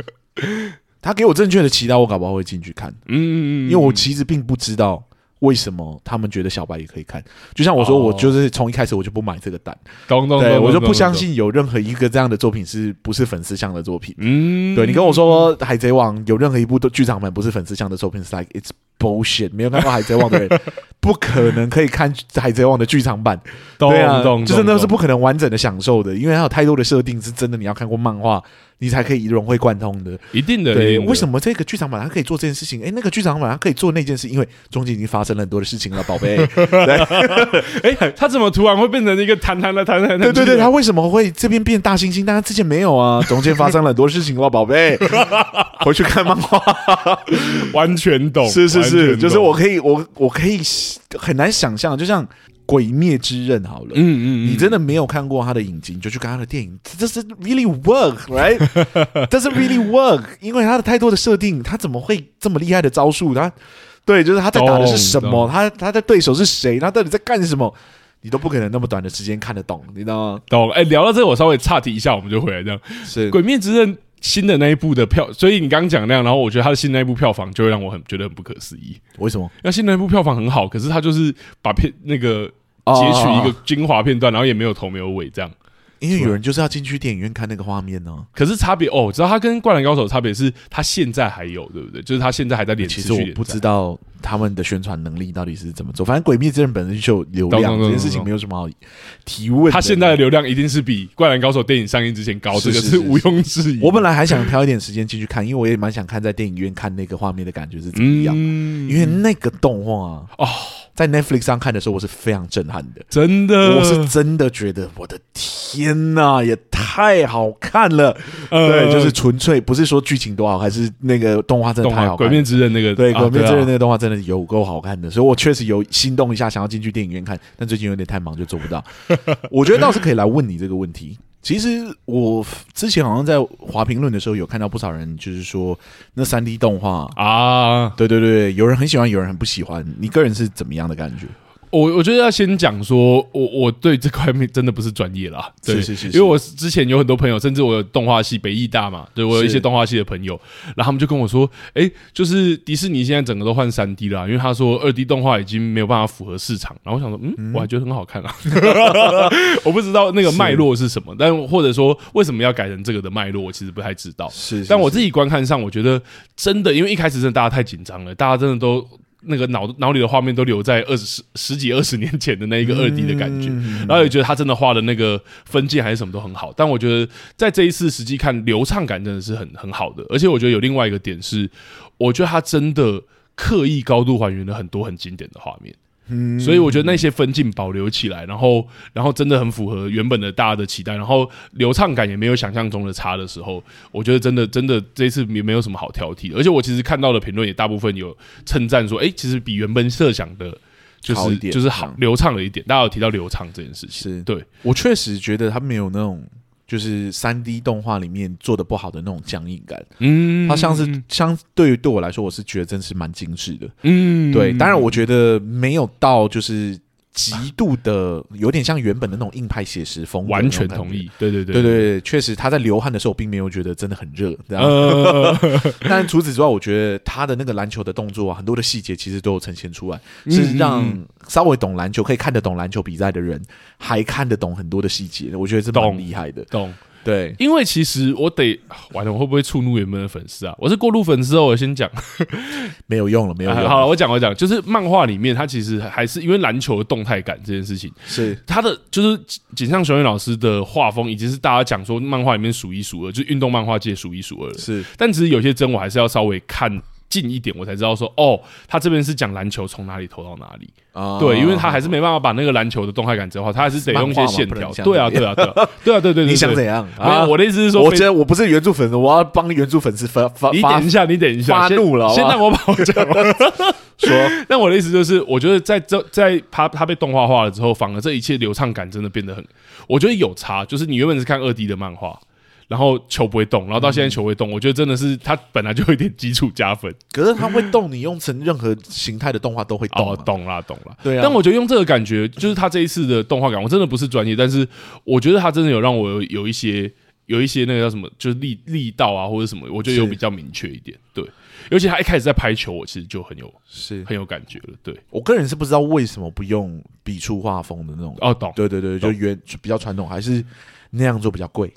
Speaker 2: 他给我正确的期待，我搞不好会进去看，
Speaker 1: 嗯，嗯嗯嗯
Speaker 2: 因为我其实并不知道为什么他们觉得小白也可以看。就像我说，
Speaker 1: 哦
Speaker 2: 我就是从一开始我就不买这个蛋，
Speaker 1: 懂懂，
Speaker 2: 对
Speaker 1: 懂
Speaker 2: 我就
Speaker 1: 懂
Speaker 2: 不
Speaker 1: 懂
Speaker 2: 相
Speaker 1: 懂
Speaker 2: 信有任何一个这样的作品是不是粉丝向的作品。
Speaker 1: 嗯，
Speaker 2: 对你跟我说《海贼王》有任何一部都剧场版不是粉丝向的作品是，like it's bullshit。没有看过《海贼王》的人，不可能可以看《海贼王》的剧场版。
Speaker 1: [LAUGHS] 懂
Speaker 2: 对啊，
Speaker 1: 懂，
Speaker 2: 就是那
Speaker 1: 懂
Speaker 2: 是不可能完整的享受的，因为它有太多的设定是真的，你要看过漫画，你才可以融会贯通的。
Speaker 1: 一定的，
Speaker 2: 对，为
Speaker 1: 么
Speaker 2: 什么这个剧场版它可以做这件事情？哎，那个剧场版它可以做那件事，因为中间已经发生了很多的事情了，宝
Speaker 1: [LAUGHS]
Speaker 2: 贝。
Speaker 1: 哎，他怎么突然会变成一个弹弹的弹弹的？
Speaker 2: 对对对，他为什么会这边变大猩猩？但他之前没有啊，中间发生了很多事情了，
Speaker 1: [LAUGHS]
Speaker 2: 宝贝。回去看漫画。
Speaker 1: 完全懂，
Speaker 2: 是是
Speaker 1: 哦完
Speaker 2: 是，
Speaker 1: 全
Speaker 2: 就是
Speaker 1: 懂
Speaker 2: 我，可以，我我可以很难想象，就像《鬼灭之刃》好了。
Speaker 1: 嗯嗯，
Speaker 2: 你真
Speaker 1: 的
Speaker 2: 的没有看过他的影集，你就去看他的电影，这这是 really work
Speaker 1: [LAUGHS]
Speaker 2: right？这是 really work，因为他的太多的设定，他怎么会这么厉害的招数？他对，就是他在打的是什
Speaker 1: 懂
Speaker 2: 么？
Speaker 1: 懂
Speaker 2: 他他的对手是谁？他到底在干什么？你都不可能那么短的时间看得懂，你知道吗？
Speaker 1: 懂。哎，聊到这，我稍微岔题一下，我们就回来这样。
Speaker 2: 是
Speaker 1: 《鬼灭之刃》新的那一部的票，所以你刚刚讲那样，然后我觉得他的新那一部票房就会让我很觉得很不可思议。
Speaker 2: 为什么？
Speaker 1: 那新的那一部票房很好，可是他就是把片那个
Speaker 2: 哦
Speaker 1: 截取一个精华片段，然后也没有头没有尾这样。
Speaker 2: 因为有人就是要进去电影院看那个画面呢、
Speaker 1: 可是差别哦，我知道他跟《灌篮高手》的差别是他现在还有，对不对？就是他现在还在连
Speaker 2: 哎其
Speaker 1: 持
Speaker 2: 实
Speaker 1: 续
Speaker 2: 我
Speaker 1: 连载
Speaker 2: 不知道他们的宣传能力到底是怎么做，反正《鬼灭之刃》本身就有流量，
Speaker 1: 懂懂
Speaker 2: 这
Speaker 1: 懂
Speaker 2: 件事情没有什么好提问的。
Speaker 1: 他现在的流量一定是比《灌篮高手》电影上映之前高，
Speaker 2: 是
Speaker 1: 这个
Speaker 2: 是
Speaker 1: 是
Speaker 2: 是
Speaker 1: 毋庸置疑。
Speaker 2: 我本来还想挑一点时间进去看，因为我也蛮想看在电影院看那个画面的感觉是怎么样。
Speaker 1: 嗯
Speaker 2: 因为那个动画啊
Speaker 1: 哦，
Speaker 2: 在 Netflix 上看的时候，我是非常震撼的。
Speaker 1: 真的，
Speaker 2: 我是真的觉得，我的天呐，也太好看了！
Speaker 1: 呃
Speaker 2: 对，就是纯粹不是说剧情多好，还是那个动画真的
Speaker 1: 懂
Speaker 2: 太
Speaker 1: 啊，
Speaker 2: 好
Speaker 1: 《鬼
Speaker 2: 看。
Speaker 1: 灭之刃》那个
Speaker 2: 对，《
Speaker 1: 啊
Speaker 2: 鬼灭之刃》那
Speaker 1: 对啊
Speaker 2: 个动画真的有够好看的，所以我确实有心动一下，想要进去电影院看，但最近有点太忙，就做
Speaker 1: [LAUGHS]
Speaker 2: 不到。我觉得倒是可以来问你这个问题。其实我之前好像在华评论的时候有看到不少人，就是说那三 D 动画，
Speaker 1: 啊，
Speaker 2: 对对对，有人很喜欢，有人很不喜欢。你个人是怎么样的感觉？
Speaker 1: 我我觉得要先讲说，我我对这块面真的不是专业啦，对
Speaker 2: 是是是是
Speaker 1: 因为我之前有很多朋友，甚至我有动画系北艺大嘛，对我有一
Speaker 2: 是
Speaker 1: 些动画系的朋友，然后他们就跟我说，哎、就是迪士尼现在整个都换三 D 啦，因为他说二 D 动画已经没有办法符合市场，然后我想说，嗯，我还觉得很好看啊，
Speaker 2: 嗯
Speaker 1: [LAUGHS] 我不知道那个脉络是什么，但或者说为什么要改成这个的脉络，我其实不太知道，
Speaker 2: 是
Speaker 1: 但我自己观看上，我觉得真的，因为一开始真的大家太紧张了，大家真的都那个脑脑里的画面都留在二十十十几二十年前的那一个二 D 的感觉，
Speaker 2: 嗯
Speaker 1: 然后也觉得他真的画的那个分界还是什么都很好。但我觉得在这一次实际看，流畅感真的是很很好的，而且我觉得有另外一个点是，我觉得他真的刻意高度还原了很多很经典的画面。
Speaker 2: 嗯
Speaker 1: 所以我觉得那些分镜保留起来，然后然后真的很符合原本的大家的期待，然后流畅感也没有想象中的差的时候，我觉得真的真的这一次也没有什么好挑剔的。而且我其实看到的评论也大部分有称赞说，哎、其实比原本设想的，就
Speaker 2: 好一
Speaker 1: 是
Speaker 2: 点
Speaker 1: 就是
Speaker 2: 这
Speaker 1: 好
Speaker 2: 样
Speaker 1: 流畅了一点。大家有提到流畅这件事情，
Speaker 2: 是
Speaker 1: 对，
Speaker 2: 我确实觉得它没有那种就是三 D 动画里面做的不好的那种僵硬感，
Speaker 1: 嗯
Speaker 2: 它像是相对于对我来说，我是觉得真是蛮精致的。
Speaker 1: 嗯
Speaker 2: 对，当然我觉得没有到就是极度的，有点像原本的那种硬派写实风，
Speaker 1: 完全同。意，对对对
Speaker 2: 对对对，确实他在流汗的时候，并没有觉得真的很热，这样。
Speaker 1: 呃，
Speaker 2: [LAUGHS]
Speaker 1: [LAUGHS]
Speaker 2: 但除此之外，我觉得他的那个篮球的动作啊，很多的细节其实都有呈现出来，
Speaker 1: 嗯
Speaker 2: 是让稍微懂篮球、可以看得懂篮球比赛的人，还看得懂很多的细节。我觉得这蛮
Speaker 1: 懂
Speaker 2: 厉害的。
Speaker 1: 懂。
Speaker 2: 对，
Speaker 1: 因为其实我得完了，我会不会触怒原本的粉丝啊？我是过路粉丝哦，我先讲。
Speaker 2: 没有用了，没有用
Speaker 1: 啊
Speaker 2: 了。
Speaker 1: 好了，我讲我讲，就是漫画里面，它其实还是因为篮球的动态感这件事情，
Speaker 2: 是
Speaker 1: 它的就是井井上雄彦老师的画风已经是大家讲说漫画里面数一数二，就是运动漫画界数一数二了。
Speaker 2: 是，
Speaker 1: 但其实有些真我还是要稍微看近一点，我才知道说哦，他这边是讲篮球从哪里投到哪里。
Speaker 2: 啊
Speaker 1: 对，因为他还是没办法把那个篮球的动态感折化，他还是得用一些线条。
Speaker 2: 漫画嘛不能这样
Speaker 1: 对啊，对啊，对啊，对啊，对对对。
Speaker 2: 你想怎
Speaker 1: 样？
Speaker 2: 样
Speaker 1: 没
Speaker 2: 啊？
Speaker 1: 有，我的意思是说，
Speaker 2: 我觉得我不是原著粉丝，我要帮原著粉丝发发
Speaker 1: 你
Speaker 2: 发
Speaker 1: 等一下，你等一下，
Speaker 2: 发
Speaker 1: 先
Speaker 2: 怒了好不
Speaker 1: 先
Speaker 2: 好
Speaker 1: 让我把我讲完。[LAUGHS]
Speaker 2: 说，
Speaker 1: 但我的意思就是，我觉得在这在他他被动画化了之后，反而这一切流畅感真的变得很，我觉得有差。就是你原本是看二 D 的漫画，然后球不会动，然后到现在
Speaker 2: 嗯
Speaker 1: 球会动，我觉得真的是他本来就有一点基础加分。
Speaker 2: 可是他会动，你用成任何形态的动画都会动
Speaker 1: 哦，
Speaker 2: 嘛。
Speaker 1: 懂啦，懂啦。
Speaker 2: 对啊
Speaker 1: 但我觉得用这个感觉，就是他这一次的动画感，我真的不是专业，但是我觉得他真的有让我有有一些。有一些那个叫什么，就是力力道啊或者什么，我觉得有
Speaker 2: 是
Speaker 1: 比较明确一点。对，尤其他一开始在拍球，我其实就很有
Speaker 2: 是
Speaker 1: 很有感觉了。对，
Speaker 2: 我个人是不知道为什么不用笔触画风的那种。
Speaker 1: 哦，懂。
Speaker 2: 对对对，
Speaker 1: 懂
Speaker 2: 就原就比较传统，还是那样做比较贵。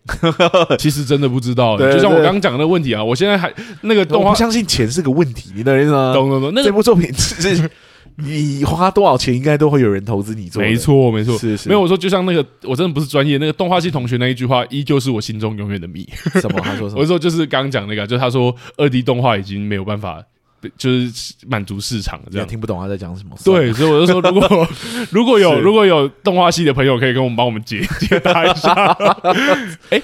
Speaker 1: 其实真的不知道，欸
Speaker 2: 对
Speaker 1: 就像我
Speaker 2: 对
Speaker 1: 刚刚讲的那个问题啊，我现在还那个动
Speaker 2: 我
Speaker 1: 画
Speaker 2: 不，相信钱是个问题，你懂我意思吗？
Speaker 1: 懂懂懂，那
Speaker 2: 这
Speaker 1: 个
Speaker 2: 部作品是你花多少钱，应该都会有人投资你做的。
Speaker 1: 没，错没错。
Speaker 2: 是是，
Speaker 1: 没有，我说就像那个，我真的不是专业。那个动画系同学那一句话，依旧是我心中永远的谜。
Speaker 2: 什么他说
Speaker 1: [LAUGHS]
Speaker 2: 什
Speaker 1: 我
Speaker 2: 么
Speaker 1: 是说就是刚刚讲那个，啊就是他说二 D 动画已经没有办法，就是满足市场了这
Speaker 2: 你也
Speaker 1: 样。
Speaker 2: 听不懂他在讲什么。
Speaker 1: 对，所以我就说，如
Speaker 2: [LAUGHS]
Speaker 1: 果如果有
Speaker 2: 是
Speaker 1: 如果有动画系的朋友，可以跟我们帮我们解 [LAUGHS] 解答一
Speaker 2: [LAUGHS]
Speaker 1: 下。哎、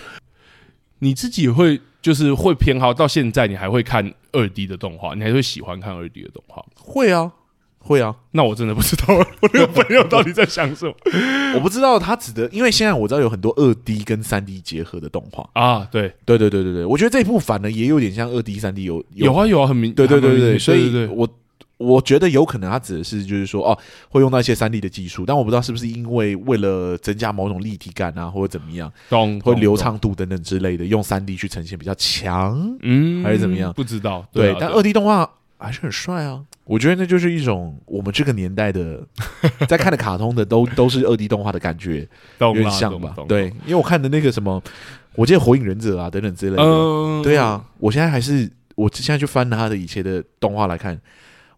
Speaker 1: 你自己会就是会偏好到现在，你还会看二 D 的动画，你还会喜欢看二 D 的动画吗？
Speaker 2: 会啊，会啊，
Speaker 1: 那我真的不知道 [LAUGHS] 我那个朋友到底在想什么
Speaker 2: 我不知道他指的，因为现在我知道有很多二 D 跟三 D 结合的动画。
Speaker 1: 啊！对，
Speaker 2: 对对对对对，我觉得这一部反而也有点像二 D、三 D 有
Speaker 1: 有啊有啊，很明
Speaker 2: 对对对
Speaker 1: 还蛮明显
Speaker 2: 对，所
Speaker 1: 对对对
Speaker 2: 以我我觉得有可能他指的是就是说哦，会用到一些三 D 的技术，但我不知道是不是因为为了增加某种立体感啊，或者怎么样，
Speaker 1: 懂
Speaker 2: 或
Speaker 1: 懂
Speaker 2: 流
Speaker 1: 懂
Speaker 2: 畅度等等之类的，用三 D 去呈现比较强。
Speaker 1: 嗯
Speaker 2: 还是怎么样
Speaker 1: 不知道
Speaker 2: 对
Speaker 1: 啊，
Speaker 2: 但二 D 动画还是很帅啊。我觉得那就是一种我们这个年
Speaker 1: [LAUGHS]
Speaker 2: 代的在看的卡通的都都是二 D 动画的感
Speaker 1: [LAUGHS]
Speaker 2: 觉，有
Speaker 1: 懂
Speaker 2: 点
Speaker 1: 啦
Speaker 2: 像
Speaker 1: 懂
Speaker 2: 吧
Speaker 1: 懂？
Speaker 2: 对，因为我看的那个什么，我记得《火影忍者》啊等等之类的，
Speaker 1: 嗯，
Speaker 2: 对啊，我现在还是我现在去翻他的以前的动画来看，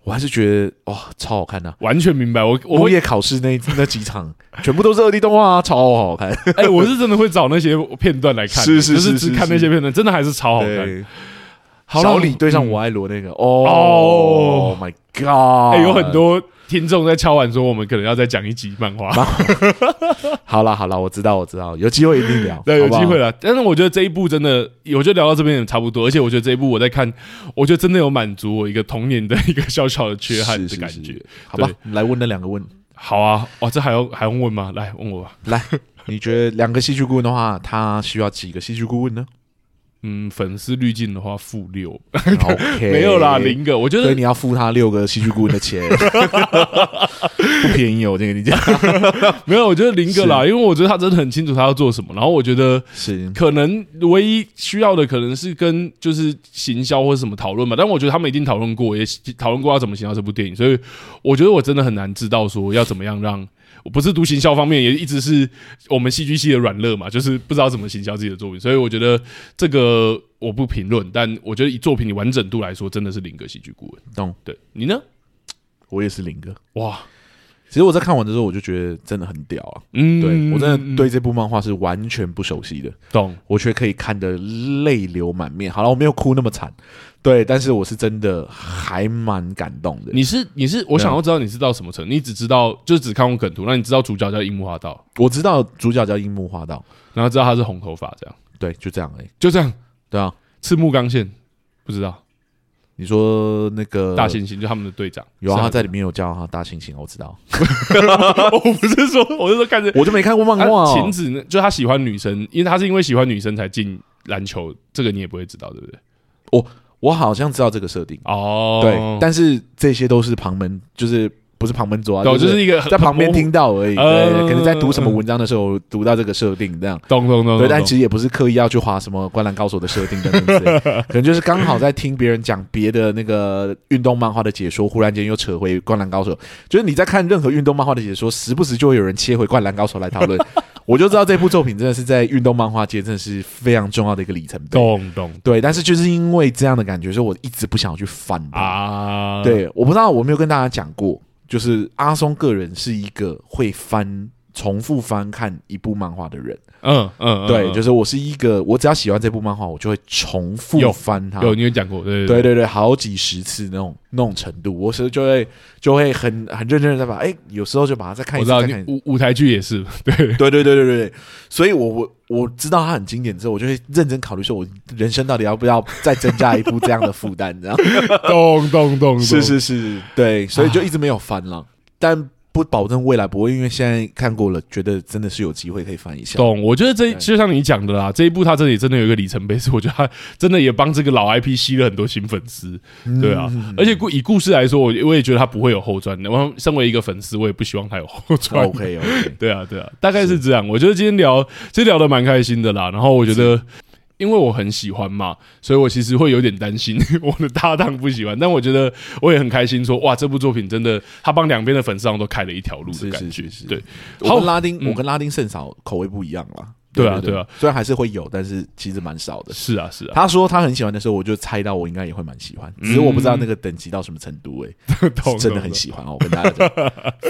Speaker 2: 我还是觉得哇、超好看的、
Speaker 1: 完全明白。我我
Speaker 2: 农
Speaker 1: 会
Speaker 2: 业考试那那几场， [LAUGHS] 全部都是二 D 动画、啊，超好看。
Speaker 1: [LAUGHS] 哎、我是真的会找那些片段来看，
Speaker 2: 是是
Speaker 1: 就是只
Speaker 2: 是
Speaker 1: 看那些片段，真的还是超好看。
Speaker 2: 对，
Speaker 1: 好啦
Speaker 2: 小李对上
Speaker 1: 嗯
Speaker 2: 我爱罗那个，
Speaker 1: 哦
Speaker 2: 哦、oh, m y God！、
Speaker 1: 哎、有很。多听众在敲碗说，我们可能要再讲一集漫
Speaker 2: [LAUGHS]
Speaker 1: 画。
Speaker 2: 好啦好啦，我知道我知道，有机会一定聊，
Speaker 1: [LAUGHS] 对，有
Speaker 2: 好不好
Speaker 1: 机会。了。但是我觉得这一部真的，我就聊到这边也差不多。而且我觉得这一部我在看，我觉得真的有满足我一个童年的一个小小的缺憾
Speaker 2: 是
Speaker 1: 的
Speaker 2: 是
Speaker 1: 感觉。
Speaker 2: 是好吧
Speaker 1: 对，
Speaker 2: 来问那两个问，
Speaker 1: 好啊，哇，这还要还用问吗？来问我吧。 [LAUGHS]
Speaker 2: 来，你觉得两个戏剧顾问的话，他需要几个戏剧顾
Speaker 1: [LAUGHS]
Speaker 2: 问呢
Speaker 1: 嗯，粉丝滤镜的话负六，
Speaker 2: ？OK，
Speaker 1: 没有啦，零个。我觉
Speaker 2: 所以
Speaker 1: 得
Speaker 2: 你要付他六个戏剧顾问
Speaker 1: [LAUGHS]
Speaker 2: 的钱，不便宜哦。我跟你讲，
Speaker 1: 没有，我觉得零个啦，因为我觉得他真的很清楚他要做什么。然后我觉得
Speaker 2: 是
Speaker 1: 可能唯一需要的可能是跟就是行销或者什么讨论吧，但我觉得他们一定讨论过，也讨论过要怎么行销这部电影，所以我觉得我真的很难知道说要怎么样让。我不是读行销方面，也一直是我们戏剧系的软肋嘛，就是不知道怎么行销自己的作品，所以我觉得这个我不评论，但我觉得以作品的完整度来说，真的是林格戏剧顾问。
Speaker 2: 懂？
Speaker 1: 对你呢？
Speaker 2: 我也是零个。
Speaker 1: 哇，
Speaker 2: 其实我在看完的时候，我就觉得真的很屌啊！
Speaker 1: 嗯，
Speaker 2: 对我真的对
Speaker 1: 嗯
Speaker 2: 这部漫画是完全不熟悉的，
Speaker 1: 懂，
Speaker 2: 我却可以看得泪流满面。好了，我没有哭那么惨，对，但是我是真的还蛮感动的。
Speaker 1: 你是你是，我想要知道你是到什么程度，你只知道就是只看过梗图，那你知道主角叫樱木花道，
Speaker 2: 我知道主角叫樱木花道，
Speaker 1: 然后知道他是红头发，这样
Speaker 2: 对，就这样哎、已。
Speaker 1: 就这样。
Speaker 2: 对啊，
Speaker 1: 赤木刚宪不知道
Speaker 2: 你说那个
Speaker 1: 大猩猩就他们的队长，
Speaker 2: 呃有
Speaker 1: 是
Speaker 2: 啊，
Speaker 1: 他
Speaker 2: 他在里面有叫他大猩猩，啊我知道，
Speaker 1: [LAUGHS] 我不是说，我是说看着
Speaker 2: 我就没看过漫画、
Speaker 1: 啊
Speaker 2: 哦。
Speaker 1: 晴子呢，就他喜欢女生，因为他是因为喜欢女生才进篮球，这个你也不会知道，对不对？
Speaker 2: 我好像知道这个设定，
Speaker 1: 哦，
Speaker 2: 对，但是这些都是旁门，就是不是旁门左啊，
Speaker 1: 懂
Speaker 2: 就
Speaker 1: 就是一个
Speaker 2: 在旁边听，到而已。
Speaker 1: 呃
Speaker 2: 对，可能在读什么文章的时候读到这个设定这样。
Speaker 1: 懂懂懂，
Speaker 2: 对，
Speaker 1: 呃懂
Speaker 2: 但
Speaker 1: 懂
Speaker 2: 其实也不是刻意要去划什么《灌篮高手》的设定等等
Speaker 1: [LAUGHS]
Speaker 2: 之类，可能就是刚好在听别人讲别的那个运动漫画的解说，忽然间又扯回《灌篮高手》。就是你在看任何运动漫画的解说，时不时就会有人切回《灌篮高手》
Speaker 1: [LAUGHS]
Speaker 2: 来讨论，我就知道这部作品真的是在运动漫画界真的是非常重要的一个里程碑。
Speaker 1: 懂懂
Speaker 2: 对，但是就是因为这样的感觉，所以我一直不想去翻它。
Speaker 1: 啊，，
Speaker 2: 对，我不知道我没有跟大家讲过，就是阿松个人是一个会翻、重复翻看一部漫画的人。
Speaker 1: 嗯嗯，
Speaker 2: 对，就是是我是一个，我只要喜欢这部漫画，我就会重复
Speaker 1: 有
Speaker 2: 翻它。
Speaker 1: 有你有讲过，对
Speaker 2: 对
Speaker 1: 对，
Speaker 2: 对对，好几十次那种那种程度，我是就会就会很很认真的在把，哎，有时候就把它再看
Speaker 1: 我
Speaker 2: 一
Speaker 1: 知
Speaker 2: 次，
Speaker 1: 道
Speaker 2: 再
Speaker 1: 你
Speaker 2: 看一次。
Speaker 1: 舞舞台剧也是，
Speaker 2: [LAUGHS]
Speaker 1: 对，
Speaker 2: 对对对对对对，所以我我我知道它很经典之后，我就会认真考虑说，我人生到底要不要再增加一部这样的负担，这样。
Speaker 1: 懂懂懂，懂啊
Speaker 2: 是是是，对，所以就一直没有翻了。但不保证未来不会，因为现在看过了，觉得真的是有机会可以翻一
Speaker 1: [LAUGHS]
Speaker 2: 下。
Speaker 1: 懂，我觉得这
Speaker 2: 对
Speaker 1: 就像你讲的啦，这一部他这里真的有一个里程碑，是我觉得他真的也帮这个老 IP 吸了很多新粉丝，
Speaker 2: 嗯
Speaker 1: 对啊，而且故以故事来说，我我也觉得他不会有后传的。我身为一个粉丝，我也不希望他有后传。
Speaker 2: 哦 OK OK，
Speaker 1: [LAUGHS] 对啊，对啊，大概是这样。我觉得今天聊，其实聊得蛮开心的啦。然后我觉得，因为我很喜欢嘛，所以我其实会有点担心 [LAUGHS] 我的搭档不喜欢。但我觉得我也很开心说哇，这部作品真的，他帮两边的粉丝上都开了一条路的
Speaker 2: 是
Speaker 1: 感觉。
Speaker 2: 是是是
Speaker 1: 对，嗯
Speaker 2: 我跟拉丁，我跟拉丁圣嫂口味不一样啦。
Speaker 1: 对啊对啊，
Speaker 2: 虽然还是会有，但是其实蛮少的。
Speaker 1: 是啊，是啊，
Speaker 2: 他说他很喜欢的时候，我就猜到我应该也会蛮喜欢，只是我不知道那个等级到什么程度、欸，
Speaker 1: 嗯 [LAUGHS] 懂
Speaker 2: 真的
Speaker 1: 懂
Speaker 2: 很喜欢哦，我跟大家
Speaker 1: [LAUGHS]
Speaker 2: 讲，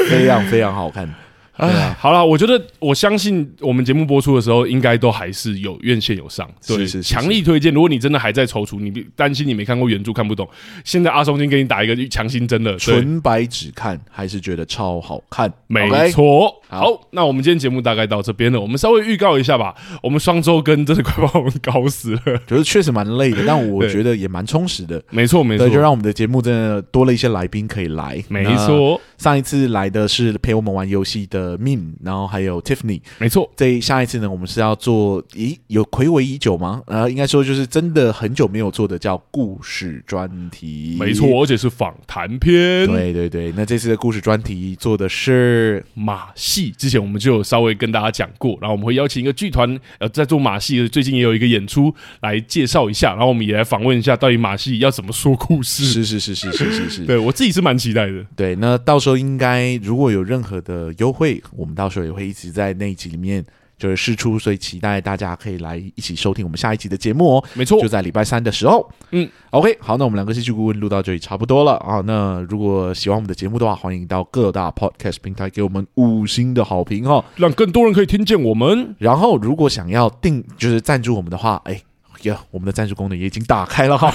Speaker 2: 非常非常好看。对
Speaker 1: 哎
Speaker 2: 啊，
Speaker 1: 好了，我觉得我相信我们节目播出的时候，应该都还是有院线有上，对，
Speaker 2: 是是是
Speaker 1: 强力推荐。如果你真的还在踌躇，你担心你没看过原著看不懂，现在阿松已经给你打一个强心针了，对，
Speaker 2: 纯白只看还是觉得超好看，
Speaker 1: 没
Speaker 2: OK？
Speaker 1: 错。
Speaker 2: 好
Speaker 1: 好，那我们今天节目大概到这边了，我们稍微预告一下吧。我们双周更真的快把我们搞死了，
Speaker 2: 就是确实蛮累的，但我
Speaker 1: 对
Speaker 2: 觉得也蛮充实的。
Speaker 1: 没错没错
Speaker 2: 对，，就让我们的节目真的多了一些来宾可以来。
Speaker 1: 没，错
Speaker 2: 上一次来的是陪我们玩游戏的 Min，然后还有 Tiffany。
Speaker 1: 没错，
Speaker 2: 这下一次呢，我们是要做，咦，有暌违已久吗？呃，应该说就是真的很久没有做的叫故事专题，
Speaker 1: 没错，。而且是访谈篇。
Speaker 2: 对对对，那这次的故事专题做的是
Speaker 1: 马戏，之前我们就有稍微跟大家讲过，然后我们会邀请一个剧团，呃，在做马戏的，最近也有一个演出来介绍一下，然后我们也来访问一下，到底马戏要怎么说故事。
Speaker 2: 是是是是是是是，
Speaker 1: 对我自己是蛮期待的，
Speaker 2: 对，那到时候应该如果有任何的优惠，我们到时候也会一直在那一集里面就是试出，所以期待大家可以来一起收听我们下一集的节目哦。
Speaker 1: 没错
Speaker 2: 就，在礼拜三的时候。
Speaker 1: 嗯
Speaker 2: ，OK，好，那我们两个戏剧顾问录到这里差不多了啊。那如果喜欢我们的节目的话，欢迎到各大 Podcast 平台给我们五星的好评哦。
Speaker 1: 让更多人可以听见我们。
Speaker 2: 然后，如果想要定就是赞助我们的话，哎呀，我们的赞助功能也已经打开了哈，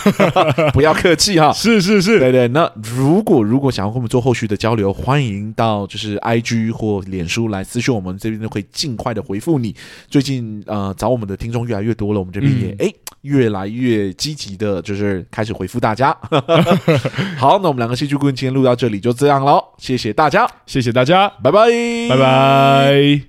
Speaker 2: 不要客气哈。
Speaker 1: 是是
Speaker 2: [LAUGHS]
Speaker 1: 是，
Speaker 2: 对对，那如果如果想要跟我们做后续的交流，欢迎到就是 I G 或脸书来私讯我们，这边都可以尽快的回复你。最近呃找我们的听众越来越多了，我们这边也哎、诶越来越积极的，就是开始回复大 [LAUGHS] 家。好，那我们两个戏剧顾问今天录到这里就这样喽，谢谢大家，
Speaker 1: 谢谢大家，
Speaker 2: 拜拜，
Speaker 1: 拜。拜。